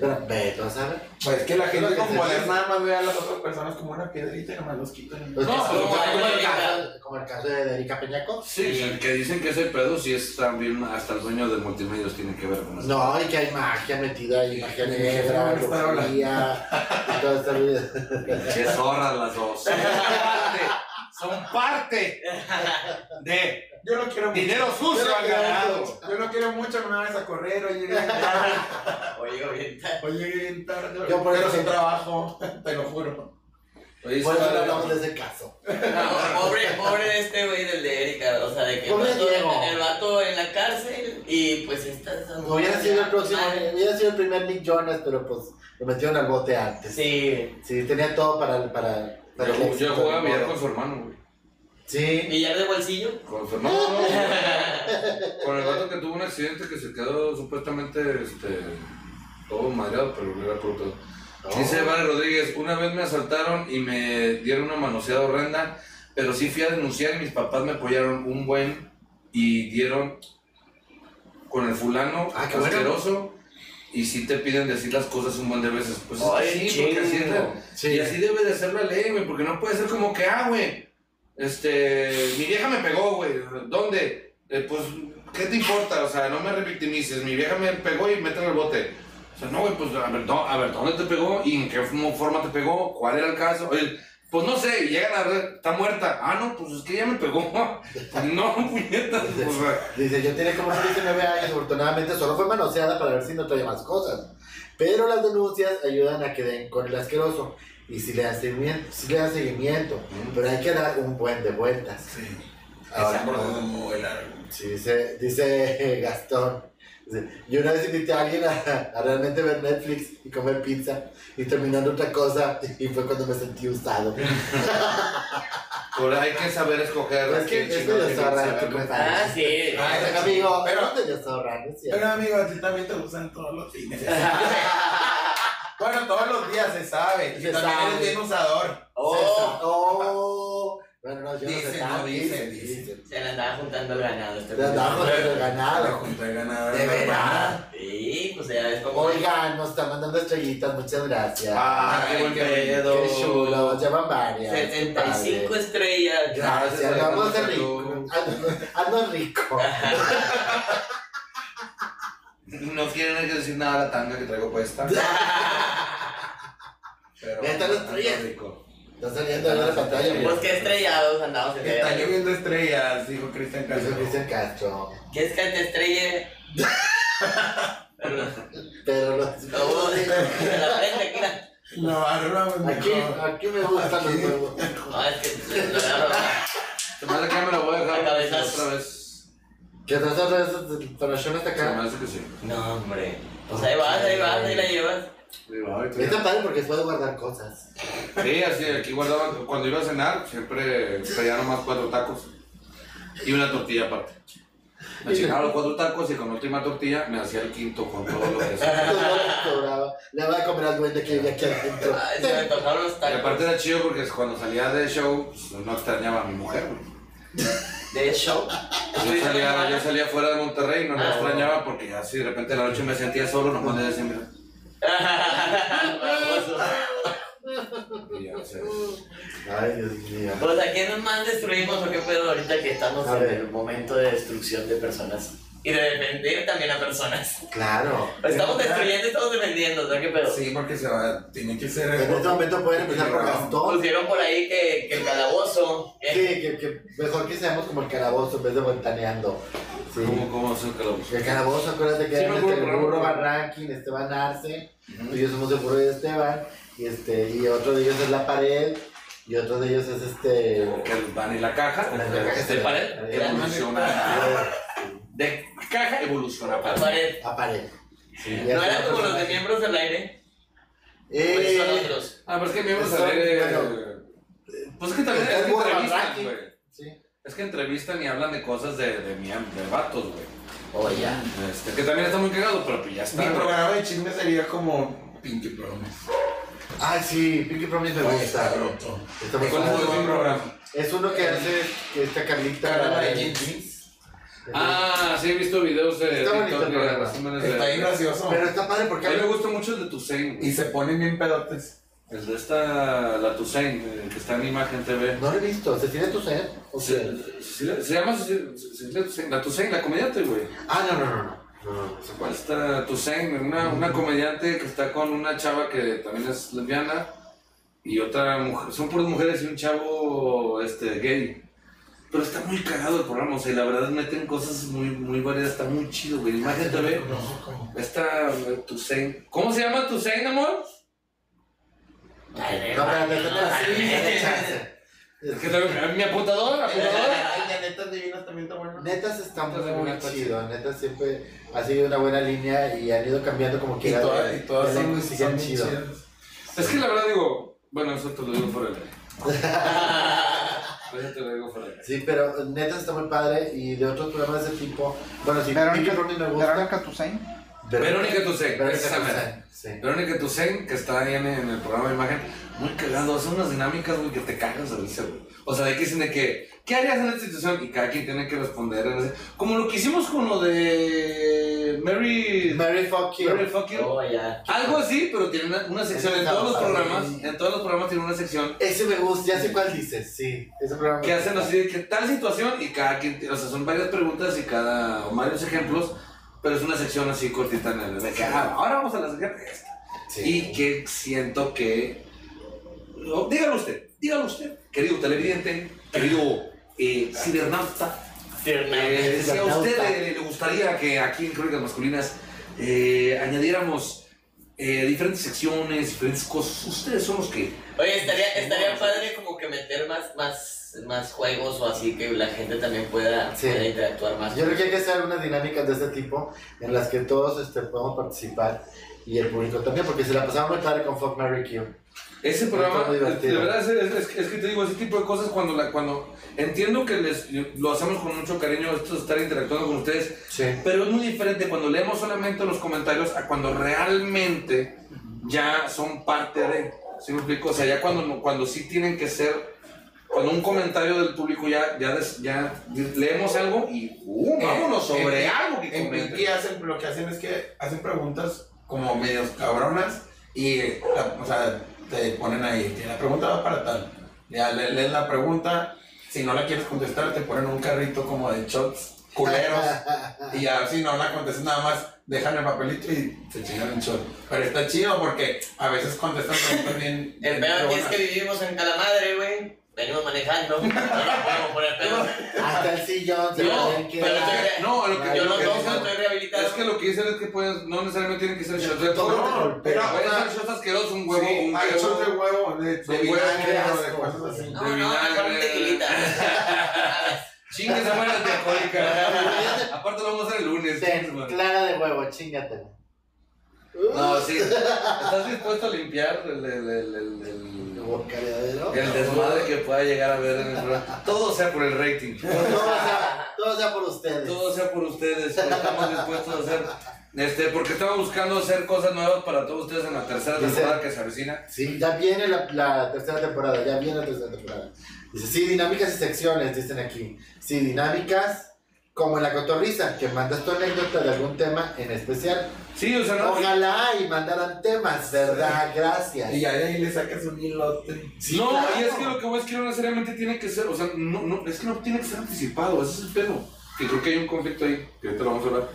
[SPEAKER 5] Pero ve, a saber.
[SPEAKER 6] pues que la gente
[SPEAKER 5] Lo que
[SPEAKER 6] con
[SPEAKER 5] se
[SPEAKER 6] poder
[SPEAKER 5] dice.
[SPEAKER 6] nada más ve a las otras personas como una piedrita y nomás los quitan.
[SPEAKER 5] Los que
[SPEAKER 2] No,
[SPEAKER 5] se-
[SPEAKER 2] pero
[SPEAKER 5] como,
[SPEAKER 3] como
[SPEAKER 5] el
[SPEAKER 3] Erika.
[SPEAKER 5] caso, como el caso de Erika Peñaco.
[SPEAKER 2] Sí, el que dicen que ese pedo sí es también hasta el dueño de multimedios tiene que ver con eso.
[SPEAKER 5] No, y que hay magia metida ahí, magia
[SPEAKER 6] Sí,
[SPEAKER 5] negra,
[SPEAKER 6] no, está hablando.
[SPEAKER 5] brujería, y toda esta vida.
[SPEAKER 2] Qué zorras las dos. Son parte, son parte de
[SPEAKER 6] Yo no quiero mucho.
[SPEAKER 2] dinero sucio al ganado.
[SPEAKER 6] Yo no quiero mucho, no me vas a correr, oye, bien tarde.
[SPEAKER 3] Oye, ahorita.
[SPEAKER 6] Oye, bien tarde.
[SPEAKER 5] Yo por
[SPEAKER 6] pero
[SPEAKER 5] eso-
[SPEAKER 6] sin trabajo, te lo juro.
[SPEAKER 2] Oye,
[SPEAKER 5] Por eso no
[SPEAKER 2] está-
[SPEAKER 5] hablamos de ese caso.
[SPEAKER 3] Pobre, pobre de este güey del de Erika, o sea, de que el
[SPEAKER 5] Pobre
[SPEAKER 3] vato,
[SPEAKER 5] Diego.
[SPEAKER 3] el vato en la cárcel y pues está. esa mujer
[SPEAKER 5] Hubiera sido el próximo, eh.
[SPEAKER 3] madre.
[SPEAKER 5] hubiera sido el primer Nick Jonas, pero pues lo metieron al bote antes.
[SPEAKER 3] Sí,
[SPEAKER 5] Sí, tenía todo para, para, para el
[SPEAKER 2] Yo,
[SPEAKER 5] éxito,
[SPEAKER 2] yo jugaba
[SPEAKER 5] ni
[SPEAKER 2] bien
[SPEAKER 5] modo.
[SPEAKER 2] con su hermano, güey.
[SPEAKER 5] Sí,
[SPEAKER 3] billar de bolsillo.
[SPEAKER 2] Con su hermano, no, güey. Con el gato que tuvo un accidente que se quedó supuestamente este, todo madreado, pero no era por todo. Dice Vale Rodríguez, una vez me asaltaron y me dieron una manoseada horrenda, pero sí fui a denunciar y mis papás me apoyaron un buen y dieron con el fulano
[SPEAKER 5] Ah, qué bueno.
[SPEAKER 2] asqueroso. Y sí te piden decir las cosas un buen de veces. Pues es que
[SPEAKER 3] Ay,
[SPEAKER 2] sí, porque así es la-
[SPEAKER 5] sí.
[SPEAKER 2] y así debe de ser la ley, güey, porque no puede ser como que, ah, güey, este, mi vieja me pegó, güey, ¿dónde? Eh, pues, ¿qué te importa? O sea, no me revictimices, mi vieja me pegó y métele el bote. O sea, no, güey, pues, a ver, no, a ver, ¿dónde te pegó? ¿Y en qué mo- forma te pegó? ¿Cuál era el caso? Oye, pues no sé, y llegan a ver, está muerta. Ah, no, pues es que ella me pegó. no, pues, puñetas, o sea,
[SPEAKER 5] Dice, yo tenía como 19 años, afortunadamente solo fue manoseada para ver si no traía más cosas. Pero las denuncias ayudan a que den con el asqueroso. Y si le dan seguimiento, si le dan seguimiento pero hay que dar un buen de vueltas.
[SPEAKER 6] Sí.
[SPEAKER 5] Ahora,
[SPEAKER 6] Ese proceso es muy largo.
[SPEAKER 5] sí, dice, dice eh, Gastón. dice, yo una vez invité a alguien a, a realmente ver Netflix y comer pizza y terminando otra cosa y fue cuando me sentí usado.
[SPEAKER 2] por ahí hay que saber escoger.
[SPEAKER 5] Pero es que
[SPEAKER 2] qué
[SPEAKER 5] es
[SPEAKER 2] chingados
[SPEAKER 5] medio
[SPEAKER 2] tiene que
[SPEAKER 5] zorra,
[SPEAKER 2] saber
[SPEAKER 5] tu
[SPEAKER 2] cómo-
[SPEAKER 5] compadre.
[SPEAKER 3] Ah, sí.
[SPEAKER 6] Ah,
[SPEAKER 5] Ay, amigo,
[SPEAKER 6] pero-
[SPEAKER 5] pero, es medio zorra, ¿no es cierto?
[SPEAKER 6] Pero amigo, a ti también te usan todos los fines. bueno, todos los días se sabe. Y
[SPEAKER 5] Se
[SPEAKER 6] también
[SPEAKER 5] sabe.
[SPEAKER 6] eres bien usador.
[SPEAKER 5] Oh, oh. Bueno, no, yo no
[SPEAKER 6] Dicen,
[SPEAKER 5] sé
[SPEAKER 6] no,
[SPEAKER 5] nada.
[SPEAKER 6] dicen,
[SPEAKER 5] Dicen,
[SPEAKER 6] dicen.
[SPEAKER 5] dicen.
[SPEAKER 3] Se le andaba juntando el ganado este
[SPEAKER 5] Te andamos
[SPEAKER 3] güey.
[SPEAKER 5] con el ganado.
[SPEAKER 6] junta ganado.
[SPEAKER 5] ¿De verdad?
[SPEAKER 3] Sí, pues ya ves como.
[SPEAKER 5] Oigan, nos están mandando estrellitas, muchas gracias.
[SPEAKER 2] Ah, qué buen
[SPEAKER 6] Ay, qué
[SPEAKER 2] pedo.
[SPEAKER 5] Qué chulo, ya van varias.
[SPEAKER 3] 75
[SPEAKER 5] compadre.
[SPEAKER 3] estrellas.
[SPEAKER 5] Gracias,
[SPEAKER 2] Gracias,
[SPEAKER 5] vamos de
[SPEAKER 2] Alejandro.
[SPEAKER 5] rico. Ando, ando rico.
[SPEAKER 2] No quieren decir nada a la tanga que traigo puesta. Pero
[SPEAKER 5] Ya están las estrellas.
[SPEAKER 2] rico.
[SPEAKER 5] Está saliendo de la pantalla. mira.
[SPEAKER 3] Pues qué estrellados andamos en
[SPEAKER 6] Está
[SPEAKER 3] el-
[SPEAKER 6] lloviendo estrellas, dijo Cristian
[SPEAKER 5] Eso
[SPEAKER 6] Castro.
[SPEAKER 5] dice Castro.
[SPEAKER 3] ¿Quieres que te estrelle? Pero
[SPEAKER 5] Pero los.
[SPEAKER 3] no, en la frente, aquí la-
[SPEAKER 6] No, arrúbame
[SPEAKER 5] Aquí,
[SPEAKER 6] mejor.
[SPEAKER 5] aquí me gustan los huevos.
[SPEAKER 3] No, es que lo voy a robar.
[SPEAKER 2] Se me hace que me lo voy a dejar
[SPEAKER 3] A cabezas.
[SPEAKER 2] otra vez.
[SPEAKER 5] Que tras otra vez, pero yo no está
[SPEAKER 2] Se me
[SPEAKER 5] acá.
[SPEAKER 2] hace que sí.
[SPEAKER 3] No, hombre. Pues ahí vas, ahí vas, ahí la llevas.
[SPEAKER 5] Está padre porque puedo guardar cosas.
[SPEAKER 2] Sí, así, aquí guardaban. Cuando iba a cenar, siempre pedía nomás cuatro tacos y una tortilla aparte. Me chingaba los cuatro tacos y con la última tortilla me hacía el quinto con todo lo que hacía.
[SPEAKER 5] Entonces, no les cobraba. Le voy a comer al duende que vive aquí adentro.
[SPEAKER 3] Ay, se me antojaron los
[SPEAKER 2] Y aparte
[SPEAKER 3] tacos.
[SPEAKER 2] era chido porque cuando salía de show, pues, no extrañaba a mi mujer, güey.
[SPEAKER 3] De show. Pues,
[SPEAKER 2] Yo pues, salía, yo salía fuera de Monterrey, no me
[SPEAKER 3] Ah.
[SPEAKER 2] extrañaba porque ya así de repente en la noche me sentía solo, nomás de decir, mira. Y ya, o sea,
[SPEAKER 6] Uh.
[SPEAKER 5] Ay, Dios mío.
[SPEAKER 3] Pues a quién más destruimos o qué pedo ahorita que estamos
[SPEAKER 5] A
[SPEAKER 3] en
[SPEAKER 5] ver.
[SPEAKER 3] el momento de destrucción de personas y de defender también a personas.
[SPEAKER 5] Claro.
[SPEAKER 3] Estamos destruyendo y estamos defendiendo, o sea, qué pedo.
[SPEAKER 6] Sí, porque se va, tiene que ser.
[SPEAKER 5] En este momento pueden empezar por las dos.
[SPEAKER 3] Pusieron por ahí que, que el calabozo.
[SPEAKER 5] Sí,
[SPEAKER 3] eh,
[SPEAKER 5] que, que mejor que seamos como el calabozo en vez de ventaneando. Sí.
[SPEAKER 2] ¿Cómo, cómo es el calabozo?
[SPEAKER 5] El calabozo, acuérdate
[SPEAKER 2] Sí,
[SPEAKER 5] que era
[SPEAKER 2] me
[SPEAKER 5] este
[SPEAKER 2] acuerdo, me
[SPEAKER 5] Burro
[SPEAKER 2] acuerdo.
[SPEAKER 5] Barranquín, Esteban Arce, tú y yo somos el Burro y Esteban, y este, y otro de ellos es la pared, y otro de ellos es este.
[SPEAKER 2] El van y la caja.
[SPEAKER 5] La caja
[SPEAKER 2] este,
[SPEAKER 5] se-
[SPEAKER 2] pared,
[SPEAKER 5] eh,
[SPEAKER 2] Evoluciona. De caja evoluciona
[SPEAKER 3] la
[SPEAKER 2] pared.
[SPEAKER 3] pared.
[SPEAKER 5] La pared.
[SPEAKER 2] Sí.
[SPEAKER 5] Y
[SPEAKER 3] No
[SPEAKER 5] hasta
[SPEAKER 3] eran
[SPEAKER 5] otro
[SPEAKER 3] como los de
[SPEAKER 5] personaje.
[SPEAKER 3] miembros del aire, pues son
[SPEAKER 5] Eh,
[SPEAKER 3] otros.
[SPEAKER 2] Ah, pero es que miembros
[SPEAKER 5] Está-
[SPEAKER 2] al aire.
[SPEAKER 5] bueno.
[SPEAKER 2] Pues es que también
[SPEAKER 5] Está
[SPEAKER 2] es que
[SPEAKER 5] el Burro
[SPEAKER 2] entrevistan,
[SPEAKER 5] Barranqui.
[SPEAKER 2] güey.
[SPEAKER 5] sí.
[SPEAKER 2] Es que entrevistan y hablan de cosas de, de, miam- de vatos, güey.
[SPEAKER 5] Oh, ya.
[SPEAKER 2] Este, que también está muy cagado, pero pues ya está.
[SPEAKER 6] Mi
[SPEAKER 2] güey.
[SPEAKER 6] programa de chisme sería como Pinky Promise.
[SPEAKER 5] Ay, sí, Pinky Promise me gusta.
[SPEAKER 6] roto.
[SPEAKER 5] Está muy
[SPEAKER 6] ¿Cuál es
[SPEAKER 5] padre.
[SPEAKER 6] tu programa?
[SPEAKER 5] Es uno que hace que esta Carlita.
[SPEAKER 6] Carla de
[SPEAKER 5] eh,
[SPEAKER 6] Jean Jeans.
[SPEAKER 2] Ah, sí, he visto videos de
[SPEAKER 5] Está bonito el
[SPEAKER 2] de
[SPEAKER 5] programa.
[SPEAKER 2] resúmenes de-
[SPEAKER 6] Está bien gracioso.
[SPEAKER 5] Pero está padre porque
[SPEAKER 2] A mí me
[SPEAKER 5] habla-
[SPEAKER 2] gusta mucho el de Toussaint.
[SPEAKER 6] Y
[SPEAKER 2] güey.
[SPEAKER 6] se ponen bien pedotes.
[SPEAKER 2] El de esta, la Toussaint, eh, que está en Imagen TV.
[SPEAKER 5] No lo he visto, ¿se tiene tu sed? ¿O sea,
[SPEAKER 2] Se, se- se llama se- se- la Toussaint, la Toussaint, la comediante, güey.
[SPEAKER 5] Ah, no, no, no, no. No, no, no sé cuál es.
[SPEAKER 2] Esta Toussaint, una, una comediante que está con una chava que también es lesbiana y otra mujer. Son puras mujeres y un chavo este, gay. Pero está muy cagado el programa, o sea, y la verdad meten cosas muy, muy variadas, está muy chido, güey. Imagen TV. Esta eh, Toussaint. ¿Cómo se llama Toussaint, amor?
[SPEAKER 3] Ay,
[SPEAKER 5] No, pero
[SPEAKER 3] mames,
[SPEAKER 5] neta,
[SPEAKER 3] no,
[SPEAKER 5] neta, sí, dale chance.
[SPEAKER 2] Es que también- mi apuntador, apuntador.
[SPEAKER 6] la neta divinas también está bueno.
[SPEAKER 5] Netas están
[SPEAKER 2] Entonces,
[SPEAKER 5] muy
[SPEAKER 2] una cosa.
[SPEAKER 5] chido, netas siempre ha sido una buena línea y han ido cambiando como
[SPEAKER 6] Y
[SPEAKER 5] quiera.
[SPEAKER 6] todas, y todas
[SPEAKER 5] de
[SPEAKER 6] son,
[SPEAKER 5] lengua y
[SPEAKER 6] son
[SPEAKER 5] siguen
[SPEAKER 6] bien
[SPEAKER 5] chido.
[SPEAKER 6] chidas.
[SPEAKER 2] Es que la verdad digo, bueno, eso te lo digo por el aire. Eso te lo digo por el aire.
[SPEAKER 5] Sí, pero netas está muy padre y de otros programas de ese tipo. Bueno, sí, Pinky
[SPEAKER 8] Verónica,
[SPEAKER 5] Promise me gusta.
[SPEAKER 8] Verónica Toussaint.
[SPEAKER 2] Verónica Toussaint, precisamente.
[SPEAKER 5] Verónica Sí.
[SPEAKER 2] Verónica Toussaint, que está ahí en, en el programa de imagen, muy cagado, hace unas dinámicas, güey, que te cagas de risa, güey. O sea, de que dicen de que, ¿qué harías en esta situación? Y cada quien tiene que responder. en ese- Como lo que hicimos con lo de Mary...
[SPEAKER 5] Mary Fuck You.
[SPEAKER 2] Mary Fuck You.
[SPEAKER 3] Oh, ya.
[SPEAKER 2] Algo así, pero tiene una, una sección en todos los programas, en todos los programas tiene una sección
[SPEAKER 5] Ese me gusta, ya sé cuál dices, sí. Ese programa.
[SPEAKER 2] que hacen así de que tal situación y cada quien, o sea, son varias preguntas y cada, o varios ejemplos, pero es una sección así cortita en el de que, ah, ahora vamos a la sección de esta.
[SPEAKER 5] Sí.
[SPEAKER 2] Y que siento que, no, dígalo usted, dígalo usted, querido televidente, querido eh, cibernauta, eh, si a usted le, le gustaría que aquí en Crónicas Masculinas eh, añadiéramos eh, diferentes secciones, diferentes cosas, ustedes son los que...
[SPEAKER 3] Oye, estaría, estaría padre como que meter más, más, más juegos o así que la gente también pueda,
[SPEAKER 5] Sí.
[SPEAKER 3] pueda interactuar más.
[SPEAKER 5] Yo creo que hay que hacer unas dinámicas de este tipo en las que todos este, podamos participar y el público también, porque se la pasaba muy padre con Fuck Mary Q.
[SPEAKER 2] Ese
[SPEAKER 5] Está
[SPEAKER 2] programa,
[SPEAKER 5] muy
[SPEAKER 2] de
[SPEAKER 5] divertido.
[SPEAKER 2] verdad, es, es- es- es que te digo, ese tipo de cosas cuando, la, cuando entiendo que les, lo hacemos con mucho cariño, esto de estar interactuando con ustedes,
[SPEAKER 5] Sí.
[SPEAKER 2] pero es muy diferente cuando leemos solamente los comentarios a cuando realmente ya son parte de, ¿sí me explico? O sea, ya cuando, no- cuando sí tienen que ser, cuando un comentario del público ya, ya, des- ya leemos algo y uh, vámonos sobre
[SPEAKER 6] Eh, en-
[SPEAKER 2] algo que
[SPEAKER 6] En
[SPEAKER 2] comenten.
[SPEAKER 6] Pinky hacen, lo que hacen es que hacen preguntas como medios cabronas y eh, la- o sea, te ponen ahí, que la pregunta va para tal. Ya le- lees la pregunta, si no la quieres contestar te ponen un carrito como de shots culeros y ya si no la contestas nada más dejan el papelito y se chingan un shot. Pero está chido porque a veces contestan preguntas bien...
[SPEAKER 3] El
[SPEAKER 6] bien
[SPEAKER 3] peor aquí es
[SPEAKER 6] cabronas.
[SPEAKER 3] que vivimos en Calamadre, güey. Venimos manejando. No nos podemos poner pedos.
[SPEAKER 5] Hasta el sillón se
[SPEAKER 3] No,
[SPEAKER 5] pueden
[SPEAKER 3] pero
[SPEAKER 5] quedar.
[SPEAKER 3] te-
[SPEAKER 2] No, lo que
[SPEAKER 3] Yo
[SPEAKER 2] lo
[SPEAKER 3] no
[SPEAKER 2] que
[SPEAKER 3] tomo,
[SPEAKER 2] dicen-
[SPEAKER 3] estoy rehabilitado.
[SPEAKER 2] Es que lo que dicen es que puedes, no necesariamente tienen que ser shots de
[SPEAKER 5] Todo
[SPEAKER 2] todo.
[SPEAKER 5] te golpea.
[SPEAKER 6] no,
[SPEAKER 2] Pueden
[SPEAKER 6] o sea,
[SPEAKER 2] ser shots asquerosos, un huevo,
[SPEAKER 6] Sí,
[SPEAKER 2] un
[SPEAKER 6] hay
[SPEAKER 2] huevo.
[SPEAKER 6] shots de huevo, de,
[SPEAKER 2] de
[SPEAKER 6] de vinagre
[SPEAKER 5] huevo,
[SPEAKER 6] o de
[SPEAKER 5] asco.
[SPEAKER 6] cosas así.
[SPEAKER 3] No,
[SPEAKER 2] de
[SPEAKER 3] no, mejor un
[SPEAKER 2] vinagre.
[SPEAKER 3] tequilita.
[SPEAKER 2] Chingue se muere de alcohólica. Aparte lo vamos a hacer el lunes.
[SPEAKER 5] Ten,
[SPEAKER 2] güey.
[SPEAKER 5] clara de huevo, chingatela.
[SPEAKER 2] No, sí. ¿Estás dispuesto a limpiar el, el, el, el, el-
[SPEAKER 5] Guacareadero.
[SPEAKER 2] el desmadre que pueda llegar a ver en el programa? Todo sea por el rating.
[SPEAKER 5] Todo sea, todo sea por ustedes.
[SPEAKER 2] Todo sea por ustedes. pero Estamos dispuestos a hacer. Este, porque estamos buscando hacer cosas nuevas para todos ustedes en la tercera
[SPEAKER 5] Dice-
[SPEAKER 2] temporada que se avecina.
[SPEAKER 5] Sí, ya viene la, la tercera temporada, ya viene la tercera temporada. Dice, sí, dinámicas y secciones, dicen aquí. Sí, dinámicas como en la cotorriza, que mandas tu anécdota de algún tema en especial.
[SPEAKER 2] Sí, o sea, no.
[SPEAKER 5] Ojalá y mandaran temas, ¿verdad? Gracias.
[SPEAKER 6] Y ya de ahí le sacas un hilote.
[SPEAKER 5] Sí,
[SPEAKER 2] no,
[SPEAKER 5] claro.
[SPEAKER 2] y es que lo que voy es que no necesariamente tiene que ser, o sea, no, no, es que no tiene que ser anticipado, ese es el pedo. Y creo que hay un conflicto ahí, que ahorita lo vamos a hablar.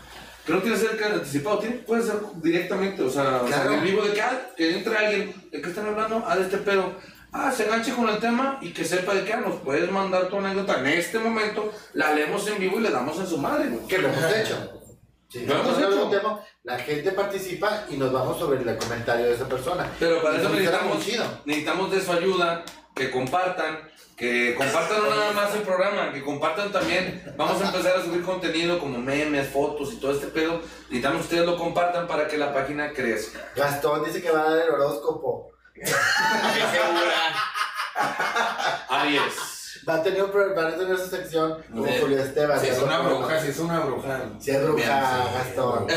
[SPEAKER 2] Pero no tiene que ser que anticipado, tiene, puede ser directamente, o sea, o sea,
[SPEAKER 5] Claro.
[SPEAKER 2] en vivo de que, ah, que entre alguien, ¿de qué están hablando? Ah, de este pedo. Ah, se enganche con el tema y que sepa de qué, ah, nos puedes mandar tu anécdota en este momento, la leemos en vivo y le damos en su madre, güey.
[SPEAKER 5] Que lo hemos hecho. Si
[SPEAKER 2] Lo hemos
[SPEAKER 5] nosotros hablamos de
[SPEAKER 2] hecho.
[SPEAKER 5] un tema, la gente participa y nos vamos sobre el comentario de esa persona.
[SPEAKER 2] Pero para eso
[SPEAKER 5] Entonces, era muy
[SPEAKER 2] necesitamos,
[SPEAKER 5] chido.
[SPEAKER 2] necesitamos de su ayuda, que compartan, que compartan no nada más el programa, que compartan también. Vamos a empezar a subir contenido como memes, fotos y todo este pedo. Necesitamos que ustedes lo compartan para que la página crezca.
[SPEAKER 5] Gastón dice que va a dar el horóscopo.
[SPEAKER 3] segura.
[SPEAKER 2] Aries.
[SPEAKER 5] Va a tener, un pro- va a tener su sección como
[SPEAKER 6] Sí.
[SPEAKER 5] Julio Esteban.
[SPEAKER 6] Si es
[SPEAKER 5] Ya lo
[SPEAKER 6] una
[SPEAKER 5] conozco.
[SPEAKER 6] bruja, si es una bruja.
[SPEAKER 5] Si es bruja,
[SPEAKER 6] Bien, sí.
[SPEAKER 5] Gastón.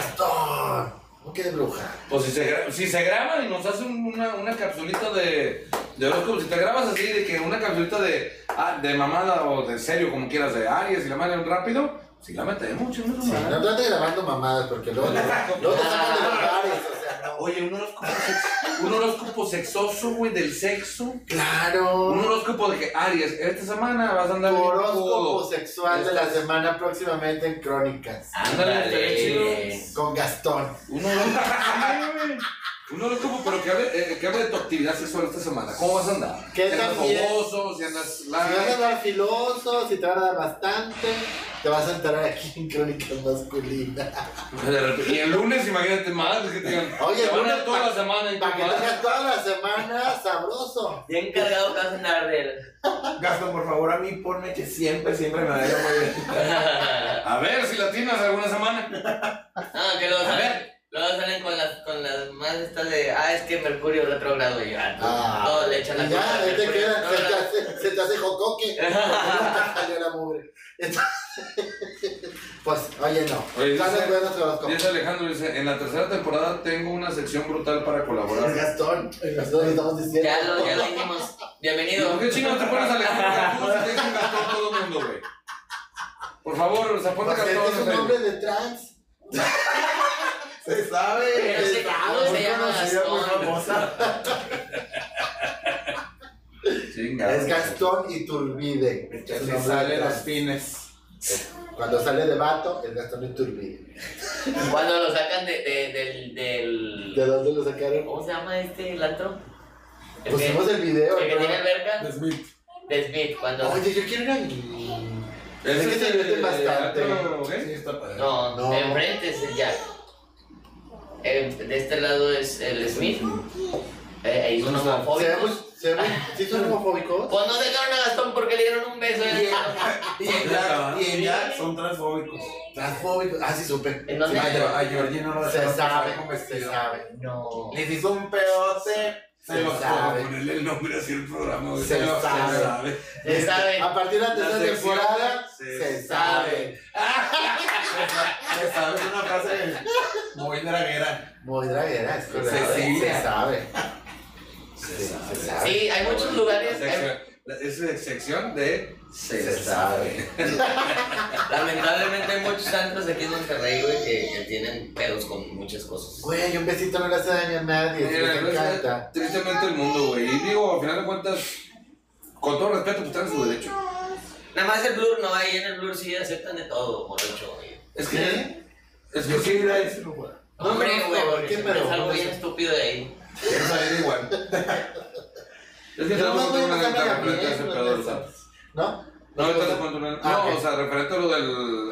[SPEAKER 5] Gastón. ¿Cómo que es bruja?
[SPEAKER 2] Pues si se, gra- si se graban y nos hacen una, una capsulita de, de horóscopo, si te grabas así, de que una capsulita de, ah, de mamada o de serio, como quieras, de Aries y la mandan rápido, si la metemos, chingas tu
[SPEAKER 5] Sí,
[SPEAKER 2] madre.
[SPEAKER 5] no trate grabando mamadas porque luego, luego te sacan de los bares. O sea, no.
[SPEAKER 2] Oye, un horóscopo, sex- un horóscopo sexoso, güey, del sexo. Un
[SPEAKER 5] Claro.
[SPEAKER 2] horóscopo de que Aries, esta semana vas a andar
[SPEAKER 5] Tu
[SPEAKER 2] bien
[SPEAKER 5] horóscopo
[SPEAKER 2] cojudo.
[SPEAKER 5] sexual de la semana próximamente en Crónicas.
[SPEAKER 2] Ándale, estaría
[SPEAKER 3] Ándale.
[SPEAKER 5] Con Gastón.
[SPEAKER 2] Un horóscopo, Sí, güey. un horóscopo, pero que hable, eh, que hable de tu actividad sexual esta semana. ¿Cómo vas a andar?
[SPEAKER 5] ¿Qué
[SPEAKER 2] si andas
[SPEAKER 5] también?
[SPEAKER 2] fogoso, si andas
[SPEAKER 5] Si vas a
[SPEAKER 2] light.
[SPEAKER 5] dar filoso, si te van a dar bastante, te vas a enterar aquí en Crónicas Masculinas.
[SPEAKER 2] Y el lunes, imagínate más, es que te digan,
[SPEAKER 5] Oye,
[SPEAKER 2] te van a
[SPEAKER 5] lunes
[SPEAKER 2] dar toda
[SPEAKER 5] pa-
[SPEAKER 2] la semana en tu
[SPEAKER 5] Para que
[SPEAKER 2] madre.
[SPEAKER 5] tengas toda la semana sabroso.
[SPEAKER 3] Ya encargado que vas a andar de
[SPEAKER 6] Gastón, por favor, a mí ponme que siempre, siempre me vaya muy bien.
[SPEAKER 2] A ver si la tienes alguna semana.
[SPEAKER 3] No, que luego
[SPEAKER 2] A
[SPEAKER 3] salen, luego salen con las, con las más estas de, ah, es que Mercurio retrógrado y ya.
[SPEAKER 5] Ah.
[SPEAKER 3] Todos le echan la
[SPEAKER 5] Y
[SPEAKER 3] culpa
[SPEAKER 5] ya,
[SPEAKER 3] al
[SPEAKER 5] ahí te
[SPEAKER 3] Mercurio
[SPEAKER 5] queda, se te
[SPEAKER 3] retrógrado.
[SPEAKER 5] hace, se te hace jocoque. porque no te salió la mugre. Entonces, Pues, oye, no.
[SPEAKER 2] Oye,
[SPEAKER 5] Ya
[SPEAKER 2] dice-
[SPEAKER 5] nos vemos en los
[SPEAKER 2] Dice Alejandro, dice, en la tercera temporada tengo una sección brutal para
[SPEAKER 5] Es
[SPEAKER 2] colaborar.
[SPEAKER 5] Gastón, el Gastón le estamos diciendo.
[SPEAKER 3] Ya lo, ya lo dijimos. Bienvenido.
[SPEAKER 2] ¿Por qué chingados te pones Alejandro Gastón si te dicen Gastón todo el mundo, güey? Por favor, o sea, ponte
[SPEAKER 5] Porque
[SPEAKER 2] Gastón.
[SPEAKER 5] es un
[SPEAKER 2] o sea,
[SPEAKER 5] nombre de trans.
[SPEAKER 6] Se sabe.
[SPEAKER 3] Pero se-
[SPEAKER 6] muy
[SPEAKER 3] se llama
[SPEAKER 6] conocida, muy
[SPEAKER 3] Gastón.
[SPEAKER 6] famosa.
[SPEAKER 2] Chinga.
[SPEAKER 5] Es Gastón Iturbide.
[SPEAKER 6] Que
[SPEAKER 5] Es un
[SPEAKER 6] se
[SPEAKER 5] nombre
[SPEAKER 6] sale
[SPEAKER 5] de
[SPEAKER 6] los
[SPEAKER 5] trans.
[SPEAKER 6] pines.
[SPEAKER 5] Cuando sale de vato, es Gastón Iturbide.
[SPEAKER 3] Cuando lo sacan de, de- del, del-
[SPEAKER 5] ¿De dónde lo sacaron?
[SPEAKER 3] ¿Cómo se llama este el antro? El que,
[SPEAKER 5] Pusimos el video.
[SPEAKER 3] el que tiene
[SPEAKER 5] ¿no?
[SPEAKER 3] alberca.
[SPEAKER 6] Smith.
[SPEAKER 3] De Smith, cuando.
[SPEAKER 5] Oye, yo quiero ir a mi. Es que se divierten bastante.
[SPEAKER 6] Sí,
[SPEAKER 2] bastante.
[SPEAKER 6] está padre.
[SPEAKER 3] No,
[SPEAKER 5] No.
[SPEAKER 3] de enfrente es el Jack. Eh, de este lado es el Smith. Eh, ahí son
[SPEAKER 5] Se ve muy-
[SPEAKER 3] homofóbicos.
[SPEAKER 5] se ve muy- ¿Sí son homofóbicos?
[SPEAKER 3] Pues no dejaron a Gastón porque le dieron un beso. en el-
[SPEAKER 6] Y en Jack, y en Jack son transfóbicos.
[SPEAKER 5] Transfóbicos. Ah, sí, supe.
[SPEAKER 3] ¿En dónde?
[SPEAKER 5] Sí,
[SPEAKER 6] A,
[SPEAKER 5] me
[SPEAKER 6] Gio-
[SPEAKER 5] llevó.
[SPEAKER 6] a Georgie no lo
[SPEAKER 5] Se
[SPEAKER 6] dejaron
[SPEAKER 5] sabe,
[SPEAKER 6] pasar con
[SPEAKER 5] se
[SPEAKER 6] vestido.
[SPEAKER 5] sabe.
[SPEAKER 3] No.
[SPEAKER 6] Les hizo un pedote.
[SPEAKER 5] Se
[SPEAKER 6] Se los
[SPEAKER 5] sabe.
[SPEAKER 2] Ponerle el nombre así al programa, güey.
[SPEAKER 5] Se
[SPEAKER 2] Se lo
[SPEAKER 5] sabe.
[SPEAKER 2] sabe.
[SPEAKER 3] Se sabe.
[SPEAKER 5] A partir de la tercera
[SPEAKER 2] sección
[SPEAKER 5] temporada,
[SPEAKER 2] se
[SPEAKER 5] se
[SPEAKER 3] sabe.
[SPEAKER 5] sabe.
[SPEAKER 6] Se sabe es una frase muy draguera.
[SPEAKER 5] Muy draguera, es correcto.
[SPEAKER 6] Cecilia.
[SPEAKER 5] Se sabe.
[SPEAKER 2] Se sabe.
[SPEAKER 5] Se sabe.
[SPEAKER 3] Sí, hay muchos lugares. hay-
[SPEAKER 2] La- Es la sección de Se,
[SPEAKER 5] Se
[SPEAKER 2] sabe.
[SPEAKER 3] lamentablemente hay muchos antros aquí en Monterrey, güey, que, que tienen pedos con muchas cosas.
[SPEAKER 5] Güey, un besito no le hace daño a nadie.
[SPEAKER 2] Mira,
[SPEAKER 5] Me
[SPEAKER 2] la verdad,
[SPEAKER 5] encanta.
[SPEAKER 2] Tristemente el mundo, güey. Y digo, al final de cuentas, con todo respeto, pues están en su derecho.
[SPEAKER 3] Nada más el blur no, ahí en el blur sí aceptan de todo, por hecho, güey.
[SPEAKER 2] Es que.
[SPEAKER 5] ¿Qué?
[SPEAKER 2] Es que sí,
[SPEAKER 6] ir a ese lugar.
[SPEAKER 5] No,
[SPEAKER 3] Hombre,
[SPEAKER 5] no,
[SPEAKER 3] güey,
[SPEAKER 5] ¿por
[SPEAKER 3] porque
[SPEAKER 5] qué,
[SPEAKER 3] siempre
[SPEAKER 5] pero?
[SPEAKER 3] es algo
[SPEAKER 5] No
[SPEAKER 3] bien
[SPEAKER 5] sé.
[SPEAKER 3] estúpido de ahí.
[SPEAKER 6] Quiero salir igual.
[SPEAKER 2] es que
[SPEAKER 5] Yo
[SPEAKER 2] tenemos
[SPEAKER 5] nomás
[SPEAKER 2] que
[SPEAKER 5] voy a
[SPEAKER 2] tener una
[SPEAKER 5] pasar a
[SPEAKER 2] neta
[SPEAKER 5] la
[SPEAKER 2] referente a ese
[SPEAKER 5] mía,
[SPEAKER 2] pedo,
[SPEAKER 5] no sé.
[SPEAKER 2] ¿sabes?
[SPEAKER 5] ¿No?
[SPEAKER 2] No, ahorita les cuento una-
[SPEAKER 5] Ah,
[SPEAKER 2] No,
[SPEAKER 5] ok.
[SPEAKER 2] o sea, referente a lo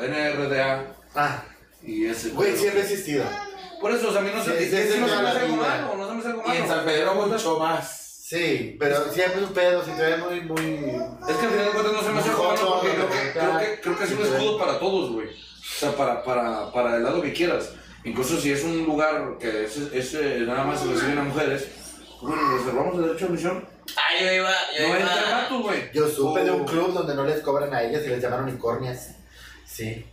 [SPEAKER 2] del NRDA
[SPEAKER 5] Ah,
[SPEAKER 2] y ese.
[SPEAKER 5] güey,
[SPEAKER 2] pedo.
[SPEAKER 5] siempre he existido.
[SPEAKER 2] Por eso, o sea, a mí no se,
[SPEAKER 5] Sí, sí,
[SPEAKER 2] es que
[SPEAKER 5] sí,
[SPEAKER 2] no
[SPEAKER 5] me
[SPEAKER 2] se me hace
[SPEAKER 5] da
[SPEAKER 2] algo
[SPEAKER 5] vida.
[SPEAKER 2] malo, no se me hace algo
[SPEAKER 6] Y
[SPEAKER 2] malo.
[SPEAKER 6] en San Pedro mucho más.
[SPEAKER 5] Sí, pero siempre es un pedo, si te ve muy, muy.
[SPEAKER 2] Es que al final de cuentas no se me hace algo malo porque creo que, creo que, creo que es un escudo para todos, güey. O sea, para, para, para el lado que quieras. Incluso si es un lugar que es, es, eh, nada más se reciben a mujeres, bueno, reservamos el derecho de admisión.
[SPEAKER 3] Ah, yo iba, yo
[SPEAKER 2] No entra
[SPEAKER 3] iba.
[SPEAKER 2] gatos, güey.
[SPEAKER 5] Yo supe de un
[SPEAKER 2] Oh.
[SPEAKER 5] club donde no les cobran a ellas y les llaman unicornias. Sí.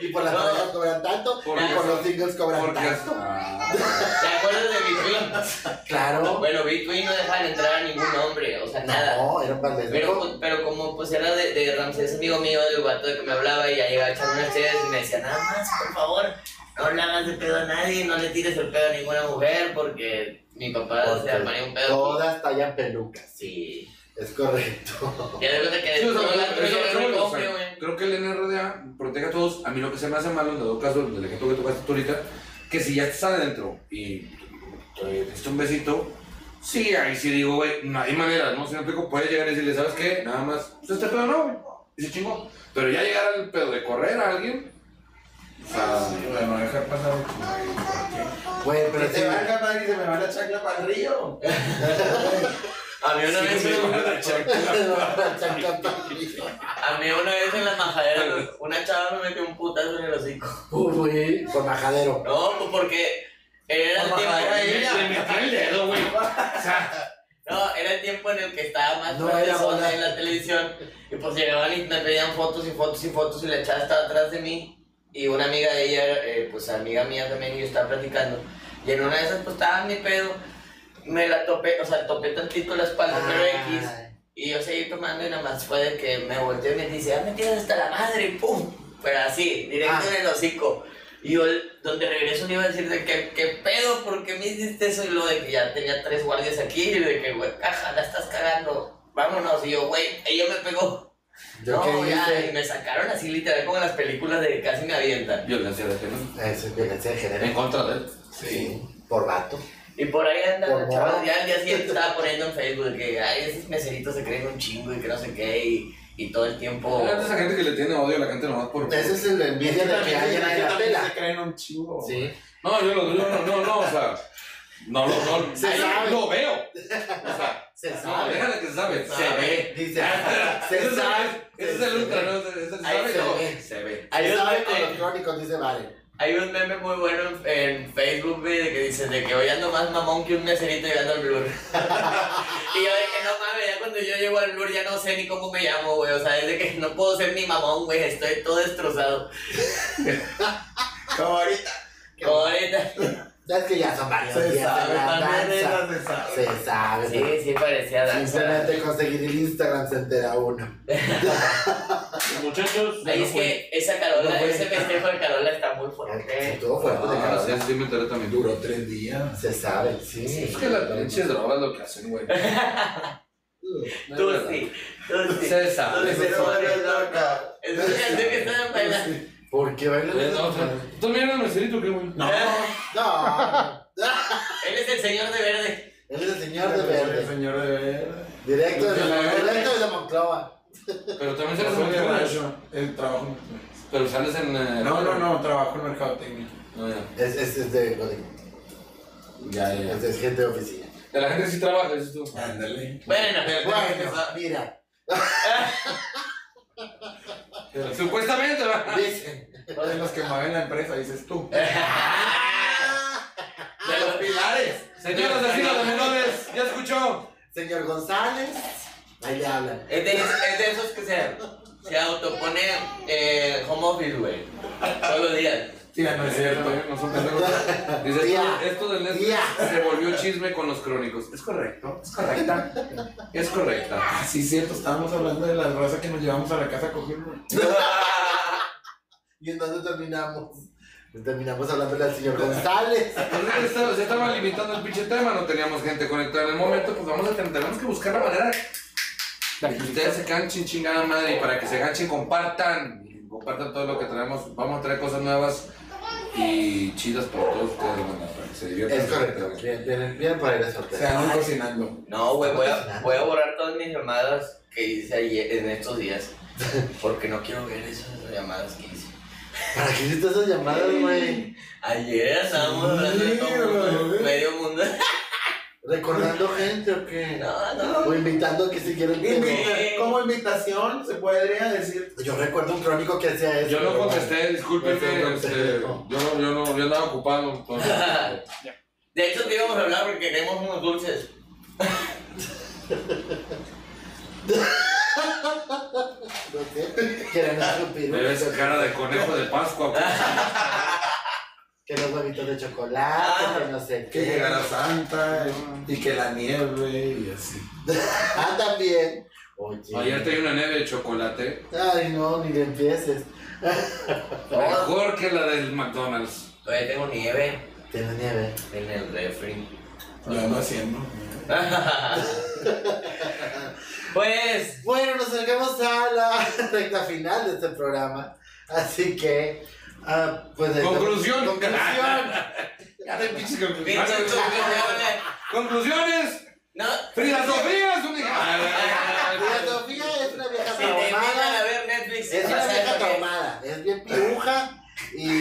[SPEAKER 5] y por las
[SPEAKER 3] No.
[SPEAKER 5] parejas cobran tanto,
[SPEAKER 2] Porque-
[SPEAKER 5] y por los singles cobran
[SPEAKER 2] Porque
[SPEAKER 5] tanto.
[SPEAKER 2] hasta-
[SPEAKER 3] ¿Te acuerdas de Bitcoin?
[SPEAKER 5] Claro.
[SPEAKER 3] Bueno, Bitcoin no dejaban entrar a ningún hombre, o sea, nada.
[SPEAKER 5] No, era un balde.
[SPEAKER 3] Pero, pues, pero como pues era de, de Ramsés, amigo mío, del guato de que me hablaba y ya llegaba echando unas chelas y me decía, nada más, por favor, no le hagas de pedo a nadie, no le tires el pedo a ninguna mujer porque mi papá pues, se
[SPEAKER 5] Porque
[SPEAKER 3] armaría un pedo.
[SPEAKER 5] Todas tallan pelucas.
[SPEAKER 3] Sí.
[SPEAKER 5] Es correcto.
[SPEAKER 3] Ya de verdad que
[SPEAKER 2] Sí, o sea,
[SPEAKER 3] no la
[SPEAKER 2] pero eso-
[SPEAKER 3] yo
[SPEAKER 2] eso-
[SPEAKER 3] no
[SPEAKER 2] o sea,
[SPEAKER 3] confío, güey.
[SPEAKER 2] Creo que el NRDA protege a todos. A mí lo que se me hace malo, en dado caso del ejemplo que tocaste tú ahorita, que si ya estás adentro y te diste un besito, sí, ahí sí digo, güey, no hay manera, ¿no? Si me explico, puedes llegar y decirle, ¿sabes qué? Nada más, pues este pedo no, güey. Y se chingó. Pero ya llegar al pedo de correr a alguien, o sea,
[SPEAKER 6] Sí, güey, no dejar pasar un chingo, ¿por
[SPEAKER 5] Güey,
[SPEAKER 6] qué?
[SPEAKER 5] pero
[SPEAKER 6] Que
[SPEAKER 5] sí.
[SPEAKER 6] se va a acabar y se me va la chacla para el río.
[SPEAKER 3] A mí una
[SPEAKER 2] sí,
[SPEAKER 3] vez
[SPEAKER 2] me
[SPEAKER 3] me-
[SPEAKER 2] va la chancla.
[SPEAKER 3] A mí una vez en las majaderas, una chava me metió un putazo en el hocico.
[SPEAKER 5] Uy, con majadero.
[SPEAKER 3] No, pues porque era el tiempo de
[SPEAKER 2] Le metió el dedo, güey. O sea,
[SPEAKER 3] No, era el tiempo en el que estaba más
[SPEAKER 5] No,
[SPEAKER 3] fuerte
[SPEAKER 5] era
[SPEAKER 3] Sosa
[SPEAKER 5] bola.
[SPEAKER 3] en la televisión. Y pues llegaban y me pedían fotos y fotos y fotos y la chava estaba atrás de mí. Y una amiga de ella, eh, pues amiga mía también, y yo estaba platicando. Y en una de esas, pues estaba en mi pedo. Me la topé, o sea, topé tantito la espalda, pero X. Y yo seguí tomando y nada más fue de que me volteé y me dice, ah, me tienes hasta la madre, y pum. Pero así, directo
[SPEAKER 5] Ah.
[SPEAKER 3] en el hocico. Y yo, donde regreso, le iba a decir de que, ¿qué pedo? ¿Por qué me hiciste eso? Y lo de que ya tenía tres guardias aquí, y de que, güey, caja, la estás cagando. Vámonos. Y yo, güey, ella me pegó.
[SPEAKER 5] ¿Yo qué
[SPEAKER 3] no, ya,
[SPEAKER 5] hice?
[SPEAKER 3] y me sacaron así literal como en las películas de que casi me avientan.
[SPEAKER 2] Violencia de género.
[SPEAKER 5] Eso es violencia de
[SPEAKER 2] En
[SPEAKER 5] género.
[SPEAKER 2] contra de él.
[SPEAKER 5] Sí. Por vato.
[SPEAKER 3] Y por ahí andan
[SPEAKER 5] Por
[SPEAKER 3] los chavos,
[SPEAKER 5] moda.
[SPEAKER 3] ya al día siguiente estaba poniendo en Facebook de que, ay, esos meseritos se creen un chingo y que no sé qué, y, y todo el tiempo...
[SPEAKER 2] Antes la gente que le tiene odio a la gente nomás por.
[SPEAKER 5] Esa es la envidia de que alguien ahí la
[SPEAKER 6] también se
[SPEAKER 5] pela.
[SPEAKER 6] creen un chingo.
[SPEAKER 5] Sí.
[SPEAKER 2] No, yo lo, no, no, no, no, o sea, no, lo- no,
[SPEAKER 5] Se
[SPEAKER 2] ahí
[SPEAKER 5] sabe.
[SPEAKER 2] lo veo. O sea,
[SPEAKER 5] Se
[SPEAKER 2] no,
[SPEAKER 5] sabe.
[SPEAKER 2] déjala que se sabe.
[SPEAKER 3] Se ve.
[SPEAKER 5] Dice.
[SPEAKER 2] Ese
[SPEAKER 5] Se
[SPEAKER 2] es
[SPEAKER 5] sabe.
[SPEAKER 2] el- Ese es el ultra, ¿no? Ese- ese
[SPEAKER 3] Ahí
[SPEAKER 2] sabe,
[SPEAKER 3] se
[SPEAKER 2] ¿no?
[SPEAKER 3] ve.
[SPEAKER 2] Se ve.
[SPEAKER 3] Ahí
[SPEAKER 5] Se
[SPEAKER 3] es
[SPEAKER 5] sabe
[SPEAKER 3] donde-
[SPEAKER 5] con los crónicos, dice Vale.
[SPEAKER 3] Hay un meme muy bueno en, en Facebook, güey, de que dice de que hoy ando más mamón que un meserito llegando al blur. y yo de que no mames, ya cuando yo llego al blur ya no sé ni cómo me llamo, güey. O sea, es de que no puedo ser ni mamón, güey. Estoy todo destrozado.
[SPEAKER 6] Como ahorita.
[SPEAKER 3] Como ahorita.
[SPEAKER 5] Es que ya son varios
[SPEAKER 6] Se
[SPEAKER 5] días de
[SPEAKER 6] sabe,
[SPEAKER 5] la
[SPEAKER 6] también
[SPEAKER 5] danza.
[SPEAKER 6] esas se sabe.
[SPEAKER 5] Se sabe.
[SPEAKER 3] Sí, sí, parecía danza.
[SPEAKER 5] Simplemente conseguir el Instagram se entera uno.
[SPEAKER 8] Muchachos,
[SPEAKER 3] Ahí es que esa Carola,
[SPEAKER 5] No fue.
[SPEAKER 3] ese festejo de Carola está muy
[SPEAKER 5] Se
[SPEAKER 3] fuerte.
[SPEAKER 5] tuvo fuerte de
[SPEAKER 2] Ah, sí,
[SPEAKER 5] cara.
[SPEAKER 2] sí, me enteré también.
[SPEAKER 6] Duró tres días.
[SPEAKER 5] Se sabe, sí.
[SPEAKER 2] Es que las pinches drogas lo que hacen, güey. No es
[SPEAKER 3] Tú
[SPEAKER 2] verdad.
[SPEAKER 3] sí, tú sí.
[SPEAKER 2] Se sabe.
[SPEAKER 3] Tú sí,
[SPEAKER 6] Pero
[SPEAKER 3] tú
[SPEAKER 6] eres
[SPEAKER 3] eres loca.
[SPEAKER 6] loca.
[SPEAKER 3] Es una canción que estaban bailando.
[SPEAKER 5] ¿Por qué bailan?
[SPEAKER 2] Es otra. ¿Tú miras el meserito qué, güey?
[SPEAKER 6] No.
[SPEAKER 5] No.
[SPEAKER 3] Él es el señor de verde.
[SPEAKER 5] Él es el señor
[SPEAKER 2] Pues,
[SPEAKER 5] de
[SPEAKER 6] El
[SPEAKER 5] verde.
[SPEAKER 6] señor de verde.
[SPEAKER 5] Directo desde la, directo desde Monclova.
[SPEAKER 2] Pero también
[SPEAKER 6] Yo
[SPEAKER 2] sales en
[SPEAKER 6] soy de
[SPEAKER 2] Mercado.
[SPEAKER 6] rancho, El trabajo.
[SPEAKER 2] Pero sales en. eh,
[SPEAKER 6] No, no, no, trabajo en mercado técnico.
[SPEAKER 2] No, ya.
[SPEAKER 5] Es, es, es de Godín.
[SPEAKER 2] Ya, ya. Ah,
[SPEAKER 5] Es, es gente de oficina.
[SPEAKER 2] De la gente que sí trabaja, dices tú.
[SPEAKER 6] Ándale.
[SPEAKER 3] Bueno,
[SPEAKER 5] Bueno, mira.
[SPEAKER 2] Supuestamente, ¿verdad?
[SPEAKER 5] Dicen.
[SPEAKER 6] De los que mueven la empresa, dices tú.
[SPEAKER 5] Ah,
[SPEAKER 3] de los pilares.
[SPEAKER 2] Señoras de asilo de menores, ya escuchó.
[SPEAKER 5] Señor González. Ahí le hablan.
[SPEAKER 3] Es de, es de esos que se, se autopone eh, home office, güey. Todos los días.
[SPEAKER 6] Tía, no es cierto.
[SPEAKER 2] güey, no son pendejos. Dice,
[SPEAKER 5] Tía.
[SPEAKER 2] esto del Netflix
[SPEAKER 5] Tía.
[SPEAKER 2] se volvió chisme con los crónicos. Es correcto, es correcta, es correcta.
[SPEAKER 6] Ah, sí, cierto. Estábamos hablando de la raza que nos llevamos a la casa a coger. güey.
[SPEAKER 5] Y entonces terminamos. Terminamos hablando del señor González.
[SPEAKER 2] Entonces, ya estaba- ya estaba limitando el pinche tema, no teníamos gente conectada en el momento, pues vamos a tener, tenemos que buscar la manera de que ustedes se canchen chingada madre y para que se ganchen compartan, y compartan todo lo que traemos, vamos a traer cosas nuevas y chidas para todos ustedes, banda, para que se diviertan.
[SPEAKER 5] Es correcto. Bien, bien, bien por ahí la
[SPEAKER 6] Se
[SPEAKER 5] sorpresa.
[SPEAKER 6] andan cocinando.
[SPEAKER 3] No, güey, voy a, voy a borrar todas mis llamadas que hice ayer, en estos días. Porque no quiero ver esas llamadas que hice.
[SPEAKER 5] ¿Para qué hiciste esas llamadas, güey?
[SPEAKER 3] Ayer estábamos hablando de todo el mundo,
[SPEAKER 6] güey.
[SPEAKER 3] medio mundo.
[SPEAKER 5] ¿Recordando gente o qué?
[SPEAKER 3] No, no.
[SPEAKER 5] O invitando que si quieren. que no.
[SPEAKER 6] Invita- Como invitación, se podría decir.
[SPEAKER 5] Yo recuerdo un crónico que hacía eso.
[SPEAKER 2] Yo no
[SPEAKER 5] pero
[SPEAKER 2] contesté,
[SPEAKER 5] Pues,
[SPEAKER 2] discúlpenme,
[SPEAKER 5] no,
[SPEAKER 2] este, yo,
[SPEAKER 5] no.
[SPEAKER 2] no- yo, no, yo andaba ocupado, entonces, este,
[SPEAKER 3] De hecho, te íbamos a hablar porque queremos unos dulces.
[SPEAKER 5] bueno, no sé, Que eran unos
[SPEAKER 2] me
[SPEAKER 5] pirulos,
[SPEAKER 2] ves cara de conejo de Pascua, pues.
[SPEAKER 5] Que los huevitos de chocolate, que no sé
[SPEAKER 6] Que
[SPEAKER 5] qué.
[SPEAKER 6] llegara Santa y que la nieve y así.
[SPEAKER 5] Ah, también. Oye.
[SPEAKER 2] Ayer te di una nieve de chocolate.
[SPEAKER 5] Ay, no, ni le empieces. Oh.
[SPEAKER 2] Mejor que la del McDonald's.
[SPEAKER 3] Todavía tengo nieve
[SPEAKER 5] Tiene nieve.
[SPEAKER 3] en el refri.
[SPEAKER 6] Lo ando haciendo.
[SPEAKER 3] Pues,
[SPEAKER 5] Bueno, nos acercamos a la recta final de este programa. Así que, ah, pues. ahí-
[SPEAKER 2] Conclusión.
[SPEAKER 5] Conclusión. Ya te pinche-
[SPEAKER 3] pinche conclusiones.
[SPEAKER 2] Conclusiones.
[SPEAKER 3] No,
[SPEAKER 2] Frida Sofía es un hija-
[SPEAKER 5] Mira, Sofía es una vieja
[SPEAKER 3] si te invitan a
[SPEAKER 5] traumada.
[SPEAKER 3] ver Netflix,
[SPEAKER 5] Es
[SPEAKER 3] vas
[SPEAKER 5] una
[SPEAKER 3] a ver
[SPEAKER 5] vieja
[SPEAKER 3] lo que-
[SPEAKER 5] traumada. Es bien piruja. Y.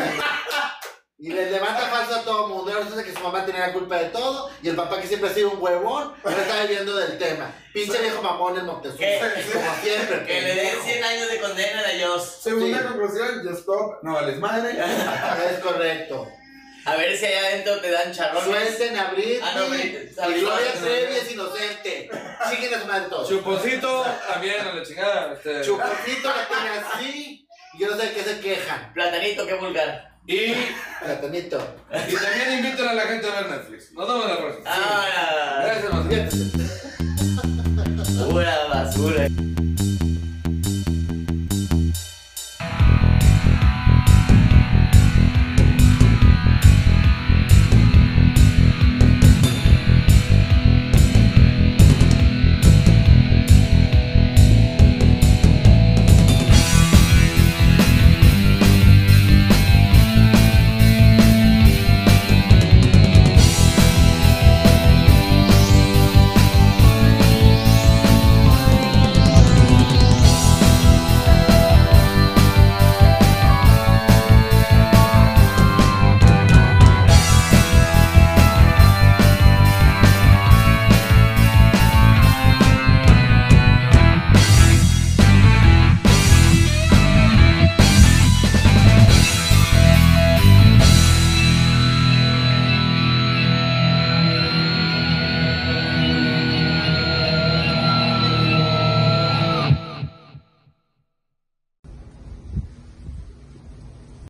[SPEAKER 5] Y le levanta falso a todo mundo. Y ahora resulta que su mamá tenía la culpa de todo. Y el papá, que siempre ha sido un huevón, no está viviendo del tema. Pinche viejo mamón en Moctezuma.
[SPEAKER 3] ¿Qué?
[SPEAKER 5] Como siempre.
[SPEAKER 3] Que le den
[SPEAKER 5] pendejo.
[SPEAKER 3] 100 años de condena a la Joss.
[SPEAKER 6] Segunda
[SPEAKER 5] Sí.
[SPEAKER 6] conclusión, just stop. No vales madre.
[SPEAKER 5] Es correcto.
[SPEAKER 3] A ver si allá adentro te dan charrones.
[SPEAKER 5] Suelten a Britney
[SPEAKER 3] Ah, no, Britney.
[SPEAKER 5] y Gloria
[SPEAKER 3] Ah, no,
[SPEAKER 5] Trevi
[SPEAKER 3] no.
[SPEAKER 5] es inocente. Chiquen a su madre todos.
[SPEAKER 2] Chuponcito también a la chingada. este.
[SPEAKER 5] Chuponcito la tiene así. Y yo no sé de qué se quejan.
[SPEAKER 3] Platanito, qué vulgar.
[SPEAKER 2] Y, y
[SPEAKER 5] Platanito.
[SPEAKER 2] también invitan a la gente a ver Netflix. Nos vemos la próxima.
[SPEAKER 3] Ahora,
[SPEAKER 2] Gracias, Mazatlán.
[SPEAKER 3] Ah, pura basura.